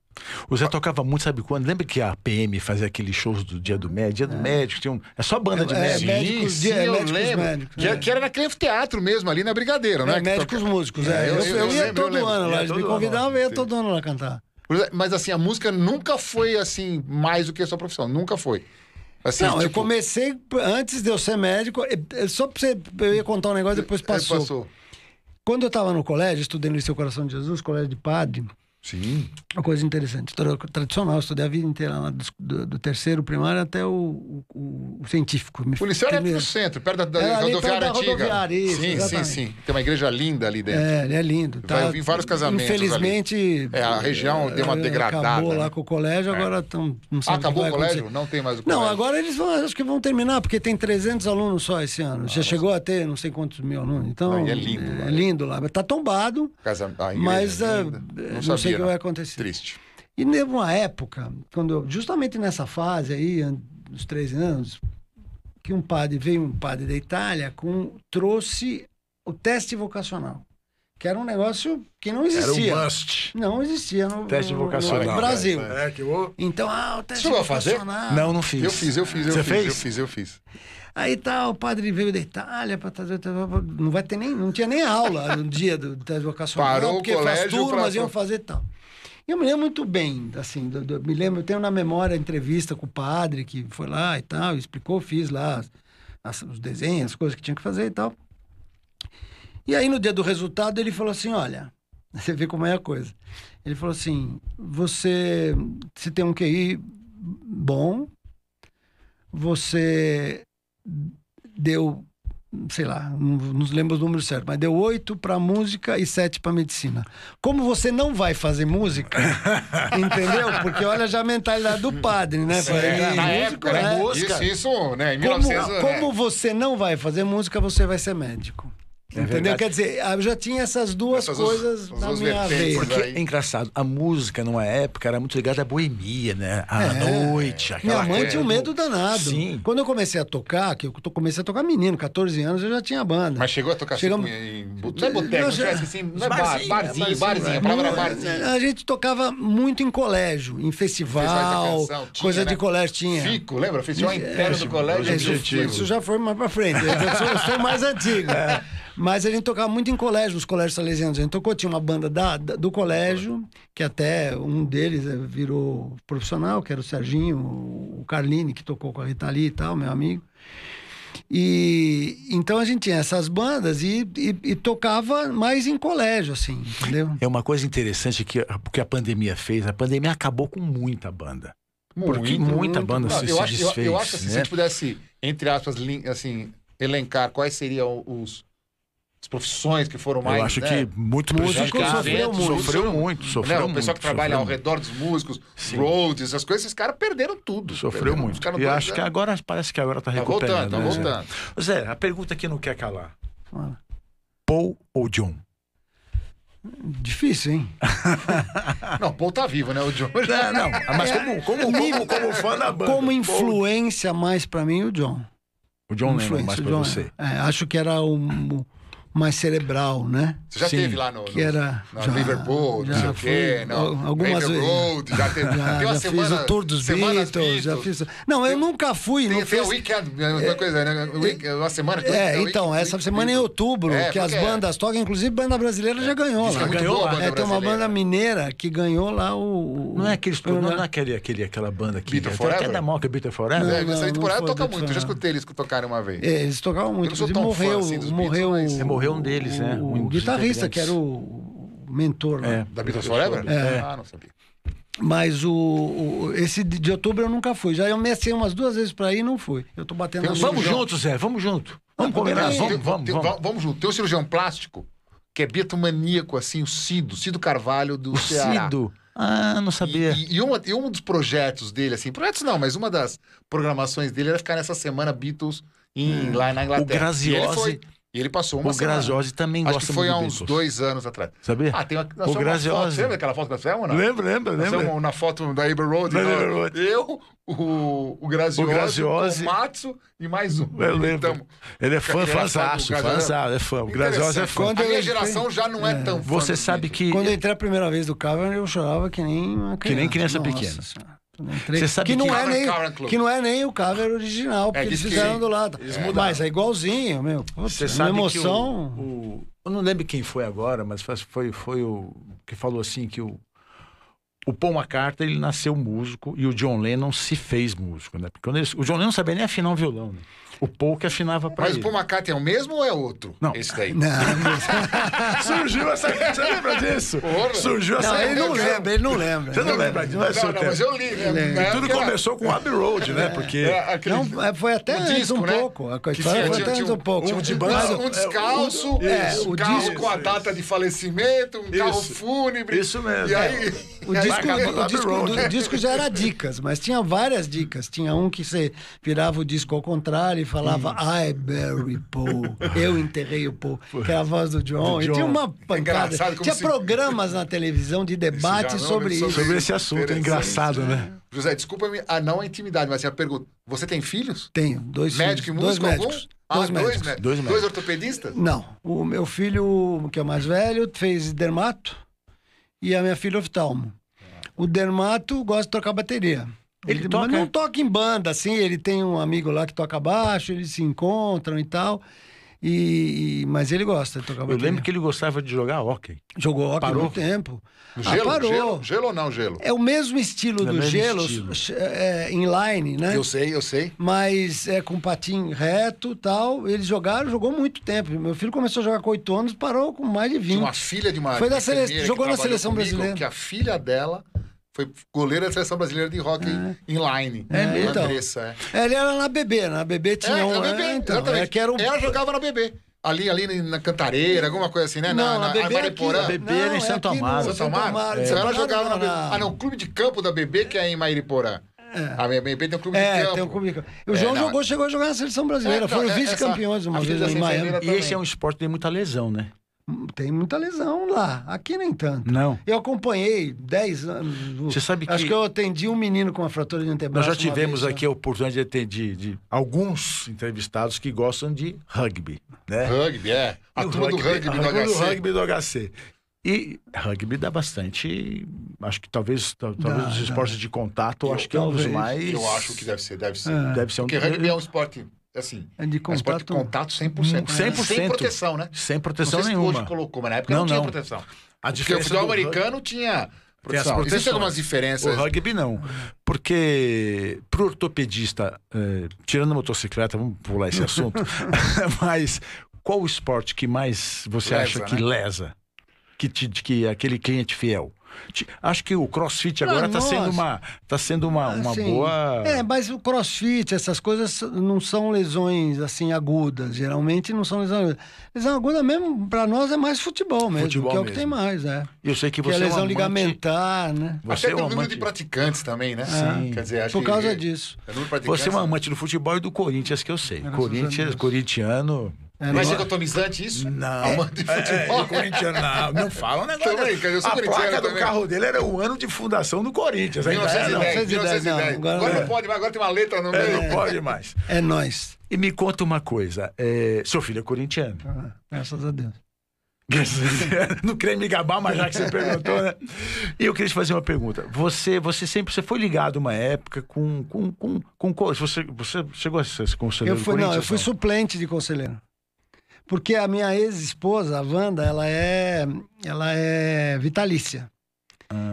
Speaker 2: O Zé tocava muito, sabe quando? Lembra que a PM fazia aqueles shows do Dia do Médico? Dia do Médico, tinha um. É só banda de
Speaker 3: É,
Speaker 2: médico.
Speaker 3: médico. médicos de- é,
Speaker 1: eu
Speaker 3: médicos
Speaker 1: lembro.
Speaker 3: médicos,
Speaker 1: que,
Speaker 3: é.
Speaker 1: que era naquele teatro mesmo, ali na Brigadeiro, né?
Speaker 3: É,
Speaker 1: Que
Speaker 3: médicos
Speaker 1: toca-
Speaker 3: músicos,
Speaker 1: É,
Speaker 3: é.
Speaker 1: eu-
Speaker 3: Eu,
Speaker 1: eu
Speaker 3: eu ia
Speaker 1: lembro, eu
Speaker 3: todo
Speaker 1: lembro.
Speaker 3: ano
Speaker 2: Ia
Speaker 3: lá. Eles me
Speaker 2: todo ano,
Speaker 3: convidavam, eu ia
Speaker 2: sim.
Speaker 3: todo ano lá cantar.
Speaker 1: Mas assim, a música nunca foi assim, mais do que a sua profissão. Nunca foi. Assim,
Speaker 3: não, é eu
Speaker 1: tipo,
Speaker 3: comecei p- antes de eu ser médico. eh, eh, Só pra você. Eu ia contar um negócio, depois
Speaker 1: é,
Speaker 3: passou. Quando eu estava no colégio, estudei no Liceu Coração de Jesus, colégio de padre,
Speaker 1: Sim.
Speaker 3: uma coisa interessante, história tradicional, estudei a vida inteira lá do, do- do terceiro primário até o, o- o científico. Me
Speaker 1: O Liceu era ali
Speaker 3: terminei-
Speaker 1: no centro, perto da, da
Speaker 3: Era ali
Speaker 1: rodoviária
Speaker 3: perto da
Speaker 1: antiga.
Speaker 3: rodoviária, isso,
Speaker 1: sim, sim,
Speaker 3: exatamente.
Speaker 1: sim. Tem uma igreja linda ali dentro.
Speaker 3: É, ele é lindo.
Speaker 1: Vai ouvir vários casamentos
Speaker 3: Infelizmente.
Speaker 1: É, a região deu uma
Speaker 3: eh,
Speaker 1: degradada,
Speaker 3: Acabou
Speaker 1: né?
Speaker 3: lá com o colégio, agora tão, não
Speaker 1: Ah,
Speaker 3: sabe é que
Speaker 1: acabou o
Speaker 3: vai
Speaker 1: colégio?
Speaker 3: acontecer.
Speaker 1: Não é? tem mais o colégio.
Speaker 3: Não, agora eles vão, acho que vão terminar, porque tem 300 alunos só esse ano. Já chegou a ter não sei quantos mil alunos. Então,
Speaker 1: Ah, e é lindo lá.
Speaker 3: é lindo lá. Mas Tá tombado,
Speaker 1: Casa, a igreja
Speaker 3: mas ah,
Speaker 1: linda.
Speaker 3: não,
Speaker 1: sabia,
Speaker 3: sei o que
Speaker 1: não.
Speaker 3: vai acontecer.
Speaker 1: Triste.
Speaker 3: E teve uma época, quando eu- justamente nessa fase aí, an- dos 13 anos, que um padre, veio um padre da Itália, com, trouxe o teste vocacional, que era um negócio que não
Speaker 2: Era
Speaker 3: existia.
Speaker 2: um must.
Speaker 3: Não existia no,
Speaker 2: Teste
Speaker 3: no- no-
Speaker 2: vocacional.
Speaker 3: no Brasil.
Speaker 2: É, que eu...
Speaker 3: Então, ah, o teste
Speaker 1: Chegou a fazer?
Speaker 3: vocacional.
Speaker 2: Não, não fiz.
Speaker 1: Eu fiz, eu fiz, eu
Speaker 2: Você
Speaker 1: fiz.
Speaker 2: fez?
Speaker 1: Eu fiz, eu fiz.
Speaker 3: Aí tá, o padre veio da Itália para trazer. Não vai ter nem, não tinha nem aula no dia do teste vocacional,
Speaker 1: Parou o
Speaker 3: porque
Speaker 1: colégio
Speaker 3: as turmas
Speaker 1: pra-
Speaker 3: iam fazer tal. E eu me lembro muito bem, assim, do- do- me lembro, eu tenho na memória a entrevista com o padre que foi lá e tal, explicou, fiz lá as- as- os desenhos, as coisas que tinha que fazer e tal. E aí, no dia do resultado, ele falou assim: olha, você vê como é a coisa. Ele falou assim: você, você tem um QI bom, você deu, sei lá, não, não lembro os números certos, mas deu oito para música e sete para medicina. Como você não vai fazer música, entendeu? Porque olha já a mentalidade do padre, né? Falei,
Speaker 1: na
Speaker 3: músico,
Speaker 1: época, né?
Speaker 3: né?
Speaker 1: Isso, isso, né? Em
Speaker 3: Como,
Speaker 1: 1900, né?
Speaker 3: como você não vai fazer música, você vai ser médico. Entendeu?
Speaker 2: verdade.
Speaker 3: Quer dizer, eu já tinha essas duas
Speaker 1: É Essas duas-
Speaker 3: coisas
Speaker 1: essas
Speaker 3: na
Speaker 1: duas
Speaker 3: minha
Speaker 1: vertentes,
Speaker 3: veia.
Speaker 1: né?
Speaker 2: Porque é engraçado, a música numa época era muito ligada à boemia, né? À noite,
Speaker 3: É. Minha
Speaker 2: aquela
Speaker 3: mãe
Speaker 1: é
Speaker 2: coisa
Speaker 3: tinha um
Speaker 2: do-
Speaker 3: medo danado.
Speaker 2: Sim.
Speaker 3: Quando eu comecei a tocar, que eu to- comecei a tocar menino, 14 anos, eu já tinha banda.
Speaker 1: Mas chegou a tocar
Speaker 3: Chegamos-
Speaker 1: assim em... bo- Não é boteco,
Speaker 3: Não,
Speaker 1: não,
Speaker 3: já-
Speaker 1: é assim, não é barzinho,
Speaker 2: Barzinho, é,
Speaker 1: barzinho,
Speaker 2: barzinho,
Speaker 1: barzinho.
Speaker 2: é.
Speaker 1: A palavra era
Speaker 3: Não,
Speaker 1: barzinho.
Speaker 3: a gente tocava muito em colégio, em festival,
Speaker 1: Festivais da canção, tinha,
Speaker 3: coisa
Speaker 1: né?
Speaker 3: de colégio tinha.
Speaker 1: Fico, lembra? Festival inteiro do colégio.
Speaker 3: Isso,
Speaker 1: objetivo.
Speaker 3: é isso já foi mais pra frente. Eu sou, eu sou mais antigo. é. Mas a gente tocava muito em colégio, os colégios salesianos. A gente tocou, tinha uma banda da, da- do colégio, que até um deles eh, virou profissional, que era o Serginho, o Carlini, que tocou com a Rita Lee e tal, meu amigo. E então a gente tinha essas bandas e, e- e tocava mais em colégio, assim, entendeu?
Speaker 2: É uma coisa interessante que, que a pandemia fez. A pandemia acabou com muita banda. Porque
Speaker 1: Muito,
Speaker 2: muita
Speaker 1: muito.
Speaker 2: banda
Speaker 1: Não,
Speaker 2: se,
Speaker 1: eu
Speaker 2: se
Speaker 1: acho, eu-
Speaker 2: desfez.
Speaker 1: Eu, acho que assim, se a
Speaker 2: né?
Speaker 1: gente pudesse, entre aspas, lin- assim, elencar quais seriam os, as profissões que foram mais.
Speaker 2: eu acho
Speaker 1: né?
Speaker 2: que muito
Speaker 3: Músico
Speaker 2: prejudicado.
Speaker 3: sofreu muito.
Speaker 2: Sofreu muito.
Speaker 1: Né,
Speaker 2: Sofreu
Speaker 1: o pessoal que
Speaker 2: muito,
Speaker 1: trabalha
Speaker 2: sofreu
Speaker 1: ao
Speaker 2: muito.
Speaker 1: redor dos músicos,
Speaker 2: Sim.
Speaker 1: roads, essas coisas, esses caras perderam tudo.
Speaker 2: Sofreu
Speaker 1: Perderam, os
Speaker 2: muito.
Speaker 1: caras
Speaker 2: E
Speaker 1: não
Speaker 2: acho que
Speaker 1: podem-
Speaker 2: agora, parece que agora tá
Speaker 1: Tá voltando,
Speaker 2: recuperando.
Speaker 1: tá
Speaker 2: né, Zé?
Speaker 1: voltando.
Speaker 2: Zé, a pergunta que não quer calar.
Speaker 3: Fala.
Speaker 2: Paul ou John?
Speaker 3: Difícil, hein?
Speaker 1: Não, o Paul tá vivo, né? O John.
Speaker 2: Não, não. Ah, Mas como, como, como, como fã da banda.
Speaker 3: É. Como
Speaker 2: Paul-
Speaker 3: influência mais pra mim o John.
Speaker 2: O John Lennon,
Speaker 3: Influência,
Speaker 2: mais
Speaker 3: o
Speaker 2: pra
Speaker 3: John
Speaker 2: você.
Speaker 3: Lennon. É, acho que era o m- mais cerebral, né?
Speaker 1: Você já
Speaker 2: Sim,
Speaker 1: teve lá no,
Speaker 3: Que
Speaker 1: no-
Speaker 3: era
Speaker 1: na
Speaker 3: já-
Speaker 1: Liverpool, não
Speaker 3: já
Speaker 1: sei o quê,
Speaker 3: fui
Speaker 1: não.
Speaker 3: al- algumas
Speaker 1: Raven
Speaker 3: vezes.
Speaker 1: Road, já teve.
Speaker 3: Já,
Speaker 1: tem uma
Speaker 3: já
Speaker 1: semana,
Speaker 3: fiz o tour dos
Speaker 1: Semana
Speaker 3: Beatles, já fiz. Não, eu nunca fui.
Speaker 1: Tem,
Speaker 3: não
Speaker 1: tem o
Speaker 3: fiz-
Speaker 1: weekend, uma coisa, né? Week- Uma semana.
Speaker 3: É, então, essa semana em outubro,
Speaker 1: É,
Speaker 3: que as
Speaker 1: porque-
Speaker 3: bandas tocam, inclusive banda brasileira já ganhou
Speaker 1: Diz que é
Speaker 3: lá.
Speaker 1: muito
Speaker 2: ganhou
Speaker 1: boa a
Speaker 2: lá.
Speaker 1: banda
Speaker 3: É, tem uma
Speaker 1: brasileira.
Speaker 3: banda mineira que ganhou lá o. o-
Speaker 2: Não é aqueles. Não, não é
Speaker 3: Não,
Speaker 2: aquele, aquele, aquela banda aqui.
Speaker 1: Beatle
Speaker 2: Até- Até
Speaker 1: Forever?
Speaker 2: da Moca, Beatle Forever.
Speaker 1: É, essa
Speaker 3: não,
Speaker 1: temporada
Speaker 3: não foi
Speaker 1: toca
Speaker 3: Beatles,
Speaker 1: muito, eu já
Speaker 3: não.
Speaker 1: escutei eles tocaram uma vez.
Speaker 3: É, eles tocavam muito.
Speaker 1: não sou
Speaker 3: inclusive
Speaker 1: tão fã,
Speaker 3: morreu,
Speaker 1: assim, dos
Speaker 3: morreu,
Speaker 1: Beatles, mas-
Speaker 2: É, morreu um deles,
Speaker 3: o,
Speaker 2: né?
Speaker 3: O,
Speaker 2: Um dos
Speaker 3: guitarrista,
Speaker 2: integrantes.
Speaker 3: que era o, o mentor lá.
Speaker 2: É.
Speaker 1: Da Beatles Forever?
Speaker 3: É.
Speaker 1: Ah, não sabia.
Speaker 3: Mas o, o- esse de de outubro eu nunca fui. Já eu mecei umas duas vezes pra ir e não fui. Eu tô batendo
Speaker 1: Tem um
Speaker 3: na
Speaker 1: Vamos
Speaker 2: Vamos
Speaker 1: junto.
Speaker 2: juntos, Zé, vamos junto.
Speaker 3: Vamos
Speaker 2: Vamos combinar,
Speaker 3: combinar.
Speaker 2: É, vamos, vamos,
Speaker 1: tem,
Speaker 2: vamos.
Speaker 1: junto. Tem um cirurgião plástico que é bitomaníaco, assim, o Cido, Cido Carvalho do
Speaker 2: O
Speaker 1: Ceará.
Speaker 2: Cido. Ah, não sabia.
Speaker 1: E, e, uma- e um dos projetos dele, assim, projetos não, mas uma das programações dele era ficar nessa semana Beatles em- lá na Inglaterra.
Speaker 2: Graziosi-
Speaker 1: E ele foi. E ele passou uma
Speaker 2: o
Speaker 1: semana.
Speaker 2: Graziosi também
Speaker 1: Acho
Speaker 2: gosta
Speaker 1: que foi
Speaker 2: muito
Speaker 1: há
Speaker 2: de
Speaker 1: uns
Speaker 2: Beatles.
Speaker 1: dois anos atrás.
Speaker 2: Sabia?
Speaker 1: Ah, tem uma, nós
Speaker 2: O
Speaker 1: temos uma
Speaker 2: Graziosi.
Speaker 1: foto. Você lembra aquela foto que nós fizemos, não? é um
Speaker 2: Lembra, lembra,
Speaker 1: Nós
Speaker 2: lembra?
Speaker 1: fizemos na foto da Abbey Road.
Speaker 2: Da
Speaker 1: então,
Speaker 2: Abbey Road.
Speaker 1: Eu, o, o Graziosi,
Speaker 2: O Graziosi.
Speaker 1: o Matsu e mais um.
Speaker 2: Eu lembro.
Speaker 1: Então,
Speaker 2: Ele é fã,
Speaker 1: Ele era fã do
Speaker 2: fãzaço,
Speaker 1: Graziosi.
Speaker 2: fãzaço, é fã. O Graziosi é
Speaker 1: interessante.
Speaker 2: fã.
Speaker 3: Quando
Speaker 1: A
Speaker 3: eu
Speaker 1: minha
Speaker 3: entrei-
Speaker 1: geração já não é, tão fã.
Speaker 2: Você
Speaker 1: dos
Speaker 2: sabe
Speaker 1: Beatles.
Speaker 2: que...
Speaker 3: Quando eu entrei a primeira vez do Cavern, eu chorava que
Speaker 1: é
Speaker 3: nem uma
Speaker 2: Que
Speaker 3: criança.
Speaker 2: nem criança
Speaker 3: Nossa
Speaker 2: pequena.
Speaker 3: Senhora. Quando eu entrei-
Speaker 2: Você sabe
Speaker 3: que, não
Speaker 2: que-
Speaker 3: é
Speaker 1: Cavern,
Speaker 3: nem,
Speaker 1: Cavern Club.
Speaker 3: que não é nem o Cavern original, porque eles
Speaker 1: diz que
Speaker 3: fizeram
Speaker 1: sim.
Speaker 3: do lado.
Speaker 2: Eles
Speaker 3: Mas
Speaker 2: mudaram.
Speaker 3: é igualzinho, meu. Putz,
Speaker 2: Você
Speaker 3: é uma
Speaker 2: sabe
Speaker 3: emoção.
Speaker 2: que o, o- eu não lembro quem foi agora, mas faz- foi, foi o que falou assim que o o Paul McCartney ele nasceu músico e o John Lennon se fez músico, né? Porque quando eles- o John Lennon não sabia nem afinar um violão, né? O Paul que afinava pra
Speaker 1: Mas o
Speaker 2: ele.
Speaker 1: Paul McCartney é o mesmo ou é outro?
Speaker 2: Não. é
Speaker 1: Esse daí.
Speaker 3: Não, meu-
Speaker 2: Surgiu essa, você lembra disso?
Speaker 1: Porra.
Speaker 2: Surgiu essa.
Speaker 3: não, ele não
Speaker 1: eu-
Speaker 3: lembra, ele não lembra.
Speaker 2: Você não lembra disso?
Speaker 1: Não, não, mas eu li. Né? Na
Speaker 2: E É, tudo
Speaker 1: época-
Speaker 2: começou com Abbey Road, né? Porque
Speaker 1: É, aquele-
Speaker 3: Não, é, foi até
Speaker 1: O
Speaker 3: antes
Speaker 1: disco,
Speaker 3: um
Speaker 1: né?
Speaker 3: pouco.
Speaker 2: é,
Speaker 3: A coisa
Speaker 1: Que
Speaker 3: foi
Speaker 1: tinha-
Speaker 3: até
Speaker 1: tinha
Speaker 3: antes um
Speaker 1: um-
Speaker 3: pouco.
Speaker 2: um de
Speaker 1: Um-
Speaker 2: banda.
Speaker 1: um descalço,
Speaker 3: É,
Speaker 1: um
Speaker 3: o
Speaker 1: carro
Speaker 3: disco-
Speaker 1: com a data de falecimento, um carro
Speaker 2: Isso.
Speaker 1: fúnebre.
Speaker 2: Isso mesmo.
Speaker 1: E
Speaker 2: É.
Speaker 1: aí,
Speaker 3: O
Speaker 1: e aí-
Speaker 3: disco, é,
Speaker 2: Marca do
Speaker 3: o, disco,
Speaker 2: Abbey Road.
Speaker 3: o disco já era dicas, mas tinha várias dicas. Tinha um que você virava o disco ao contrário e falava I bury Paul, eu enterrei o Paul, que era a voz do John.
Speaker 2: Do
Speaker 3: E tinha
Speaker 2: John.
Speaker 3: uma
Speaker 1: É engraçado
Speaker 3: pancada.
Speaker 1: como
Speaker 3: Tinha
Speaker 1: se-
Speaker 3: programas na televisão de debate
Speaker 1: Esse já não,
Speaker 3: sobre
Speaker 1: eu sou
Speaker 3: isso.
Speaker 2: sobre esse assunto é
Speaker 1: Interessante.
Speaker 2: engraçado, né?
Speaker 1: José, desculpa-me a não intimidade, mas assim, a pergunta: você tem filhos?
Speaker 3: Tenho dois
Speaker 1: Médico e
Speaker 3: filhos,
Speaker 1: músico?
Speaker 3: dois
Speaker 1: algum?
Speaker 3: médicos.
Speaker 1: Ah,
Speaker 3: dois
Speaker 1: dois,
Speaker 3: médicos.
Speaker 1: médicos.
Speaker 2: Dois médicos.
Speaker 1: ortopedistas?
Speaker 3: Não, o meu filho, que é o mais velho, fez dermato e a minha filha oftalmo. O dermato gosta de tocar bateria.
Speaker 2: Ele
Speaker 3: mas
Speaker 2: toca?
Speaker 3: não toca em banda, assim, ele tem um amigo lá que toca baixo, eles se encontram e tal. E, e- mas ele gosta de tocar
Speaker 2: Eu
Speaker 3: bateria.
Speaker 2: lembro que ele gostava de jogar hóquei.
Speaker 3: jogou hockey
Speaker 2: Parou?
Speaker 3: muito tempo. Ah,
Speaker 1: Gelo,
Speaker 3: parou.
Speaker 1: gelo, gelo ou não gelo?
Speaker 3: É o mesmo estilo
Speaker 2: É o
Speaker 3: do
Speaker 2: mesmo
Speaker 3: gelo,
Speaker 2: estilo.
Speaker 3: s- é, inline, né?
Speaker 1: Eu sei, eu sei.
Speaker 3: Mas é com patinho reto tal. Eles jogaram, jogou muito tempo. Meu filho começou a jogar com 8 anos, parou com mais de
Speaker 1: Tinha
Speaker 3: 20.
Speaker 1: uma filha de uma.
Speaker 3: Foi da
Speaker 1: enfermeira
Speaker 3: sele-
Speaker 1: que
Speaker 3: jogou na
Speaker 1: trabalhou
Speaker 3: seleção
Speaker 1: comigo,
Speaker 3: brasileira.
Speaker 1: Que a filha dela foi goleira da seleção brasileira de hockey inline.
Speaker 3: É mesmo?
Speaker 1: A Andressa, é.
Speaker 3: É, Ele era na BB, na BB tinha
Speaker 1: É,
Speaker 3: um.
Speaker 1: na BB,
Speaker 3: é, então,
Speaker 1: exatamente.
Speaker 3: é que era um...
Speaker 1: Ela jogava na BB. Ali, ali na Cantareira, alguma coisa assim, né?
Speaker 3: Não,
Speaker 1: na,
Speaker 3: na BB era aqui,
Speaker 1: Mariporã.
Speaker 3: na
Speaker 2: BB era em
Speaker 3: Não, é
Speaker 2: Santo
Speaker 3: aqui no
Speaker 2: Amaro.
Speaker 1: Santo Amaro?
Speaker 3: Amaro, em
Speaker 1: Então
Speaker 3: Santo
Speaker 1: ela
Speaker 3: Amaro
Speaker 1: jogava na
Speaker 3: não,
Speaker 1: BB.
Speaker 3: na-
Speaker 1: Ah, não, o clube de campo da BB que é em Mairiporã.
Speaker 2: É.
Speaker 1: A BB tem um clube de
Speaker 3: É,
Speaker 1: campo.
Speaker 3: tem um comigo. O
Speaker 1: É,
Speaker 3: João
Speaker 1: não,
Speaker 3: jogou, chegou a jogar na seleção brasileira.
Speaker 1: É, então,
Speaker 3: Foram
Speaker 1: é,
Speaker 3: vice-campeões
Speaker 1: essa-
Speaker 3: uma
Speaker 1: a
Speaker 3: vez
Speaker 1: filha
Speaker 3: em
Speaker 1: da
Speaker 3: Miami. Hum,
Speaker 1: Sanfendeira-
Speaker 2: E esse é um esporte que tem muita lesão, né?
Speaker 3: Tem muita lesão lá. Aqui nem tanto.
Speaker 2: Não.
Speaker 3: Eu acompanhei 10 anos.
Speaker 2: Você sabe
Speaker 3: Acho
Speaker 2: que-
Speaker 3: que eu atendi um menino com uma fratura de
Speaker 2: Nós
Speaker 3: antebraço.
Speaker 2: já
Speaker 3: uma
Speaker 2: tivemos
Speaker 3: vez, né?
Speaker 2: aqui a oportunidade de ter de, de alguns entrevistados que gostam de rugby, né?
Speaker 1: Rugby, é. A
Speaker 2: E o
Speaker 1: turma do rugby
Speaker 2: a
Speaker 1: do
Speaker 2: turma do
Speaker 1: HC.
Speaker 2: rugby do HC. E rugby dá bastante. Acho que talvez, tal- talvez
Speaker 3: Dá,
Speaker 2: os
Speaker 3: dá.
Speaker 2: esportes de contato,
Speaker 1: Eu-
Speaker 2: acho que é um dos
Speaker 3: talvez.
Speaker 2: mais.
Speaker 1: Eu acho que deve ser, deve ser.
Speaker 3: É.
Speaker 2: deve ser um
Speaker 1: Porque rugby é um esporte, assim,
Speaker 3: É de
Speaker 1: é um esporte de
Speaker 3: contato.
Speaker 1: contato 100%.
Speaker 2: 100%.
Speaker 1: né? Sem proteção, né?
Speaker 2: sem
Speaker 1: Não
Speaker 2: proteção
Speaker 1: sei se
Speaker 2: nenhuma.
Speaker 1: hoje colocou, mas na época
Speaker 2: Não,
Speaker 1: não, tinha
Speaker 2: não.
Speaker 1: proteção.
Speaker 2: A
Speaker 1: Porque o futebol
Speaker 2: do rugby-
Speaker 1: americano tinha
Speaker 2: Tem as
Speaker 1: proteção. Existem
Speaker 2: proteções.
Speaker 1: algumas
Speaker 3: é
Speaker 2: O
Speaker 1: diferenças.
Speaker 2: rugby não. Porque pro ortopedista, eh, tirando a motocicleta, vamos pular esse assunto, mas qual o esporte que mais você
Speaker 1: Lesa,
Speaker 2: acha que
Speaker 1: né?
Speaker 2: lesa? Que, te, que é aquele cliente fiel? Ti- Acho que o crossfit
Speaker 3: Ah,
Speaker 2: agora está
Speaker 3: nossa.
Speaker 2: sendo uma, tá sendo uma, uma
Speaker 3: Assim,
Speaker 2: boa.
Speaker 3: É, mas o crossfit, essas coisas não são lesões assim agudas. Geralmente não são lesões agudas. Lesão aguda mesmo, pra nós, é mais futebol mesmo,
Speaker 2: Futebol
Speaker 3: que é o
Speaker 2: mesmo.
Speaker 3: que tem mais, é.
Speaker 2: Eu sei que
Speaker 3: Que
Speaker 2: você é
Speaker 3: é
Speaker 2: um
Speaker 3: lesão
Speaker 2: amante-
Speaker 3: ligamentar, né? É.
Speaker 2: Você
Speaker 1: Até
Speaker 2: é um
Speaker 1: pelo número
Speaker 2: amante-
Speaker 1: de praticantes também, né?
Speaker 2: Sim.
Speaker 1: Quer dizer, acho
Speaker 3: Por
Speaker 1: que-
Speaker 3: causa disso.
Speaker 1: É número de praticantes,
Speaker 2: Você é um
Speaker 1: né?
Speaker 2: amante do futebol e do Corinthians, que eu sei.
Speaker 3: assim. Graças a
Speaker 2: Corinthians,
Speaker 3: Deus.
Speaker 2: corintiano.
Speaker 3: É,
Speaker 1: Mas
Speaker 2: né?
Speaker 3: nós-
Speaker 1: dicotomizante isso?
Speaker 2: Não.
Speaker 1: Amante de futebol.
Speaker 2: É, é, corintiano, não. Não fala um negócio.
Speaker 1: Também, quer dizer, eu sou
Speaker 2: a
Speaker 1: corintiano
Speaker 2: placa do
Speaker 1: também.
Speaker 2: carro dele era o ano de fundação do Corinthians. Ainda é, não.
Speaker 1: 1910, 1910.
Speaker 3: 1910, não, agora é.
Speaker 1: Agora não
Speaker 3: não.
Speaker 1: pode, mas agora tem uma letra no
Speaker 2: É,
Speaker 1: meio.
Speaker 2: não pode mais.
Speaker 3: É nós.
Speaker 2: E me conta uma coisa. é, seu filho é corintiano.
Speaker 3: Ah, Graças a Deus.
Speaker 2: não queria me gabar, mas já que você perguntou, né? E eu queria te fazer uma pergunta. Você, você sempre você foi ligado uma época com... com, com, com co- você, você chegou a ser
Speaker 3: Eu
Speaker 2: conselheiro
Speaker 3: fui,
Speaker 2: do Corinthians?
Speaker 3: não,
Speaker 2: então?
Speaker 3: eu fui suplente de conselheiro. Porque a minha ex-esposa, a Wanda, ela é, ela é vitalícia.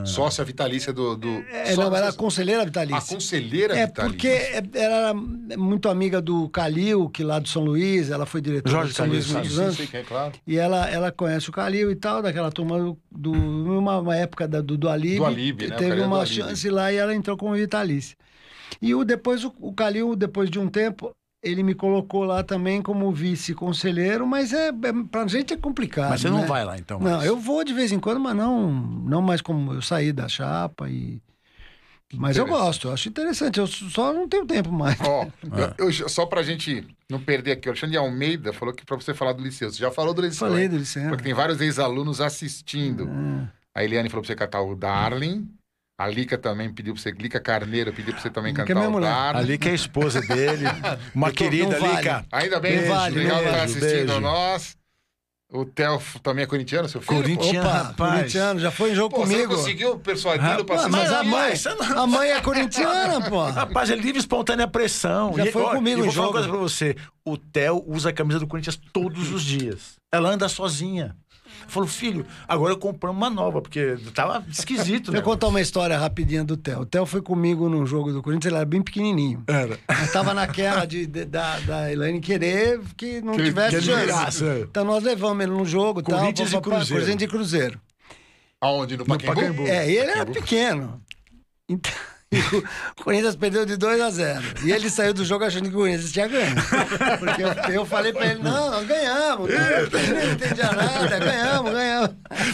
Speaker 1: Sócia vitalícia do. do
Speaker 3: É,
Speaker 1: só-
Speaker 3: não, ela é
Speaker 1: só-
Speaker 3: conselheira
Speaker 1: a
Speaker 2: Ah,
Speaker 3: vitalícia.
Speaker 1: conselheira
Speaker 3: É
Speaker 1: vitalícia.
Speaker 3: porque é- ela era muito amiga do Calil, que lá do São Luís, ela foi diretora
Speaker 2: Jorge
Speaker 3: do São
Speaker 2: Calil,
Speaker 3: Luís
Speaker 1: Sim,
Speaker 3: muitos
Speaker 1: sim,
Speaker 3: anos.
Speaker 1: sei quem é, claro.
Speaker 3: E ela, ela conhece o Calil e tal, daquela turma do. do uma, uma época da, do, do Alib.
Speaker 1: Do Alib, né? O
Speaker 3: Teve
Speaker 1: Calil é do
Speaker 3: uma
Speaker 1: Alib.
Speaker 3: chance lá e ela entrou como vitalícia. E o, depois o, o Calil, depois de um tempo, ele me colocou lá também como vice-conselheiro, mas é, é, pra gente é complicado.
Speaker 2: Mas você não
Speaker 3: né?
Speaker 2: vai lá, então.
Speaker 3: Não,
Speaker 2: mais.
Speaker 3: eu vou de vez em quando, mas não, não mais como eu saí da chapa e. Mas eu
Speaker 1: interessante.
Speaker 3: gosto, eu acho interessante, eu só não tenho tempo mais.
Speaker 1: Ó,
Speaker 3: Ah.
Speaker 1: eu, eu- só pra gente não perder aqui, o Alexandre Almeida falou que pra você falar do Liceu. Você já falou do Liceu.
Speaker 3: Falei né? Ah.
Speaker 1: hein?
Speaker 3: do Liceu.
Speaker 1: Porque tem vários ex-alunos assistindo. A Eliane falou pra você cantar o Darling. A Lica também pediu pra você. Lica Carneiro pediu pra você também
Speaker 3: Lica é
Speaker 1: cantar
Speaker 3: minha
Speaker 1: o
Speaker 3: mulher.
Speaker 1: Darling.
Speaker 2: Ali que é a esposa dele. Uma querida,
Speaker 3: não vale.
Speaker 2: Lica.
Speaker 1: Ainda bem,
Speaker 3: Não vale,
Speaker 1: legal
Speaker 3: não
Speaker 1: estar
Speaker 2: vale.
Speaker 1: assistindo
Speaker 2: Beijo.
Speaker 1: a nós. O Theo também é corintiano, seu filho?
Speaker 2: Corintiano. Tinha,
Speaker 3: Opa,
Speaker 2: rapaz.
Speaker 3: corintiano, já foi em jogo
Speaker 1: Pô, você
Speaker 3: comigo. Ah,
Speaker 1: não conseguiu persuadi-lo pra
Speaker 2: Rapaz,
Speaker 1: assistir?
Speaker 3: Mas a
Speaker 2: Mas,
Speaker 3: mãe,
Speaker 2: isso não-
Speaker 3: a mãe é corintiana, pô.
Speaker 2: Rapaz, é livre e espontânea pressão.
Speaker 3: Já
Speaker 2: E,
Speaker 3: foi comigo
Speaker 2: eu
Speaker 3: em
Speaker 2: vou falar uma
Speaker 3: jogo.
Speaker 2: coisa pra você. O Theo usa a camisa do Corinthians todos os dias. Ela anda sozinha. Falou, filho, agora eu compramos uma nova, porque tava esquisito,
Speaker 3: Deixa
Speaker 2: né?
Speaker 3: eu contar uma história rapidinha do Theo. O Theo foi comigo num jogo do Corinthians, ele era bem pequenininho.
Speaker 2: Era.
Speaker 3: Mas tava naquela de, de- da, da Elaine querer que não
Speaker 1: Que-
Speaker 3: tivesse
Speaker 2: que ele
Speaker 3: chance.
Speaker 2: virasse, é.
Speaker 3: Então nós levamos ele num jogo. tal,
Speaker 2: Corinthians e
Speaker 3: papapá,
Speaker 2: Cruzeiro.
Speaker 3: Corinthians e Cruzeiro.
Speaker 1: Aonde? No Pacaembu?
Speaker 2: Pacaembu.
Speaker 3: É, e ele era pequeno. Então, e o- o Corinthians perdeu de 2 a 0. E ele saiu do jogo achando que o Corinthians tinha ganho. Porque eu, eu falei pra ele: não, nós ganhamos. Ele não entendia nada, ganhamos, ganhamos.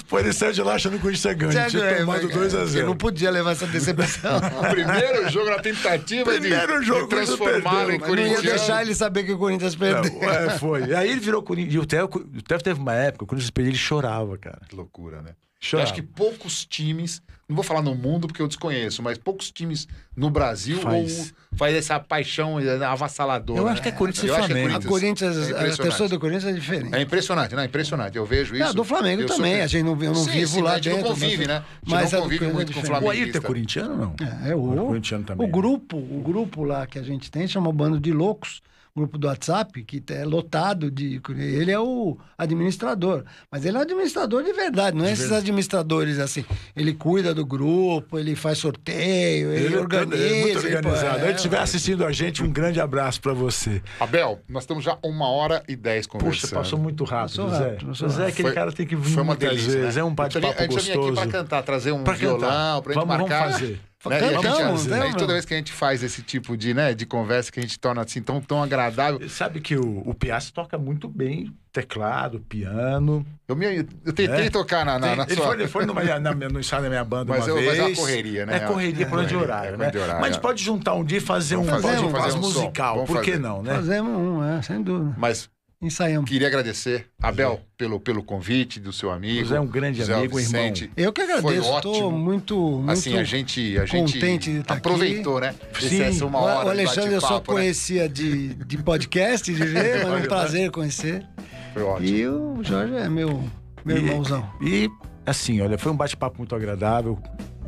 Speaker 2: Foi ele saiu de lá achando que o Corinthians
Speaker 3: Tinha
Speaker 2: ganha. Tinha
Speaker 3: ganho,
Speaker 2: tomado
Speaker 3: é mas-
Speaker 2: 2 a
Speaker 3: Eu
Speaker 2: 0
Speaker 3: não podia levar essa decepção.
Speaker 1: O primeiro jogo na tentativa de-
Speaker 2: Primeiro
Speaker 1: de,
Speaker 2: jogo que você
Speaker 1: transformá-lo
Speaker 2: perdeu,
Speaker 1: em
Speaker 3: Mas não ia
Speaker 1: corintiano.
Speaker 3: deixar ele saber que o Corinthians perdeu.
Speaker 2: É, foi. Aí ele virou Corinthians. E o Theo, o Theo teve uma época, quando ele perdia, ele chorava, cara.
Speaker 1: Que loucura, né? Eu
Speaker 2: Chorava.
Speaker 1: acho que poucos times, não vou falar no mundo porque eu desconheço, mas poucos times no Brasil
Speaker 2: Faz.
Speaker 1: ou faz essa paixão avassaladora.
Speaker 2: Eu acho que é
Speaker 1: né?
Speaker 2: Corinthians e
Speaker 1: Eu acho que é
Speaker 2: Flamengo.
Speaker 3: A Corinthians,
Speaker 1: É
Speaker 3: as
Speaker 1: impressionante.
Speaker 3: pessoas do Corinthians é diferente.
Speaker 1: É impressionante, não, é impressionante. Eu vejo isso.
Speaker 3: Ah, do Flamengo
Speaker 1: Eu sou
Speaker 3: também,
Speaker 1: cri-
Speaker 3: a gente não, eu não
Speaker 1: Sim,
Speaker 3: vivo
Speaker 1: sim,
Speaker 3: lá
Speaker 1: a gente não
Speaker 3: dentro.
Speaker 1: convive, né? A gente
Speaker 3: Mas
Speaker 1: não
Speaker 3: a do
Speaker 1: convive
Speaker 3: Corinthians
Speaker 1: muito
Speaker 3: é
Speaker 1: com o
Speaker 3: diferente.
Speaker 2: O
Speaker 1: Flamengo.
Speaker 2: Ayrton é corintiano ou não?
Speaker 3: É, o,
Speaker 1: né?
Speaker 2: corintiano também.
Speaker 3: o grupo, o grupo lá que a gente tem chama Bando de Loucos. grupo do WhatsApp, que é lotado de. Ele é o administrador. Mas ele é um administrador de verdade, não é esses administradores assim. Ele cuida do grupo, ele faz sorteio, ele, organiza.
Speaker 2: é muito
Speaker 3: ele-
Speaker 2: organizado.
Speaker 3: é,
Speaker 2: Antes de estiver assistindo a gente, um grande abraço pra você.
Speaker 1: Abel, nós estamos já uma hora e dez
Speaker 2: Puxa,
Speaker 1: conversando.
Speaker 2: passou muito rápido,
Speaker 3: Passou
Speaker 2: Zé.
Speaker 3: rápido,
Speaker 2: O
Speaker 3: passou
Speaker 2: Zé,
Speaker 3: rápido.
Speaker 2: aquele
Speaker 1: Foi-
Speaker 2: cara tem que vir
Speaker 1: Foi uma
Speaker 2: muitas
Speaker 1: delícia,
Speaker 2: vezes.
Speaker 1: né?
Speaker 2: É um
Speaker 1: A
Speaker 2: bate-papo
Speaker 1: gente já vinha aqui
Speaker 2: gostoso.
Speaker 1: pra cantar, trazer um
Speaker 2: Pra cantar.
Speaker 1: violão, pra gente
Speaker 2: Vamos- vamos
Speaker 1: marcar.
Speaker 2: fazer.
Speaker 1: Né? E a gente-
Speaker 3: é, Cantamos,
Speaker 1: né,
Speaker 3: lembra?
Speaker 1: Toda vez que a gente faz esse tipo de, né, de conversa que a gente torna assim tão, tão agradável.
Speaker 2: Sabe que o, o Piazza toca muito bem teclado, piano.
Speaker 1: Eu, me, eu tentei
Speaker 2: É.
Speaker 1: tocar na, na, na
Speaker 2: ele
Speaker 1: sua.
Speaker 2: foi, ele foi numa, na, no ensaio da minha banda
Speaker 1: Mas
Speaker 2: uma
Speaker 1: eu-
Speaker 2: vez.
Speaker 1: mas é uma correria, né?
Speaker 2: É correria por
Speaker 1: É,
Speaker 2: hora de
Speaker 1: é,
Speaker 2: horário,
Speaker 1: é
Speaker 2: né?
Speaker 1: de horário,
Speaker 2: Mas
Speaker 1: é.
Speaker 2: pode juntar um dia e fazer um,
Speaker 1: Vamos
Speaker 2: fazer,
Speaker 1: fazer,
Speaker 2: um,
Speaker 1: fazer um som.
Speaker 2: musical.
Speaker 1: Vamos
Speaker 2: por que
Speaker 1: fazer.
Speaker 2: não, né?
Speaker 3: Fazemos um, é, sem dúvida.
Speaker 1: Mas
Speaker 3: Ensaiamos.
Speaker 1: queria agradecer, Abel, pelo, pelo convite do seu amigo.
Speaker 2: José é um grande amigo, irmão.
Speaker 3: Eu que agradeço,
Speaker 1: Foi
Speaker 3: estou
Speaker 1: ótimo.
Speaker 3: muito, muito.
Speaker 1: assim, a gente, a gente
Speaker 3: contente de tá aqui.
Speaker 1: aproveitou, né? Esse-
Speaker 2: Sim.
Speaker 1: essa uma
Speaker 3: O-
Speaker 1: hora
Speaker 3: o
Speaker 1: de
Speaker 3: Alexandre eu só
Speaker 1: bate-papo, né?
Speaker 3: conhecia de, de podcast, de ver, mas é um prazer conhecer.
Speaker 1: Foi ótimo.
Speaker 3: E o Jorge é meu, meu
Speaker 2: E-
Speaker 3: irmãozão.
Speaker 2: E, assim, olha, foi um bate-papo muito agradável.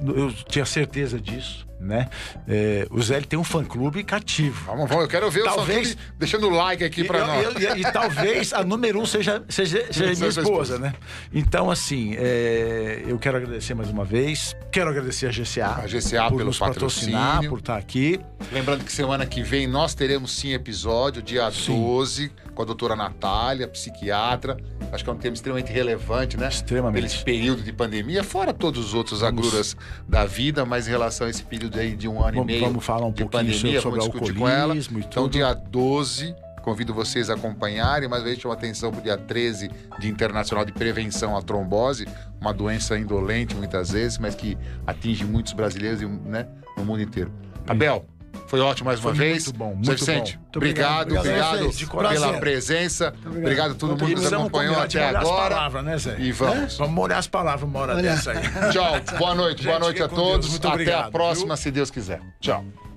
Speaker 2: Eu tinha certeza disso, né? É, o Zé ele tem um fã-clube cativo.
Speaker 1: Vamos, vamos, eu quero ver
Speaker 2: Talvez-
Speaker 1: o Santos deixando o like aqui pra
Speaker 2: eu-
Speaker 1: nós.
Speaker 2: eu- e- e talvez a número um seja, seja, seja
Speaker 1: Seja
Speaker 2: minha
Speaker 1: sua
Speaker 2: esposa,
Speaker 1: esposa.
Speaker 2: né? Então, assim, é, eu quero agradecer mais uma vez. Quero agradecer a GCA.
Speaker 1: A GCA
Speaker 2: por
Speaker 1: pelo
Speaker 2: nos patrocinar,
Speaker 1: patrocínio. Né?
Speaker 2: por estar aqui.
Speaker 1: Lembrando que semana que vem nós teremos sim episódio, dia 12, com a doutora Natália, psiquiatra. Acho que é um tema extremamente relevante, né?
Speaker 2: Extremamente.
Speaker 1: Pelo esse período de pandemia, fora todos os outros agruras da vida, mas em relação a esse período aí de um ano e
Speaker 2: Vamos-
Speaker 1: meio
Speaker 2: vamos falar um
Speaker 1: de
Speaker 2: pouquinho
Speaker 1: pandemia,
Speaker 2: sobre
Speaker 1: vamos discutir com ela.
Speaker 2: alcoolismo e
Speaker 1: Então,
Speaker 2: tudo.
Speaker 1: dia 12, convido vocês a acompanharem, mas eu chamo a atenção para o dia 13, Dia Internacional de Prevenção à Trombose, uma doença indolente muitas vezes, mas que atinge muitos brasileiros e, né, no mundo inteiro. Abel, foi ótimo mais uma
Speaker 2: Foi
Speaker 1: vez.
Speaker 2: muito bom,
Speaker 1: Zé
Speaker 2: muito
Speaker 1: Vicente,
Speaker 3: bom. Muito
Speaker 1: obrigado,
Speaker 3: obrigado,
Speaker 1: obrigado,
Speaker 2: obrigado. De coração.
Speaker 1: pela presença, obrigado, a todo mundo que nos
Speaker 2: precisamos
Speaker 1: acompanhou
Speaker 2: combinar de
Speaker 1: até
Speaker 2: molhar As
Speaker 1: agora.
Speaker 2: palavras, né, Zé?
Speaker 1: E vamos.
Speaker 2: Vamos molhar as palavras uma hora
Speaker 3: Olha.
Speaker 2: dessa aí.
Speaker 1: Tchau, boa noite, boa
Speaker 2: Gente,
Speaker 1: noite
Speaker 2: fica
Speaker 1: a
Speaker 2: com Deus,
Speaker 1: todos.
Speaker 2: muito
Speaker 1: até
Speaker 2: obrigado,
Speaker 1: a próxima,
Speaker 2: viu?
Speaker 1: se Deus quiser. Tchau.